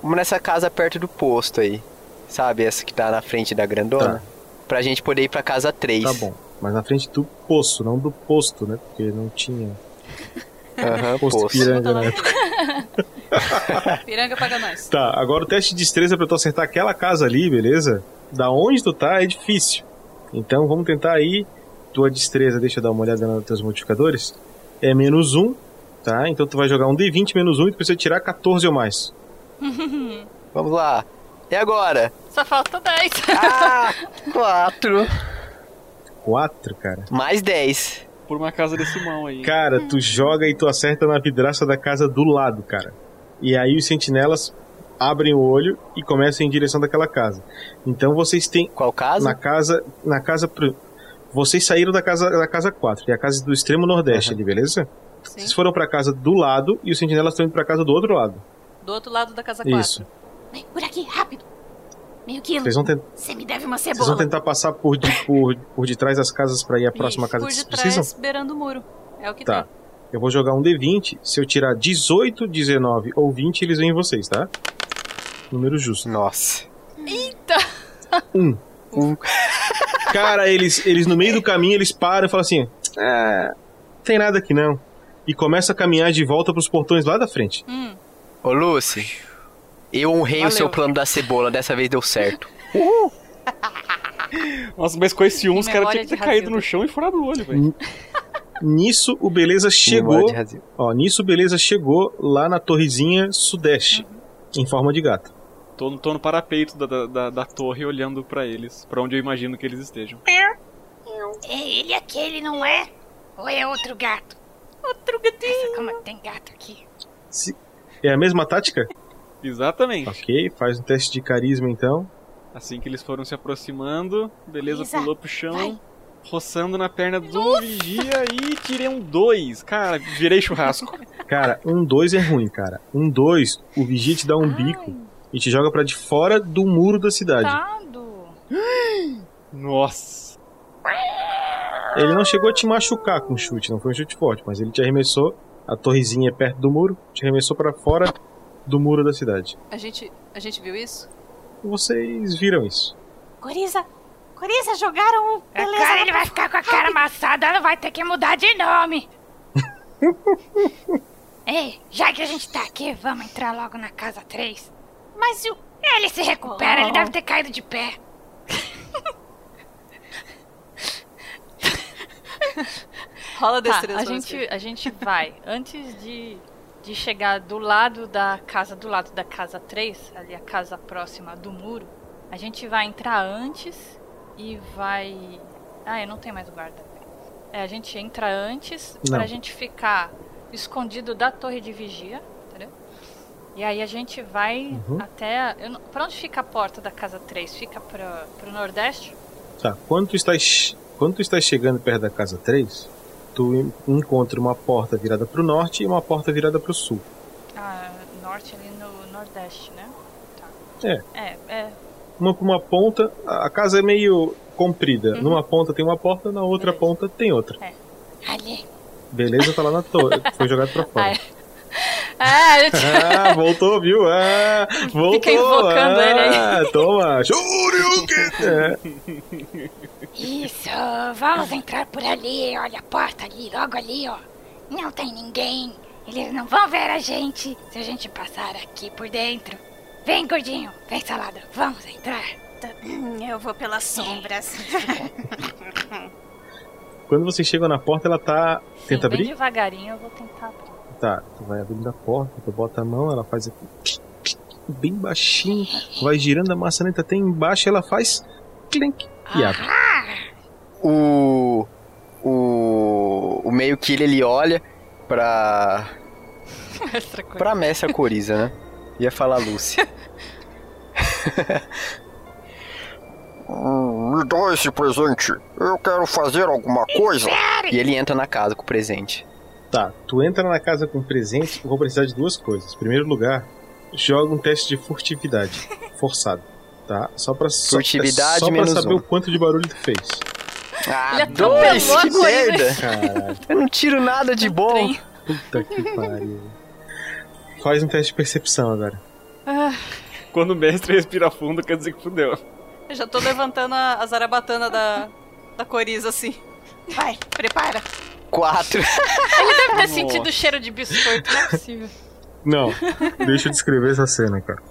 B: Vamos nessa casa perto do posto aí. Sabe, essa que tá na frente da grandona? Pra gente poder ir pra casa 3.
P: Tá bom. Mas na frente do poço, não do posto, né? Porque não tinha.
B: Aham,
P: posto,
B: poço.
P: piranga na época.
F: Piranga paga nós.
P: Tá, agora o teste de destreza pra tu acertar aquela casa ali, beleza? Da onde tu tá é difícil. Então vamos tentar aí. Tua destreza, deixa eu dar uma olhada nos teus modificadores. É menos um, tá? Então tu vai jogar um D20 menos um e tu precisa tirar 14 ou mais.
B: Vamos lá. E agora?
R: Só falta 10.
B: Ah, 4.
P: 4, cara.
B: Mais 10.
O: Por uma casa decimão aí.
P: Cara, tu joga e tu acerta na vidraça da casa do lado, cara. E aí os sentinelas abrem o olho e começam em direção daquela casa. Então vocês têm
B: qual casa?
P: Na casa, na casa pr- vocês saíram da casa da casa 4, que é a casa do extremo nordeste ali, beleza? Vocês foram pra casa do lado e os sentinelas estão indo pra casa do outro lado.
F: Do outro lado da casa 4.
P: Isso.
N: Vem por aqui, rápido. Meio quilo.
P: Vocês vão ten-
N: Você me deve
F: É
N: uma
P: Vocês vão
N: cebola.
P: tentar passar por de, por, por detrás das casas pra ir à próxima casa
F: Por
P: que vocês
F: de
P: precisam?
F: trás, beirando o muro. É o que
P: Tá.
F: tem.
P: Eu vou jogar um D20. Se eu tirar 18, 19 ou 20, eles vêm em vocês, tá? Número justo.
R: Então,
B: Nossa.
R: Eita!
P: Um.
B: Um.
P: Cara, eles, eles no meio do caminho eles param e falam assim: Ah, tem nada aqui não. E começa a caminhar de volta pros portões lá da frente.
F: Hum.
B: Ô, Lucy, eu honrei o
O: Valeu.
B: seu plano da cebola, dessa vez deu certo.
O: Nossa, mas com esse um, os caras
B: memória
O: tinham que ter
B: de
O: caído no chão e furado o olho, velho.
P: N- Nisso o Beleza chegou.
O: Memória de
P: Ó, nisso o Beleza chegou lá na torrezinha sudeste, em forma de gato.
O: Tô, no- tô no parapeito da, da, da- da torre olhando pra eles, pra onde eu imagino que eles estejam.
D: É ele aquele, não é? Ou é outro gato? Outro gatinho. Nossa, como tem gato aqui.
P: Se- É a mesma tática?
O: Exatamente.
P: Ok, faz um teste de carisma então.
O: Assim que eles foram se aproximando, beleza,
D: Isa,
O: pulou pro chão,
D: vai.
O: roçando na perna do vigia e tirei um dois. Cara, virei churrasco.
P: Cara, um dois é ruim, cara. Um dois, o vigia te dá um bico e te joga pra de fora do muro da cidade.
D: Tá.
O: Nossa.
P: Ele não chegou a te machucar com o chute, não foi um chute forte, mas ele te arremessou. A torrezinha é perto do muro, te arremessou pra fora do muro da cidade.
F: A gente, a gente viu isso?
P: Vocês viram isso?
N: Coriza, Coriza, jogaram o beleza.
D: Agora ele vai ficar com a cara amassada, ela vai ter que mudar de nome. Ei, já que a gente tá aqui, vamos entrar logo na casa 3. Mas o... Ele se recupera, ele deve ter caído de pé.
F: Rola
R: Tá,
F: destreza
R: a
F: pra
R: gente,
F: você.
R: a gente vai. Antes de, de chegar do lado da casa, do lado da casa 3, ali a casa próxima do muro, a gente vai entrar antes e vai. Ah, eu não tenho mais o guarda. É, a gente entra antes
F: Não.
R: pra gente ficar escondido da torre de vigia, entendeu? E aí a gente vai
P: Uhum.
R: até. Eu não- Pra onde fica a porta da casa 3? Fica pra, pro nordeste?
P: Tá, quando tu estás, quando tu estás chegando perto da casa 3, tu en- encontra uma porta virada pro norte e uma porta virada pro sul.
R: Ah, norte ali no nordeste, né?
P: É,
R: É, é.
P: uma pra uma ponta, a a casa é meio comprida.
R: Uhum. É.
P: Numa ponta tem uma porta, na outra ponta tem outra.
D: Ali.
P: Beleza, tá lá na torre, foi jogado pra fora.
R: é. Ah, a gente.
P: Ah, voltou, viu? Ah, voltou.
R: Fica invocando
P: ah,
R: ele
D: aí.
P: Toma. É. Shoryuken!
D: Isso, vamos entrar por ali, olha a porta ali, logo ali, ó. Não tem ninguém. Eles não vão ver a gente se a gente passar aqui por dentro. Vem, gordinho, vem, salada, vamos entrar.
N: Tá, Eu vou pelas sombras.
P: Quando você chega na porta, ela tá... Tenta
R: Bem
P: abrir?
R: devagarinho eu vou tentar abrir.
P: Tá, tu vai abrindo a porta, tu bota a mão, ela faz aqui... Bem baixinho, vai girando a maçaneta até embaixo, ela faz... Clink, e abre.
B: o, o, o meio que ele, ele olha pra. pra mestra Coriza, né? Ia falar Lúcia.
S: Hum, me dá esse presente. Eu quero fazer alguma coisa.
B: E ele entra na casa com o presente.
P: Tá, tu entra na casa com presente, eu vou precisar de duas coisas. Em primeiro lugar, joga um teste de furtividade, forçado, tá? Só pra, só- é
B: Furtividade
P: só pra
B: menos
P: saber
B: um.
P: o quanto de barulho tu fez.
B: Ah,
P: Ele atropelou
B: dois,
P: a
B: que
P: Coriza.
B: merda!
P: Caralho.
B: Eu não tiro nada de bom.
P: Puta que pariu. Faz um teste de percepção agora.
F: Ah,
O: Quando o mestre respira fundo, quer dizer que fudeu.
F: eu já tô levantando a, a zarabatana da, da Coriza assim. Vai, prepara.
B: Quatro.
R: Ele deve ter
P: Nossa.
R: sentido o cheiro de biscoito, não é possível.
P: Não, deixa eu descrever essa cena, cara.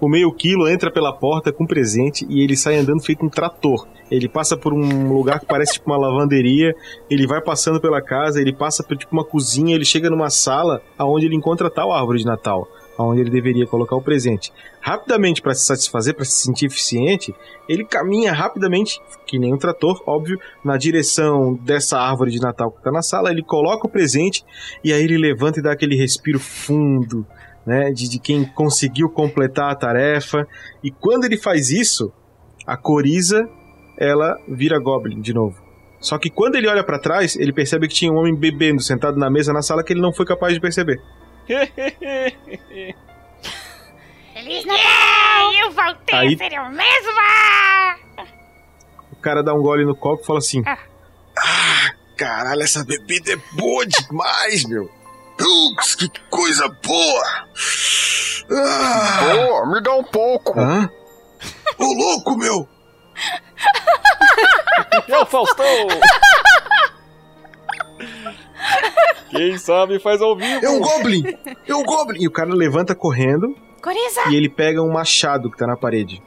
P: O meio quilo entra pela porta com presente e ele sai andando feito um trator. Ele passa por um lugar que parece tipo uma lavanderia, ele vai passando pela casa, ele passa por tipo uma cozinha, ele chega numa sala aonde ele encontra tal árvore de Natal, aonde ele deveria colocar o presente. Rapidamente para se satisfazer, para se sentir eficiente, ele caminha rapidamente, que nem um trator, óbvio, na direção dessa árvore de Natal que tá na sala, ele coloca o presente e aí ele levanta e dá aquele respiro fundo né, de, de quem conseguiu completar a tarefa. E quando ele faz isso, a Coriza ela vira Goblin de novo. Só que quando ele olha pra trás, ele percebe que tinha um homem bebendo sentado na mesa na sala que ele não foi capaz de perceber.
D: Feliz Natal! eu voltei
P: Aí-
D: a ser eu mesma!
P: O cara dá um gole no copo e fala assim: "Ah,
M: Caralho, essa bebida é boa demais, meu. Pux, que coisa boa! Ah.
S: Boa, me dá um pouco.
V: Ah.
P: Hã?
M: Ô louco, meu!
O: É o Faustão! Quem sabe faz ao vivo!
P: É um Goblin! É um Goblin! E o cara levanta correndo.
N: Coriza!
P: E ele pega um machado que tá na parede.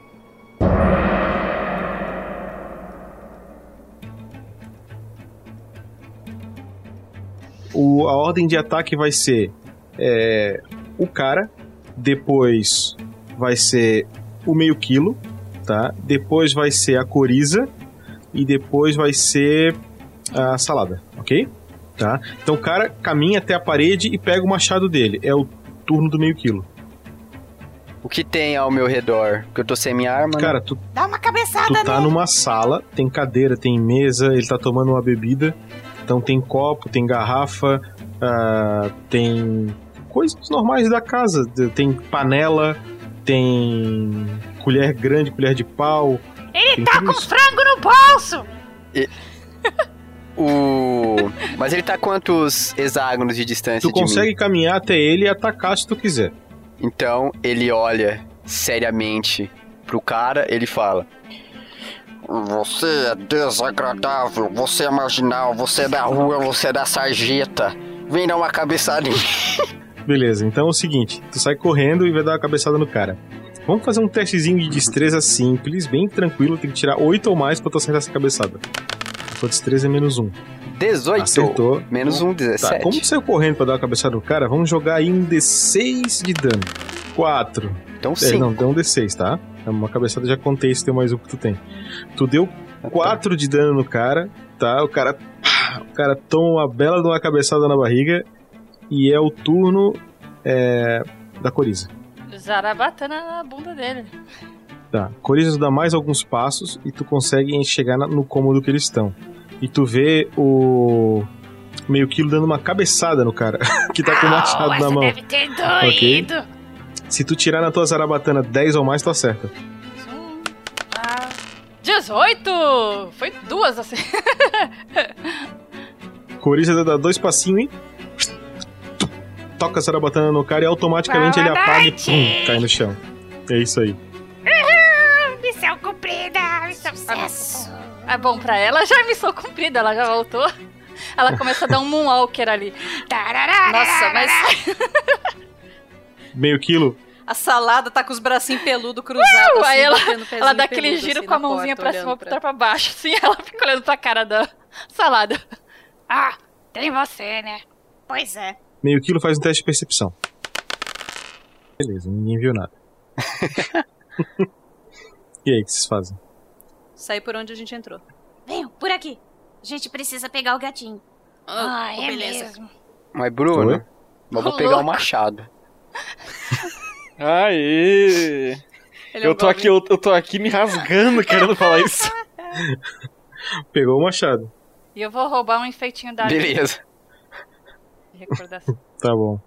P: O, a ordem de ataque vai ser é, o cara, depois vai ser o meio quilo, tá? Depois vai ser a coriza e depois vai ser a salada, ok? Tá? Então o cara caminha até a parede e pega o machado dele. É o turno do meio quilo.
B: O que tem ao meu redor? Porque eu tô sem minha arma. né?
P: Cara, tu,
N: Dá uma cabeçada
P: tu tá
N: nele.
P: numa sala, tem cadeira, tem mesa, ele tá tomando uma bebida. Então tem copo, tem garrafa, ah, tem coisas normais da casa. de- Tem panela, tem colher grande, colher de pau.
D: Ele
P: Tem
D: tá
P: tudo
D: com
P: isso.
D: frango no bolso!
B: O. Mas ele tá quantos hexágonos de distância?
P: Tu
B: de mim?
P: consegue caminhar até ele e atacar se tu quiser.
B: Então ele olha seriamente pro cara, ele fala:
S: Você é desagradável, você é marginal, você é da rua, você é da sarjeta. Vem dar uma cabeçada em mim.
P: Beleza, então é o seguinte: tu sai correndo e vai dar uma cabeçada no cara. Vamos fazer um testezinho de destreza simples, bem tranquilo. Tem que tirar 8 ou mais pra tu acertar essa cabeçada. Sua destreza é menos 1.
B: 18.
P: Acertou.
B: Menos um, 17.
P: Tá, como tu saiu correndo pra dar uma cabeçada no cara, vamos jogar aí um D6 de dano. 4.
B: Então
P: é,
B: cinco.
P: Não, deu um D6, tá? É uma cabeçada, já contei se tem mais um que tu tem. Tu deu
B: Tá.
P: 4 de dano no cara, tá? O cara. O cara toma uma bela de uma cabeçada na barriga e é o turno é, da Coriza.
R: Zarabatana na bunda dele.
P: Tá. Coriza dá mais alguns passos e tu consegue chegar na- no cômodo que eles estão. E tu vê o meio quilo dando uma cabeçada no cara que tá com o machado na mão.
D: Ah, Deve ter
P: Ok.
D: doído!
P: Se tu tirar na tua zarabatana 10 ou mais, tá tu acerta.
R: 18! Ah. Foi duas assim.
P: Coriza dá dois passinhos e toca a zarabatana no cara e automaticamente
N: Boa
P: ele apaga e
N: noite!
P: pum, cai no chão. É isso aí.
N: Uhul, missão cumprida,
D: é um
N: missão sucesso.
R: Ah, bom, pra ela já é missão cumprida, ela já voltou. Ela começa a dar um moonwalker ali.
F: Nossa, mas
P: Meio quilo.
F: a salada tá com os bracinhos peludo cruzados.
R: Uau,
F: assim,
R: aí ela,
F: batendo o pezinho
R: ela dá aquele
F: peludo,
R: giro
F: assim,
R: com a
F: na
R: mãozinha
F: porta,
R: pra
F: olhando
R: cima, pra... pra baixo, assim, ela fica olhando pra cara da salada.
D: Ah, tem você, né? Pois é.
P: Meio quilo faz um teste de percepção. Beleza, ninguém viu nada. e aí, o que vocês fazem?
F: Sair por onde a gente entrou.
N: Venham, por aqui. A gente precisa pegar o gatinho.
D: Ah, é
N: oh, beleza.
D: mesmo.
B: Mas, Bruno,
O: Oi?
B: mas
O: Ô,
B: vou pegar o
O: louco.
B: machado.
O: Aê!
B: Ele é um
O: eu, tô
B: goblin.
O: aqui, eu, eu tô aqui me rasgando querendo falar isso.
P: Pegou o machado.
R: E eu vou roubar um enfeitinho da
P: Beleza.
R: Recordação.
P: Tá bom.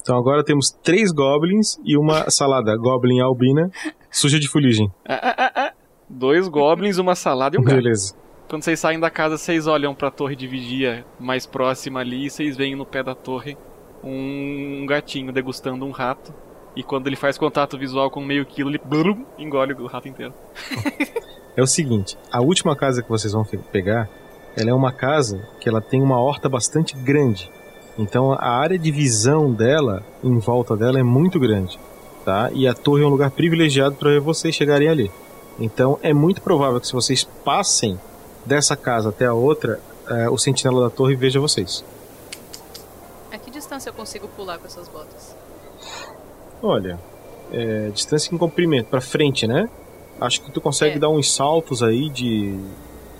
P: Então agora temos três goblins e uma salada. Goblin albina, suja de fuligem.
O: Ah, ah, ah, ah. Dois goblins, uma salada e um gato.
P: Beleza.
O: Quando vocês saem da casa, vocês olham pra torre de vigia mais próxima ali e vocês veem no pé da torre um gatinho degustando um rato. E quando ele faz contato visual com meio quilo, ele brum, engole o rato inteiro.
P: É o seguinte, a última casa que vocês vão fe- pegar, ela é uma casa que ela tem uma horta bastante grande. Então a área de visão dela, em volta dela, é muito grande, tá? E a torre é um lugar privilegiado para vocês chegarem ali. Então é muito provável que se vocês passem dessa casa até a outra, eh, o sentinela da torre veja vocês.
F: A que distância eu consigo pular com essas botas?
P: Olha, é, distância em comprimento, pra frente, né? Acho que tu consegue dar uns saltos aí de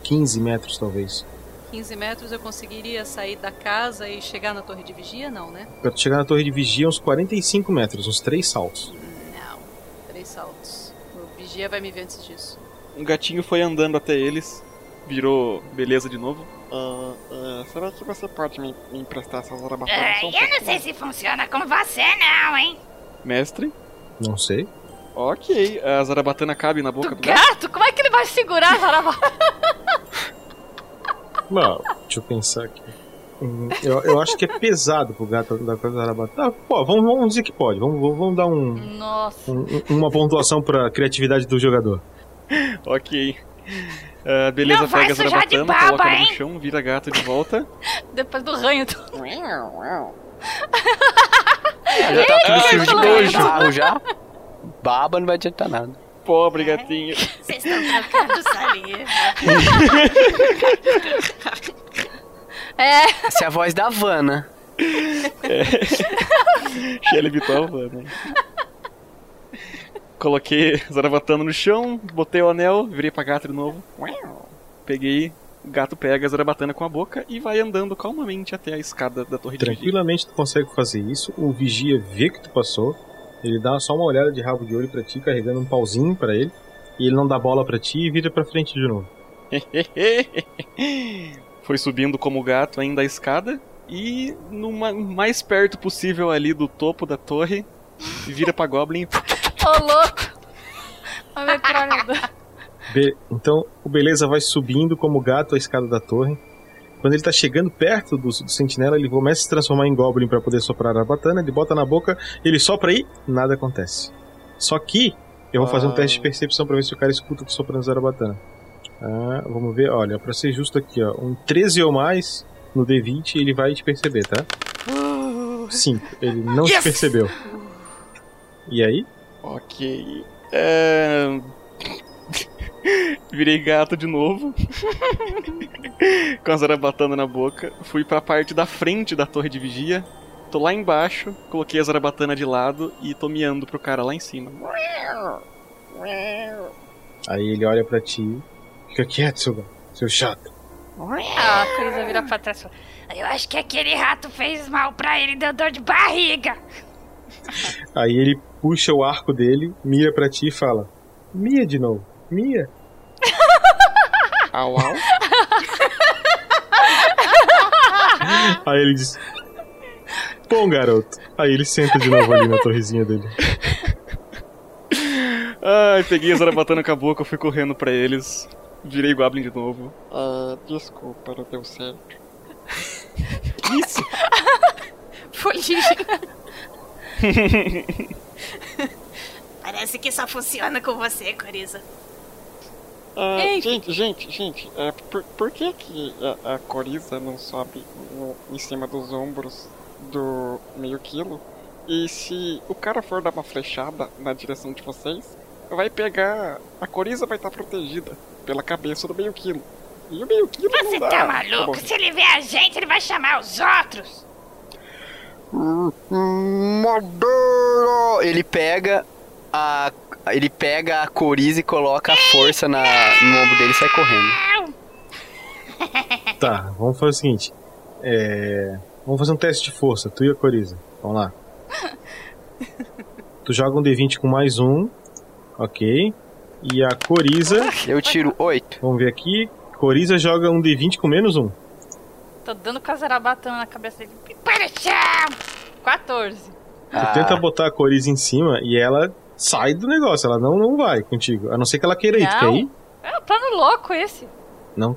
P: 15 metros, talvez.
F: 15 metros eu conseguiria sair da casa e chegar na torre de vigia? Não, né?
P: Pra tu chegar na torre de vigia, uns 45 metros, uns três saltos.
F: Não. Três saltos. O vigia vai me ver antes disso.
O: Um gatinho foi andando até eles, virou beleza de novo.
Q: Ah, ah, será que você pode me, me emprestar essas
D: Ah,
Q: arabatanas? só um
D: eu não sei se funciona com você, não, hein?
O: Mestre?
P: Não sei.
O: Ok, a zarabatana cabe na boca do, gato.
R: Gato, como é que ele vai segurar a zarabata?
P: Não, deixa eu pensar aqui. Hum, Eu, eu acho que é pesado pro gato da coisa zarabatana. Ah, pô, vamos, vamos dizer que pode. Vamos, vamos- vamos dar um,
R: Nossa.
P: um- um- uma pontuação pra criatividade do jogador.
O: ok. Ah, beleza,
D: Não
O: pega
D: vai
O: a
D: sujar de
O: zarabatana,
D: baba,
O: coloca ela no
D: hein?
O: chão, vira gato de volta.
R: Depois do ranho do...
B: já tá tudo
D: Eita,
B: sujo de
D: pelo
B: barro
D: menos.
B: já. Baba não vai adiantar nada.
O: Pobre gatinho.
N: Vocês estão trocando saliva.
R: É.
B: Essa é a voz da Havana.
O: É. Shelly Vital, mano. Coloquei Zarabatana no chão, botei o anel, virei pra gato de novo. Peguei, o gato pega a Zarabatana com a boca e vai andando calmamente até a escada da torre de vigia.
P: Tranquilamente tu consegue fazer isso. O vigia vê que tu passou. Ele dá só uma olhada de rabo de olho pra ti, carregando um pauzinho pra ele. E ele não dá bola pra ti e vira pra frente de novo.
O: Foi subindo como gato ainda a escada e no ma- mais perto possível ali do topo da torre, vira pra Goblin e
R: Ô, louco! A metralhadora.
P: Be- então o Beleza vai subindo como gato a escada da torre. Quando ele tá chegando perto do, do sentinela, ele começa a se transformar em Goblin pra poder soprar a batana, ele bota na boca, ele sopra aí, nada acontece. Só que eu vou fazer um
T: Ah.
P: teste de percepção pra ver se o cara escuta tu soprando zarabatana. Ah, vamos ver, olha, pra ser justo aqui, ó, um 13 ou mais no D20 ele vai te perceber, tá?
F: Uh.
P: 5, ele não te
O: Yes!
P: percebeu. E aí?
O: Ok. É... Virei gato de novo. Com a zarabatana na boca. Fui pra parte da frente da torre de vigia. Tô lá embaixo, coloquei a zarabatana de lado e tô miando pro cara lá em cima.
P: Aí ele olha pra ti, fica quieto, seu, seu chato.
R: Ah, a Crisa vira pra trás e fala,
D: Eu acho que aquele rato fez mal pra ele, deu dor de barriga.
P: Aí ele puxa o arco dele, mira pra ti e fala: Mia de novo, Mia.
O: Au, au.
P: Aí ele diz: Bom garoto. Aí ele senta de novo ali na torrezinha dele.
O: Ai, peguei a zarabatana com a boca, fui correndo pra eles. Virei Goblin de novo.
Q: Ah, desculpa, não deu certo.
O: Isso!
N: Parece que só funciona com você, Coriza.
Q: Ah,
N: Ei.
Q: gente, gente, gente, é, por, por que que a, a Coriza não sobe no- em cima dos ombros do meio quilo? E se o cara for dar uma flechada na direção de vocês, vai pegar... A Coriza vai estar protegida pela cabeça do meio quilo. E o meio quilo não
D: Você
Q: dá.
D: tá
Q: pra
D: maluco?
Q: morrer.
D: Se ele ver a gente, ele vai chamar os outros.
B: Madeira! Ele pega a. Ele pega a coriza e coloca a força na, no ombro dele e sai correndo.
P: Tá, vamos fazer o seguinte: é, Vamos fazer um teste de força, tu e a Coriza. Vamos lá. Tu joga um D20 com mais um. Ok. E a Coriza.
B: Eu tiro 8.
P: Vamos ver aqui. Coriza joga um D20 com menos um.
R: tô dando com a zarabatana na cabeça dele. Para o chão! 14.
P: Tu
B: Ah.
P: tenta botar a Coriza em cima e ela sai do negócio, ela não, não vai contigo. A não ser que ela queira ir, tu quer ir?
R: Não. É um plano louco esse.
P: Não.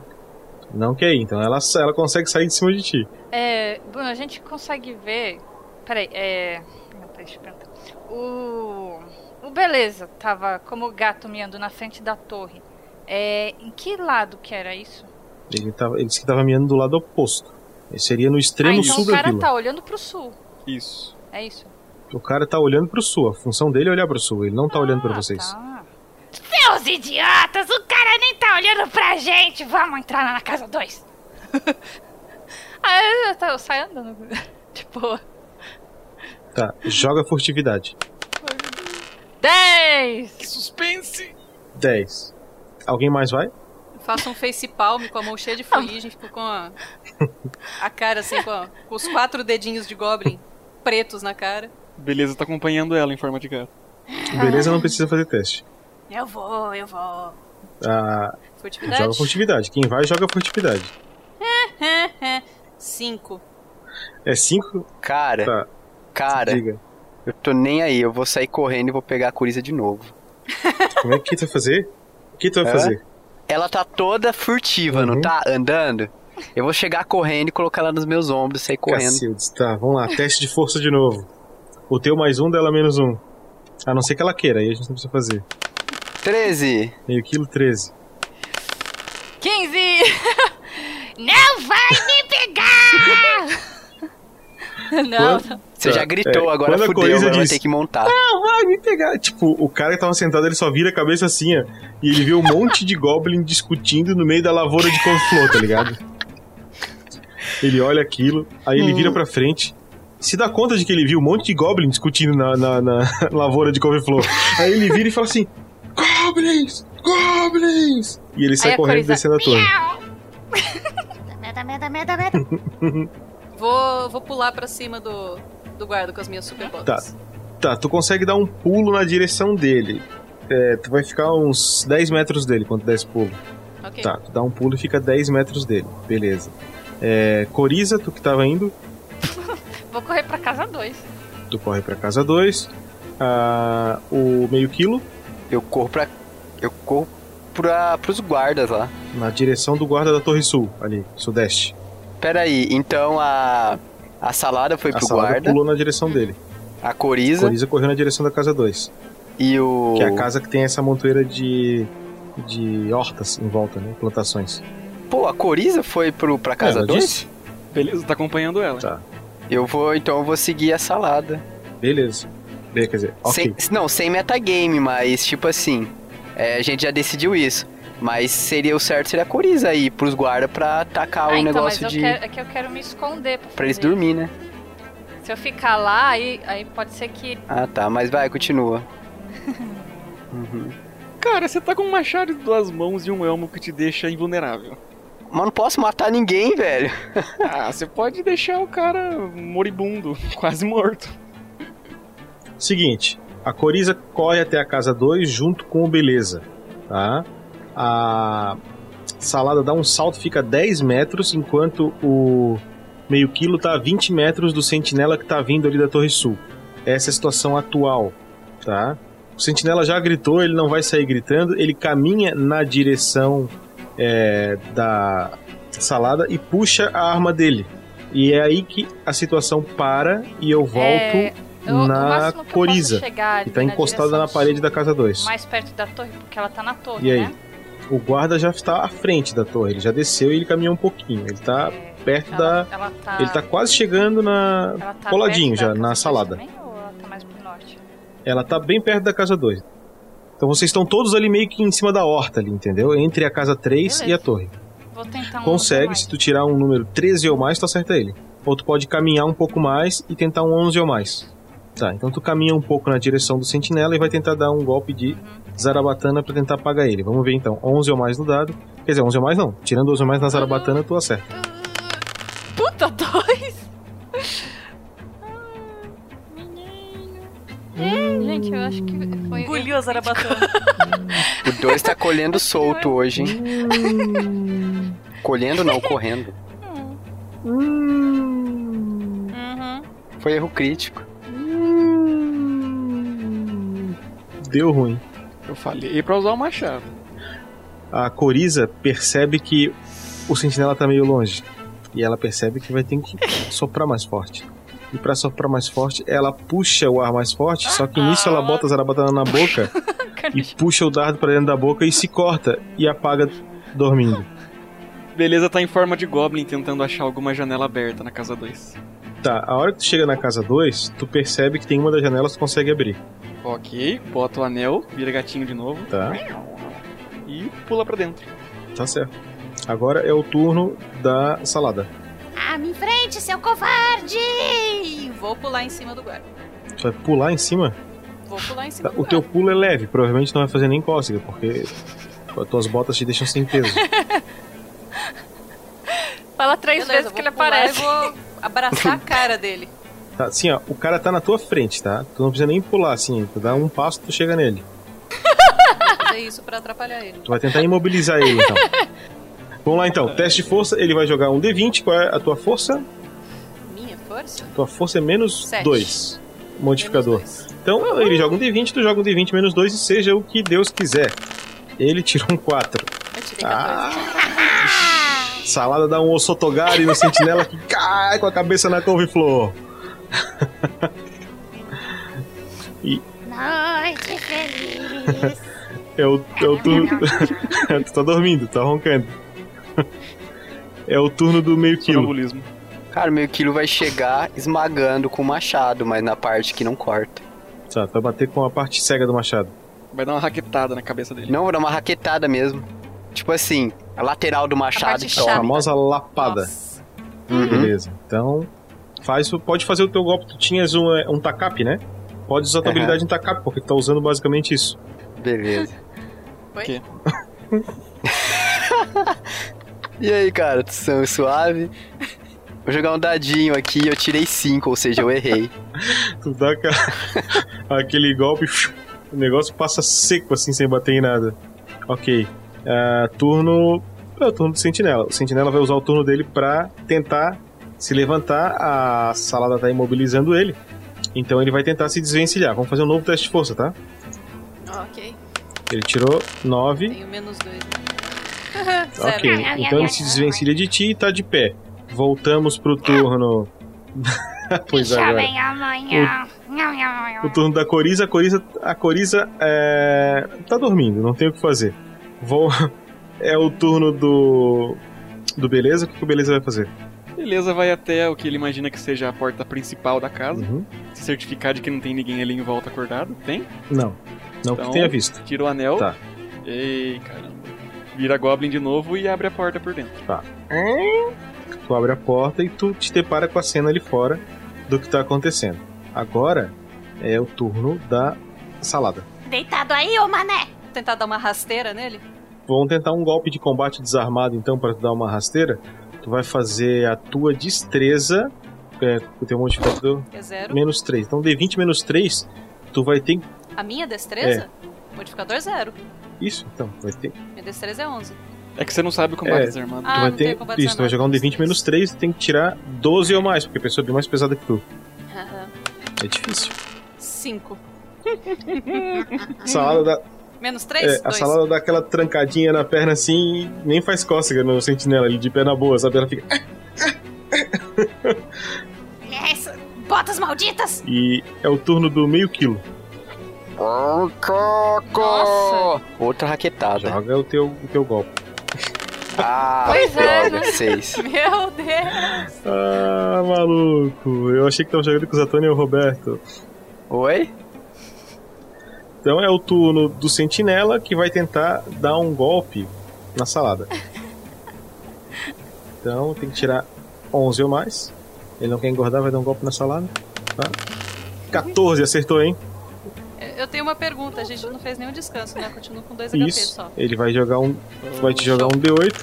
P: Não quer ir, então ela, ela consegue sair de cima de ti.
R: É, Bruno, a gente consegue ver. Peraí, é. Não, peraí, deixa eu perguntar. O. O Beleza tava como gato miando na frente da torre. É, em que lado que era isso?
P: Ele, tava, ele disse que tava miando do lado oposto. Ele seria no extremo
R: ah, então
P: sul
R: o
P: da
R: cara
P: vila.
R: tá olhando pro sul.
O: Isso.
R: É isso?
P: O cara tá olhando pro sul, a função dele é olhar pro sul, ele não tá olhando pra vocês.
D: Seus idiotas, o cara nem tá olhando pra gente. Vamos entrar lá na casa 2.
R: Ah, eu, tá- eu saio andando. tipo.
P: Tá, joga furtividade.
R: 10! Que
O: suspense!
P: 10. Alguém mais vai?
F: Eu faço um face palm com a mão cheia de fuligem, fico com a, a cara assim, com, a- com os quatro dedinhos de goblin pretos na cara.
O: Beleza, tá acompanhando ela em forma de gato.
P: Beleza, não precisa fazer teste.
F: Eu vou, eu vou.
P: Ah,
F: Furtividade?
P: Joga furtividade. Quem vai, joga furtividade.
F: É, Cinco.
P: É Tá. 5?
B: Cara, cara, eu tô nem aí, eu vou sair correndo e vou pegar a coriza de novo.
P: Como é que tu vai fazer? O que tu vai fazer?
B: Ela tá toda furtiva,
P: Uhum.
B: não tá? Andando. Eu vou chegar correndo e colocar ela nos meus ombros, sair correndo.
P: Cacildes, tá, vamos lá, teste de força de novo. O teu mais um, dela menos um. A não ser que ela queira, aí a gente não precisa fazer.
B: 13.
P: Meio quilo, 13.
R: 15!
D: Não vai me pegar!
B: não. Você já gritou, agora
P: Tá. É, Quando
B: fudeu,
P: a Coriza
B: agora vai
P: diz,
B: ter que montar.
P: Não, Ah, vai me pegar. Tipo, o cara que tava sentado, ele só vira a cabeça assim, ó. E ele vê um monte de goblin discutindo no meio da lavoura de couve-flor, tá ligado? Ele olha aquilo, aí ele
T: Hum.
P: vira pra frente, se dá conta de que ele viu um monte de goblin discutindo na, na- na lavoura de couve-flor. Aí ele vira e fala assim, Goblins! Goblins! e ele sai
F: Aí a
P: correndo
F: Coriza,
P: descendo a torre.
F: Merda, merda, merda, merda. Vou, vou pular pra cima do, do guarda com as minhas super botas.
P: Tá. Tá, tu consegue dar um pulo na direção dele. É, tu vai ficar uns 10 metros dele quando tu der esse pulo.
F: Ok.
P: Tá, tu dá um pulo e fica 10 metros dele. Beleza. É, Coriza, tu que tava indo,
R: Vou correr pra casa 2.
P: tu corre pra casa 2. Ah, o meio quilo.
B: Eu corro pra. Eu corro pra, pros guardas lá.
P: Na direção do guarda da Torre Sul, ali, sudeste.
B: Pera aí, então a. A salada foi
P: A
B: pro
P: salada
B: guarda.
P: pulou na direção dele.
B: A coriza.
P: Coriza correu na direção da casa 2.
B: E o.
P: Que é a casa que tem essa montoeira de. de hortas em volta, né? Plantações.
B: Pô, a coriza foi pro, pra casa
P: Ela
B: 2?
P: disse.
O: Beleza, tá acompanhando ela.
P: Tá.
B: Eu vou, então eu vou seguir a salada.
P: Beleza. Be- Quer dizer, ok.
B: Sem- não, sem metagame, mas tipo assim. é, a gente já decidiu isso. Mas seria o certo seria a coriza aí pros guardas pra atacar Ah, o
R: então,
B: negócio
R: mas
B: de.
R: eu quero, é que eu quero me esconder. Pra,
B: Pra eles
R: fazer isso.
B: dormir, né?
R: Se eu ficar lá, aí, aí pode ser que.
B: Ah tá, mas vai, continua. Uhum.
O: Cara, você tá com um machado de duas mãos e um elmo que te deixa invulnerável.
B: Mas não posso matar ninguém, velho.
O: ah, você pode deixar o cara moribundo, quase morto.
P: Seguinte, a Coriza corre até a casa 2 junto com o Beleza, tá? A Salada dá um salto, fica 10 metros, enquanto o meio quilo tá a 20 metros do sentinela que tá vindo ali da Torre Sul. Essa é a situação atual, tá? O sentinela já gritou, ele não vai sair gritando, ele caminha na direção é, da Salada e puxa a arma dele. E é aí que a situação para e eu volto
R: É, eu- o
P: na
R: máximo que eu
P: Coriza,
R: posso chegar
P: que tá
R: ali na
P: encostada
R: direção
P: na parede da casa 2.
R: Mais perto da torre, porque ela tá na torre,
P: E aí?
R: né?
P: O guarda já está à frente da torre, ele já desceu e ele caminhou um pouquinho. Ele tá perto
R: É, Ela-
P: da.
R: ela tá-
P: Ele tá quase chegando na.
R: Ela tá
P: coladinho
R: perto da
P: já,
R: casa
P: na
R: dois
P: salada.
R: também, ou ela tá mais pro norte?
P: Ela tá bem perto da casa 2. Então vocês estão todos ali meio que em cima da horta ali, entendeu? Entre a casa 3 e a torre.
R: Vou tentar um.
O: Então,
P: Consegue, se tu tirar um número 13 ou mais, tu acerta ele. Ou tu pode caminhar um pouco mais e tentar um 11 ou mais. Tá, então tu caminha um pouco na direção do sentinela e vai tentar dar um golpe de zarabatana pra tentar apagar ele. Vamos ver então, 11 ou mais no dado. Quer dizer, 11 ou mais não. Tirando 11 ou mais na zarabatana, tu acerta.
R: Puta, dois! Menino. Gente, eu acho que foi.
F: Engoliu a zarabatana.
B: O 2 tá colhendo solto hoje, hein? colhendo não, correndo.
F: Hum.
B: Foi erro crítico.
P: Deu ruim.
O: Eu falei pra usar o machado.
P: A Coriza percebe que o sentinela tá meio longe. E ela percebe que vai ter que soprar mais forte. E pra soprar mais forte, ela puxa o ar mais forte, só que nisso ela bota a zarabatana na boca e puxa o dardo pra dentro da boca e se corta e apaga dormindo.
O: Beleza, tá em forma de goblin tentando achar alguma janela aberta na casa 2.
P: Tá, a hora que tu chega na casa 2, tu percebe que tem uma das janelas que tu consegue abrir.
O: Ok, bota o anel, vira gatinho de novo.
P: Tá.
O: E pula pra dentro.
P: Tá certo. Agora é o turno da salada.
N: Ah, me enfrente, seu covarde!
F: Vou pular em cima do guarda.
P: Tu vai pular em cima?
F: Vou pular em cima
P: Tá,
F: do
P: O teu pulo é leve, provavelmente não vai fazer nem cócega, porque as tuas botas te deixam sem peso.
R: Fala três
F: Beleza,
R: vezes
F: vou
R: que ele
F: pular
R: aparece.
F: e vou abraçar a cara dele.
P: Tá, assim, ó, o cara tá na tua frente, tá? Tu não precisa nem pular, assim, tu dá um passo, tu chega nele.
F: Vou fazer isso pra atrapalhar ele.
P: Tu vai tentar imobilizar ele, então. Vamos lá, então. Teste de força, ele vai jogar um D20, qual é a tua força?
F: Minha força?
P: Tua força é menos
F: Sete.
P: 2, modificador.
F: Tá
P: Então, ele joga um D20, tu joga um D20 menos 2 e seja o que Deus quiser. Ele tirou um 4.
F: Eu tirei tá
P: Ah! Salada dá um ossotogari no sentinela que cai com a cabeça na couve-flor. e
D: Noite feliz.
P: É o, é o turno. tu tá dormindo, tá roncando. É o turno do meio quilo.
B: Cara, o meio quilo vai chegar esmagando com o machado, mas na parte que não corta.
P: Tá, tu vai bater com a parte cega do machado.
O: Vai dar uma raquetada na cabeça dele.
B: Não, vou dar uma raquetada mesmo. Tipo assim, a lateral do machado. tá
P: A famosa lapada.
B: Uhum.
P: Beleza. Então, faz, o- pode fazer o teu golpe. Tu tinhas um, é, um tacape, né? Pode usar a tua
B: Aham.
P: habilidade em tacape, porque tu tá usando basicamente isso.
B: Beleza.
F: Oi?
O: Quê?
B: E aí, cara, tu são suave? Vou jogar um dadinho aqui, eu tirei 5, ou seja, eu errei.
P: Tu dá aquela- aquele golpe, o negócio passa seco assim, sem bater em nada. Ok. Ah, turno. É o turno do sentinela. O sentinela vai usar o turno dele pra tentar se levantar. A salada tá imobilizando ele. Então ele vai tentar se desvencilhar. Vamos fazer um novo teste de força, tá?
F: ok.
P: Ele tirou 9.
F: Tenho menos dois. Zero.
P: Ok, então ele se desvencilha de ti e tá de pé. Voltamos pro turno. pois agora.
D: Chamem amanhã. Nham, nham, nham.
P: O turno da Coriza, a Coriza, a Coriza é... tá dormindo, não tem o que fazer. Vou... É o turno do. do Beleza, o que, que o Beleza vai fazer?
O: Beleza, vai até o que ele imagina que seja a porta principal da casa.
P: Uhum.
O: Se certificar de que não tem ninguém ali em volta acordado. Tem?
P: Não, não que tenha visto.
O: Tira o anel.
P: Tá.
O: Ei, caramba. Vira Goblin de novo e abre a porta por dentro.
P: Tá. Tu abre a porta e tu te depara com a cena ali fora do que tá acontecendo. Agora é o turno da salada.
F: Deitado aí, ô mané! Tentar dar uma rasteira nele?
P: Vamos tentar um golpe de combate desarmado, então, pra tu dar uma rasteira. Tu vai fazer a tua destreza. É, o teu modificador.
F: É zero.
P: Menos 3. Então, D20 menos 3, tu vai ter.
F: A minha destreza?
P: É.
F: Modificador zero.
P: Isso, então. Vai ter.
F: Minha destreza é 11.
O: É que você não sabe o
P: É,
O: combate desarmado.
F: Ah,
P: tu vai
F: não tem
P: ter.
F: combate
P: Isso, tu vai jogar um D20 menos 3 e tem que tirar 12 ou mais, porque a pessoa é bem mais pesada que tu.
F: Aham.
P: É difícil.
F: Cinco.
P: A salada dá.
F: Menos
P: é,
F: Hum. três?
P: a
F: Dois.
P: salada dá aquela trancadinha na perna assim e nem faz cócega né? no sentinela, ele de pé na boa, sabe? Ela fica.
N: Yes, É botas malditas!
P: E é o turno do meio quilo.
B: Nossa! Outra raquetada.
P: Joga o teu, o teu golpe.
B: Ah,
F: Pois é,
B: droga,
F: né?
B: seis.
F: Meu Deus!
P: Ah, maluco. Eu achei que tava jogando com o Zatoni e o Roberto.
B: Oi?
P: Então é o turno do sentinela que vai tentar dar um golpe na salada. Então tem que tirar 11 ou mais. Ele não quer engordar, vai dar um golpe na salada. Tá? 14, acertou, hein?
F: Eu tenho uma pergunta, a gente não fez nenhum descanso, né? Continuo com dois HP
P: Isso.
F: só.
P: Ele vai jogar um. Vai te jogar um D8.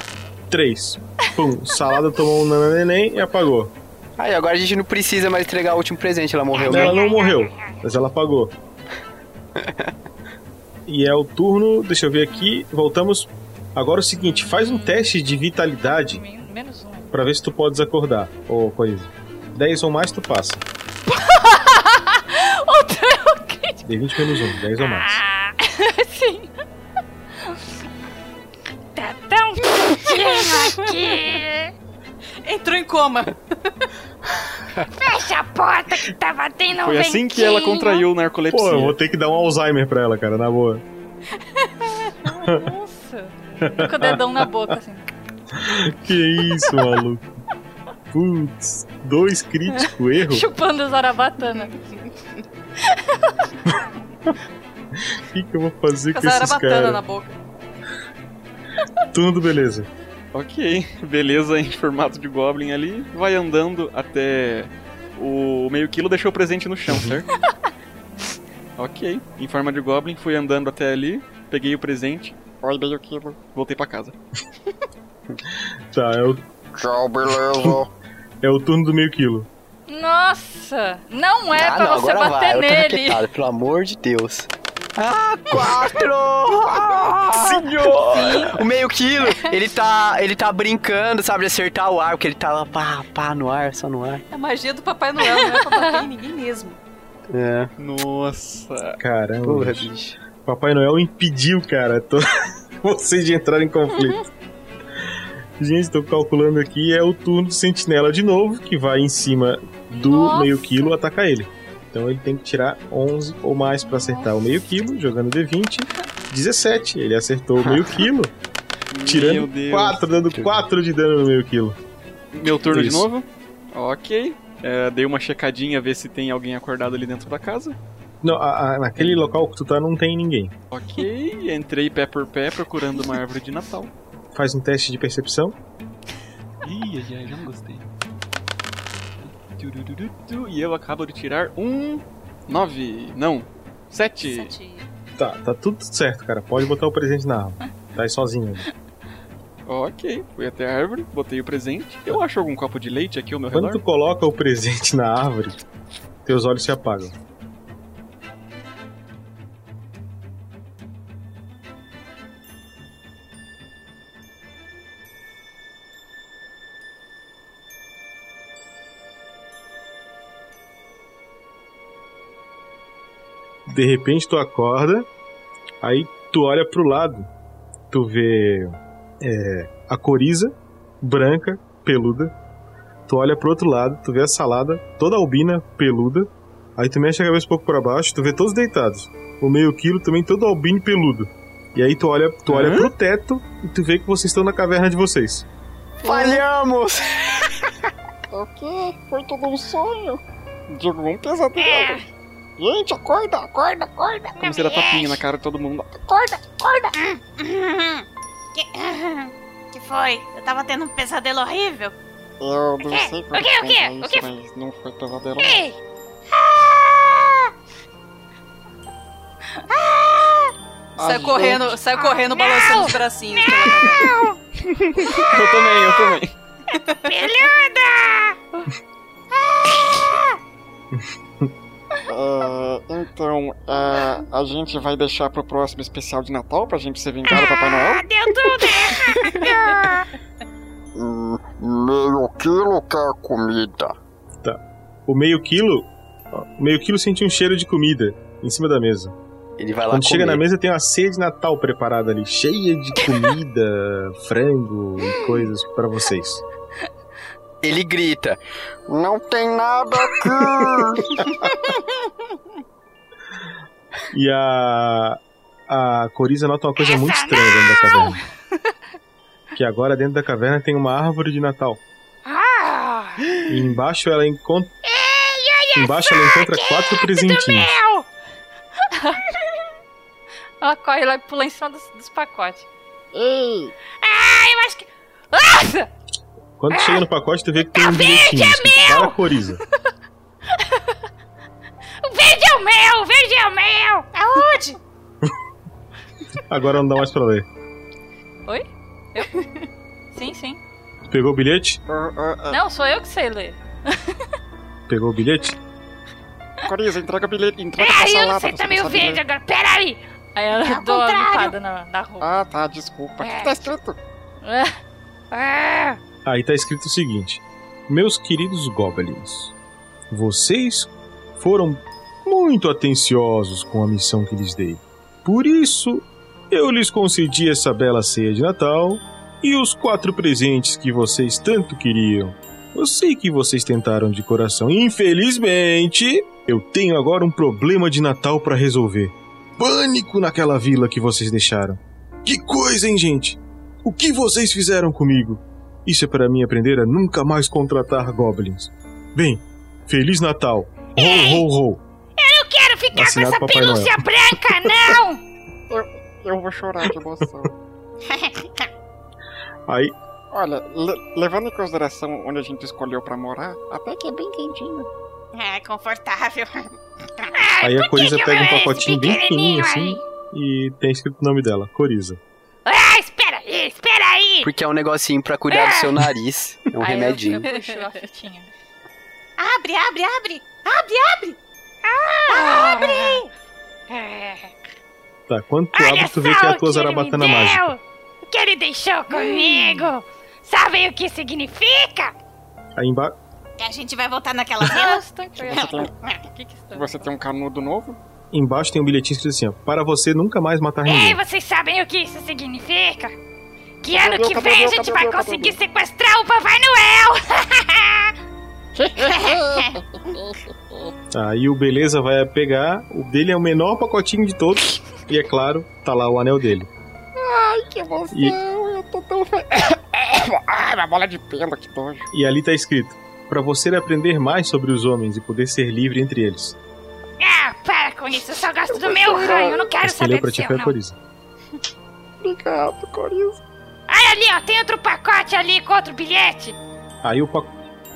P: 3. Pum. Salada tomou um nananeném e apagou.
B: Aí, agora a gente não precisa mais entregar o último presente, ela morreu.
P: Ela não morreu, mas ela apagou. E é o turno. Deixa eu ver aqui. Voltamos. Agora é o seguinte: faz um teste de vitalidade
R: Menos um.
P: pra ver se tu podes acordar, ô coisa. 10 ou mais, tu passa. D20 menos 1, 10 ou mais.
D: Sim. Tá tão quentinho aqui.
F: Entrou em coma.
D: Fecha a porta que tá batendo um
F: Ah,
O: Foi assim que ela
D: ventinho.
O: contraiu narcolepsia.
P: Pô, eu vou ter que dar um Alzheimer pra ela, cara, na boa.
F: Nossa! Tô com o dedão na boca, assim.
P: Que isso, maluco. Putz, dois crítico erro.
F: Chupando os zarabatana.
P: O que, que eu vou fazer
F: Com a
P: com esses
F: zarabatana na
P: caras?
F: boca.
P: Tudo beleza.
O: Ok, beleza, em formato de Goblin ali. Vai andando até o meio quilo, deixou o presente no
P: Uhum.
O: chão, certo? ok, em forma de Goblin, fui andando até ali, peguei o presente. Olha meio quilo. Voltei pra casa.
P: Tá, é o.
S: Tchau, beleza.
P: É o turno do meio quilo.
R: Nossa! Não é
B: Ah,
R: pra
B: não,
R: você
B: agora
R: bater
B: vai, outra
R: nele!
B: raquetada, pelo amor de Deus.
R: Ah, quatro!
B: O meio quilo, ele tá, ele tá brincando, sabe, de acertar o ar, porque ele tá lá, pá, pá, no ar, só no ar.
F: É a magia do Papai Noel, não é pra bater em ninguém mesmo.
B: É.
O: Nossa.
P: Caramba.
B: Porra,
P: bicho. Papai Noel impediu, cara, to- vocês de entrar em conflito. Gente, tô calculando aqui, é o turno do sentinela de novo, que vai em cima do meio quilo atacar ele. Então ele tem que tirar 11 ou mais pra acertar o meio quilo, jogando D20. 17. Ele acertou meio quilo.
O: Meu
P: Tirando
O: Deus.
P: 4, dando 4 de dano no meio quilo.
O: Meu turno de
P: Isso.
O: novo? Ok. É, dei uma checadinha, ver se tem alguém acordado ali dentro da casa.
P: Não, a- a- naquele local que tu tá não tem ninguém.
O: Ok, entrei pé por pé procurando uma árvore de Natal.
P: Faz um teste de percepção.
O: Ih, já, já não gostei. Tururutu, E eu acabo de tirar um. Nove. Não. Sete.
P: Tá, tá tudo certo, cara. Pode botar o presente na arma. Tá aí sozinho.
O: Ok, fui até a árvore, botei o presente. Eu acho algum copo de leite aqui ao meu
P: Quando
O: redor?
P: tu coloca o presente na árvore, teus olhos se apagam. De repente tu acorda, aí tu olha pro lado, tu vê é, a coriza branca, peluda. Tu olha pro outro lado, tu vê a salada toda albina, peluda. Aí tu mexe a cabeça um pouco pra baixo, tu vê todos deitados. O meio quilo também todo albino e peludo. E aí tu olha, tu olha
M: Hã?
P: pro teto e tu vê que vocês estão na caverna de vocês.
D: é
Q: Falhamos! o quê? Foi todo um sonho? Digo, um pesadelo.
D: É.
Q: Gente, acorda, acorda, acorda.
O: Comecei a dar tapinha na cara de todo mundo.
N: Acorda, acorda! Que, que foi? Eu tava tendo um pesadelo horrível?
Q: Eu
N: O
Q: não
N: quê?
Q: sei
N: O quê? O
Q: como
N: quê?
Q: é
N: O
Q: isso,
N: quê?
Q: mas não foi pesadelo.
N: Ei!
F: Sai
Q: Ah,
F: correndo, sai correndo, balançando os bracinhos. pela caverna.
O: Eu também, eu também.
Q: É, então, é, a gente vai deixar pro próximo especial de Natal pra gente se vingar do Papai Noel?
N: Deu tudo!
S: Hum, meio quilo quer comida.
P: Tá. O meio quilo. ó, o meio quilo sente um cheiro de comida em cima da mesa.
B: Ele vai lá
P: Quando chega
B: comer.
P: na mesa tem uma ceia de Natal preparada ali, cheia de comida, frango e coisas pra vocês.
B: Ele grita.
S: Não tem nada aqui.
P: E a. A Coriza nota uma coisa muito estranha dentro da caverna. Que agora dentro da caverna tem uma árvore de Natal. E embaixo ela encontra. Embaixo ela encontra quatro presentinhos.
R: Ela corre lá e pula em cima dos, dos pacotes.
N: Ah, eu acho que. Nossa!
P: Quando chega no pacote, tu vê que tem um bilhetinho. escrito Para a Coriza.
N: O verde é o meu! O verde é o meu! Aonde?
P: Agora não dá mais pra ler.
R: Oi? Eu? Sim, sim.
P: Tu pegou o bilhete?
Q: Ah,
R: Não, sou eu que sei ler.
P: Pegou o bilhete?
Q: Coriza, entrega o bilhete,
N: É,
Q: entrega pra
R: Peraí, eu não
Q: salada.
R: sei
N: tá
Q: você
R: também o
Q: não sabe né?
R: verde
Q: ler.
R: agora. Peraí! Aí ela
Q: É ao
R: deu uma
Q: contrário.
R: limpada na, na roupa.
Q: Ah, tá, desculpa. O que tá escrito?
D: Ah.
N: Ah.
R: É.
P: Aí tá escrito o seguinte: Meus queridos goblins, vocês foram muito atenciosos com a missão que lhes dei. Por isso, eu lhes concedi essa bela ceia de Natal e os quatro presentes que vocês tanto queriam. Eu sei que vocês tentaram de coração. Infelizmente, eu tenho agora um problema de Natal pra resolver. Pânico naquela vila que vocês deixaram. Que coisa, hein, gente? O que vocês fizeram comigo? Isso é para mim aprender a nunca mais contratar tá, goblins. Bem, Feliz Natal. Ho, ho, ho.
N: Eu não quero ficar
P: Assinado
N: com essa
P: Papai Noel.
N: pelúcia branca, não!
Q: Eu vou chorar de emoção.
P: Aí.
Q: Olha, le- levando em consideração onde a gente escolheu pra morar, até que é bem quentinho.
N: É, confortável.
P: Aí a Coriza
N: que
P: pega um
N: eu- esse
P: pacotinho bem pequenininho
N: pequenininho
P: assim e tem escrito o nome dela, Coriza.
N: Ah, espera aí, espera aí!
B: Porque é um negocinho pra cuidar do seu nariz. É um
R: Aí eu-
B: remedinho.
R: Eu, puxo a fitinha.
N: Abre, abre, abre! Abre, abre! Ah, abre!
Q: Ah.
P: Tá, quando tu abre, tu vê que é a tua zarabatana mágica.
N: O que ele deixou comigo? Sabem o que significa?
P: Aí embaixo.
N: A gente vai voltar naquela vila?
Q: Você tem, um- você tem um canudo novo?
P: Embaixo tem um bilhetinho escrito assim, ó. Para você nunca mais matar
B: Tá
D: É.
R: Ei,
P: ninguém.
R: vocês sabem o que isso significa?
N: Que ano
R: Cadê o-
N: que
R: cadê
N: vem
R: o-
N: a gente
R: cadê o-
N: vai
R: cadê o-
N: conseguir sequestrar o Papai Noel!
P: Aí o Beleza vai pegar, o dele é o menor pacotinho de todos, e é claro, tá lá o anel dele.
Q: Ai, que emoção,
P: E-
Q: eu tô tão feliz. Ai, minha bola de pelo, que nojo.
P: E ali tá escrito: Pra você aprender mais sobre os homens e poder ser livre entre eles.
D: Ah, para com isso, eu só gosto do meu ranho, eu não quero
P: Esse que leu
D: saber
P: pra
D: do
P: ti
D: seu,
P: foi a
D: não.
P: Coriza.
Q: Obrigado, Coriza.
D: Ai, ali, ó, tem outro pacote ali com outro bilhete.
P: Aí o pac...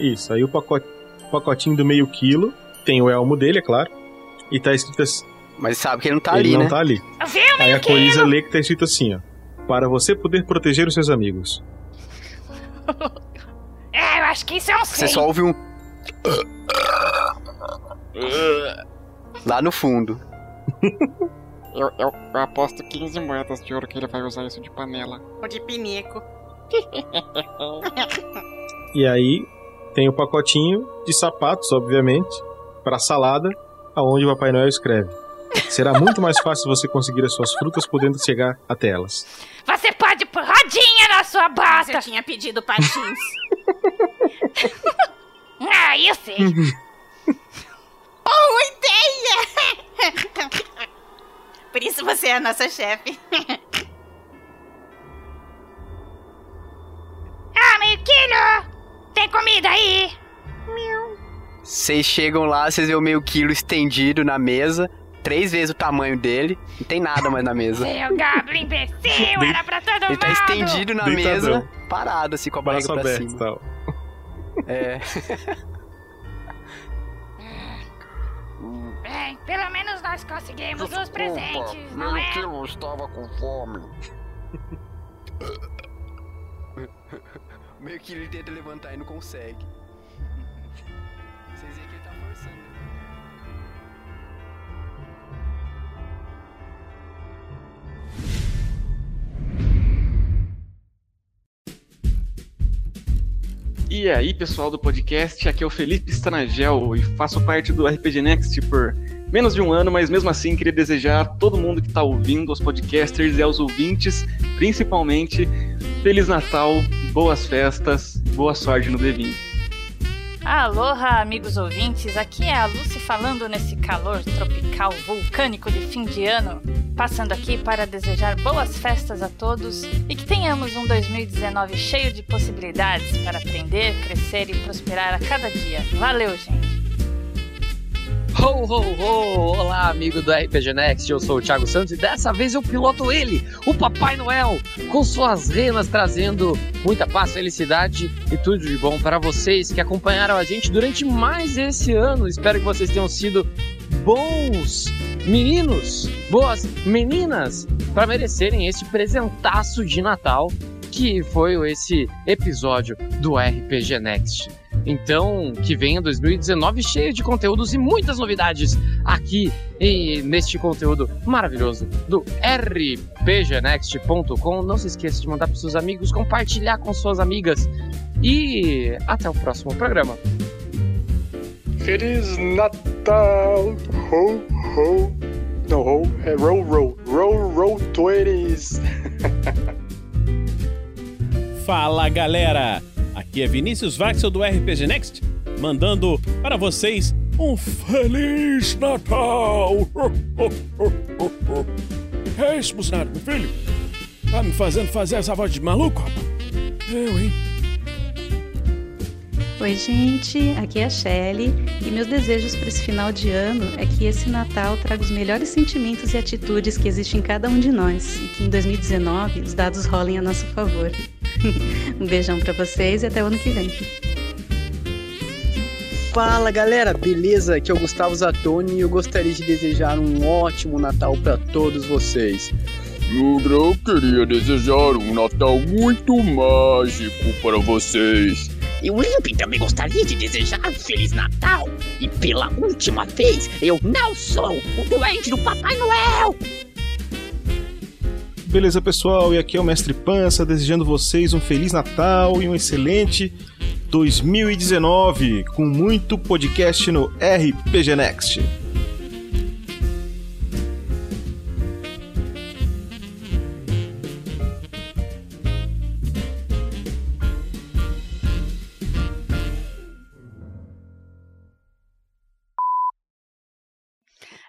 P: Isso, aí o pacote... pacotinho do meio quilo, tem o elmo dele, é claro, e tá escrito assim.
B: Mas sabe que ele não tá
P: ele
B: ali,
P: não
B: né?
P: tá ali.
D: Viu,
P: Aí
D: meio
P: a Coriza lê que tá escrito assim, ó. Para você poder proteger os seus amigos.
D: É, eu acho que isso é um sim.
B: Você só ouve um. Lá no fundo.
Q: Eu, eu, eu aposto 15 moedas de ouro que ele vai usar isso de panela.
N: Ou de pinico.
P: E aí tem o pacotinho de sapatos, obviamente, para salada, aonde o Papai Noel escreve. Será muito mais fácil você conseguir as suas frutas podendo chegar até elas.
D: Você pode pôr rodinha na sua bota. Eu
N: tinha pedido patins.
D: ah, eu sei.
N: Boa ideia! Por isso você é a nossa chefe.
D: Ah, meio quilo. Tem comida aí?
B: Vocês chegam lá, vocês vê o meio quilo estendido na mesa, três vezes o tamanho dele, não tem nada mais na mesa.
D: Seu gabo imbecil, era pra todo
B: Ele
D: mundo.
B: tá estendido na
P: Deitadão.
B: mesa, parado assim com a barriga
P: Braço
B: pra
P: aberto e
B: cima.
P: tal.
B: É.
D: Bem, pelo menos nós conseguimos os presentes, não
S: meio
D: é?
S: quilo estava com fome.
B: meio que ele tenta levantar e não consegue. Vocês veem que ele tá forçando.
O: E aí, pessoal do podcast, aqui é o Felipe Stranagel e faço parte do RPG Next por menos de um ano, mas mesmo assim queria desejar a todo mundo que está ouvindo, aos podcasters e aos ouvintes, principalmente, Feliz Natal, boas festas, boa sorte no D20.
R: Aloha, amigos ouvintes. Aqui é a Lucy falando nesse calor tropical vulcânico de fim de ano. Passando aqui para desejar boas festas a todos e que tenhamos um 2019 cheio de possibilidades para aprender, crescer e prosperar a cada dia. Valeu, gente.
J: Ho, ho, ho! Olá, amigo do RPG Next, eu sou o Thiago Santos e dessa vez eu piloto ele, o Papai Noel, com suas renas trazendo muita paz, felicidade e tudo de bom para vocês que acompanharam a gente durante mais esse ano. Espero que vocês tenham sido bons meninos, boas meninas, para merecerem esse presentaço de Natal que foi esse episódio do RPG Next. Então, que venha 2019 cheio de conteúdos e muitas novidades aqui e neste conteúdo maravilhoso do rpgnext.com. Não se esqueça de mandar para seus amigos, compartilhar com suas amigas e até o próximo programa.
V: Feliz Natal! Ho, ho! Não, ho, é roll, roll. Roll, roll, 20s!
W: Fala galera! Aqui é Vinícius Vaxel do RPG Next, mandando para vocês um Feliz Natal! Que é isso, Bolsonaro, meu filho? Tá me fazendo fazer essa voz de maluco, rapaz? Eu, hein?
X: Oi, gente, aqui é a Shelly e meus desejos para esse final de ano é que esse Natal traga os melhores sentimentos e atitudes que existem em cada um de nós e que em 2019 os dados rolem a nosso favor. um beijão para vocês e até o ano que vem.
J: Fala galera, beleza? Aqui é o Gustavo Zatoni e eu gostaria de desejar um ótimo Natal para todos vocês.
Y: Lura, eu queria desejar um Natal muito mágico para vocês.
Z: E o Limp também gostaria de desejar um Feliz Natal. E pela última vez, eu não sou o doente do Papai Noel.
P: Beleza, pessoal? E aqui é o Mestre Pança, desejando vocês um Feliz Natal e um excelente 2019, com muito podcast no RPG Next.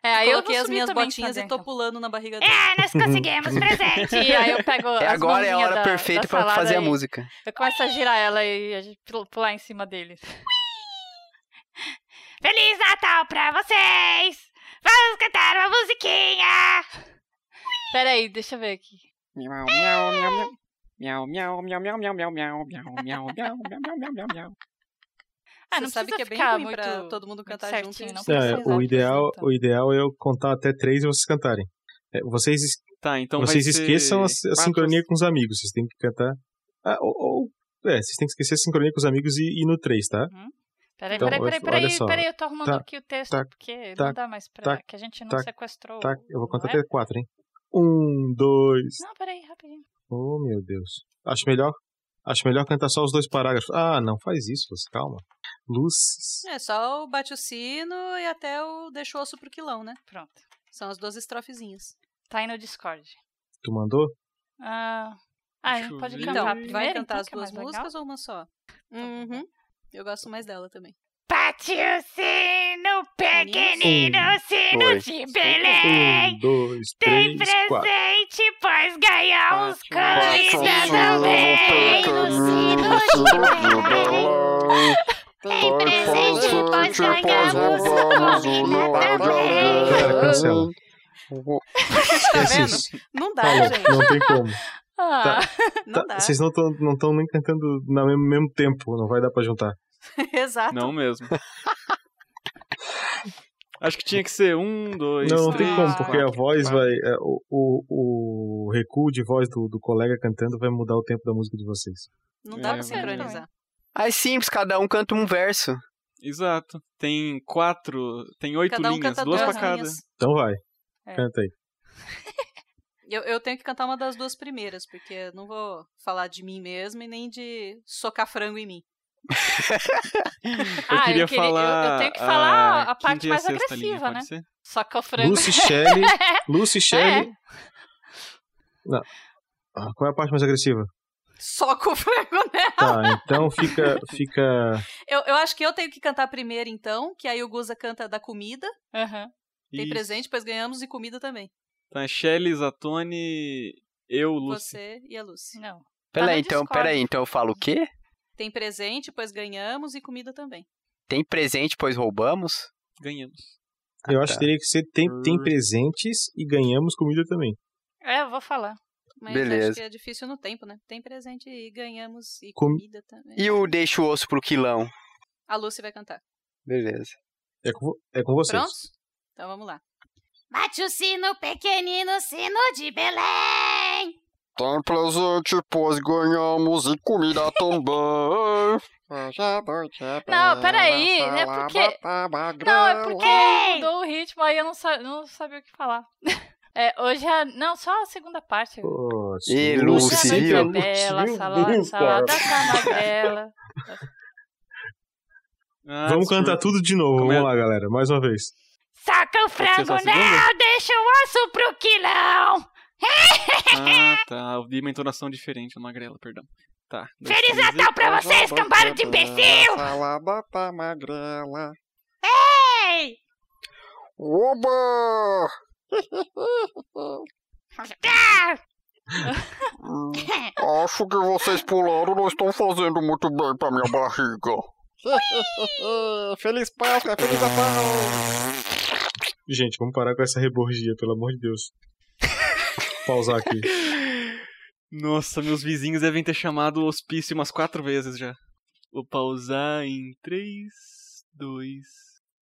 F: É, aí
R: eu
F: eu coloquei
R: vou
F: as
R: subir
F: minhas
R: também,
F: botinhas e
R: então.
F: tô pulando na barriga dele. É,
R: nós conseguimos presente. E aí eu pego
B: É,
R: as
B: agora é a
R: mãozinhas
B: hora
R: da-
B: perfeita
R: da
B: pra
R: salada
B: fazer a
R: e
B: música.
R: Eu começo a girar ela e a gente pul- pular em cima deles.
D: Feliz Natal pra vocês! Vamos cantar uma musiquinha!
R: Pera aí, deixa eu ver aqui.
Q: Miau, miau, miau, miau. Miau, miau, miau, miau, miau, miau, miau, miau, miau, miau, miau, miau, miau, miau.
R: Ah,
F: Você
R: não
F: sabe
R: precisa
F: que é bem
R: ficar
F: ruim
R: muito
F: pra todo mundo cantar
R: certinho,
F: junto. né?
R: não.
P: É, o, ideal, o ideal é eu contar até três e vocês cantarem. É, vocês es-
O: Tá, então vai
P: vocês
O: ser
P: esqueçam a, s- a
O: quatro-
P: sincronia com os amigos. Vocês têm que cantar. Ah, ou, ou- é, vocês têm que esquecer a sincronia com os amigos e, e no três, tá?
R: Uhum. Peraí,
P: Então,
R: peraí, peraí,
P: olha
R: peraí,
P: só.
R: peraí, eu tô arrumando
P: Tá,
R: aqui o texto,
P: tá,
R: porque
P: tá,
R: não dá mais pra.
P: tá,
R: que a gente não
P: tá,
R: sequestrou.
P: Tá, eu vou contar
R: não é?
P: até quatro, hein? Um, dois.
R: Não, peraí,
W: É.
R: rapidinho.
P: Oh, meu Deus. Acho melhor. Acho melhor cantar só os dois parágrafos. Ah, não faz isso, Luz, calma. Luz.
F: É, só o bate o sino e até o deixa o osso pro quilão, né?
R: Pronto.
F: São as duas estrofezinhas.
R: Tá aí no Discord.
P: Tu mandou?
R: Ah, ah
F: Deixa eu
R: pode
F: ver.
R: cantar
F: Então,
R: a
F: vai
R: primeira,
F: cantar
R: então,
F: as
R: que é mais
F: duas
R: legal? Tá
F: músicas ou uma só? Uhum. Eu gosto mais dela também.
D: Bate o sino, pequenino
P: Um,
D: sino
P: dois,
D: de Belém!
P: Um, dois,
D: Tem
P: três, quatro.
D: presente, pois ganhar uns
Y: Bate o
D: camisas
Y: sino,
D: também!
Y: pequenino sino de Belém. Tem presente,
S: tipo
Y: pois ganhamos vamos o luar de
P: Cara,
Y: alguém.
P: cancela. Esquece
F: Tá vendo?
P: isso.
F: Não dá,
P: Falou,
F: gente.
P: Não tem como.
R: Ah,
F: não
P: Tá,
F: dá.
P: Vocês não estão não tão nem cantando no mesmo, mesmo tempo, não vai dar pra juntar.
F: Exato.
O: Não mesmo. Acho que tinha que ser um, dois.
P: não, não tem
O: três,
P: como, porque a
O: quatro,
P: voz
O: quatro.
P: vai. é, o, o, o recuo de voz do, do colega cantando vai mudar o tempo da música de vocês.
F: Não
O: dá É, pra sincronizar.
B: Aí simples, cada um canta um verso.
O: Exato. Tem quatro. Tem oito
F: Cada um
O: linhas,
F: canta
O: duas pra
F: duas
O: cada.
F: linhas.
P: Então vai.
F: É.
P: Canta aí.
F: Eu, eu tenho que cantar uma das duas primeiras, porque eu não vou falar de mim mesma e nem de socar frango em mim.
O: Eu
R: Ah,
O: queria
R: eu queria- eu- eu
O: falar.
R: tenho que falar a
O: quinta
R: parte
O: e
R: mais
O: sexta linha,
R: agressiva,
O: pode
R: né?
O: ser?
R: Só que o frango.
P: Lucy Shelley. Lucy Shelley.
R: É.
P: Não. Ah, qual é a parte mais agressiva?
F: Soca o frango nela.
P: Tá, então fica. fica...
F: Eu, eu acho que eu tenho que cantar primeiro, então, que aí o Guza canta da comida. Tem
O: Isso.
F: presente, pois ganhamos e comida também.
O: Tá, Shelley, Zatoni, eu, Lucy. Tá
F: Você e a Lucy.
R: Não.
D: tá
B: Peraí, então, peraí, então eu falo o quê?
F: Tem presente, pois ganhamos e comida também.
B: Tem presente, pois roubamos?
O: Ganhamos.
F: Ah,
P: Eu
F: tá.
P: acho que teria que ser tem, tem presentes e ganhamos comida também.
R: É, eu vou falar.
F: Mas
B: Beleza.
F: acho que é difícil no tempo, né? Tem presente e ganhamos e
B: Com-
F: comida também.
B: E o deixa o osso pro quilão.
F: A Lucy vai cantar.
B: Beleza.
P: É com, é com vocês.
F: Prontos? Então vamos lá.
D: Bate o sino, pequenino sino de Belém!
S: Tem presente, pois tipo, ganhamos e comida também.
Q: Hoje à noite é
R: Não,
Q: bela,
R: peraí, né?
Q: só
R: Porque-
Q: bota magrela.
R: Não, é porque mudou o ritmo, aí eu não, sa- não sabia o que falar. É, hoje é. Não, só a segunda parte.
B: E
R: Hoje a
B: Lúcio,
R: noite é
B: viu?
R: bela,
B: Meu
R: salada,
B: Deus,
R: salada
B: cara.
R: tá magrela.
P: Vamos cantar tudo de novo. Vamos lá, galera. Mais uma vez.
D: Saca o
O: ser só
D: frango
O: a segunda?
D: não, deixa o osso pro quilão!
O: Ah, tá. Eu vi uma entonação diferente, uma magrela, perdão. Tá. dois,
D: Feliz
O: três e-
D: Natal pra vocês,
O: Hoje à noite
D: cambada
O: é
D: de
O: bela,
D: imbecil!
O: Salada tá magrela.
D: Ei!
S: Oba!
D: Tá!
S: Acho que vocês pularam não estão fazendo muito bem pra minha barriga.
Q: Feliz Páscoa, Feliz Natal!
P: Gente, vamos parar com essa reborgia, pelo amor de Deus. Pausar aqui.
O: então. Nossa, meus vizinhos devem ter chamado o hospício umas quatro vezes já. Vou pausar em três, dois.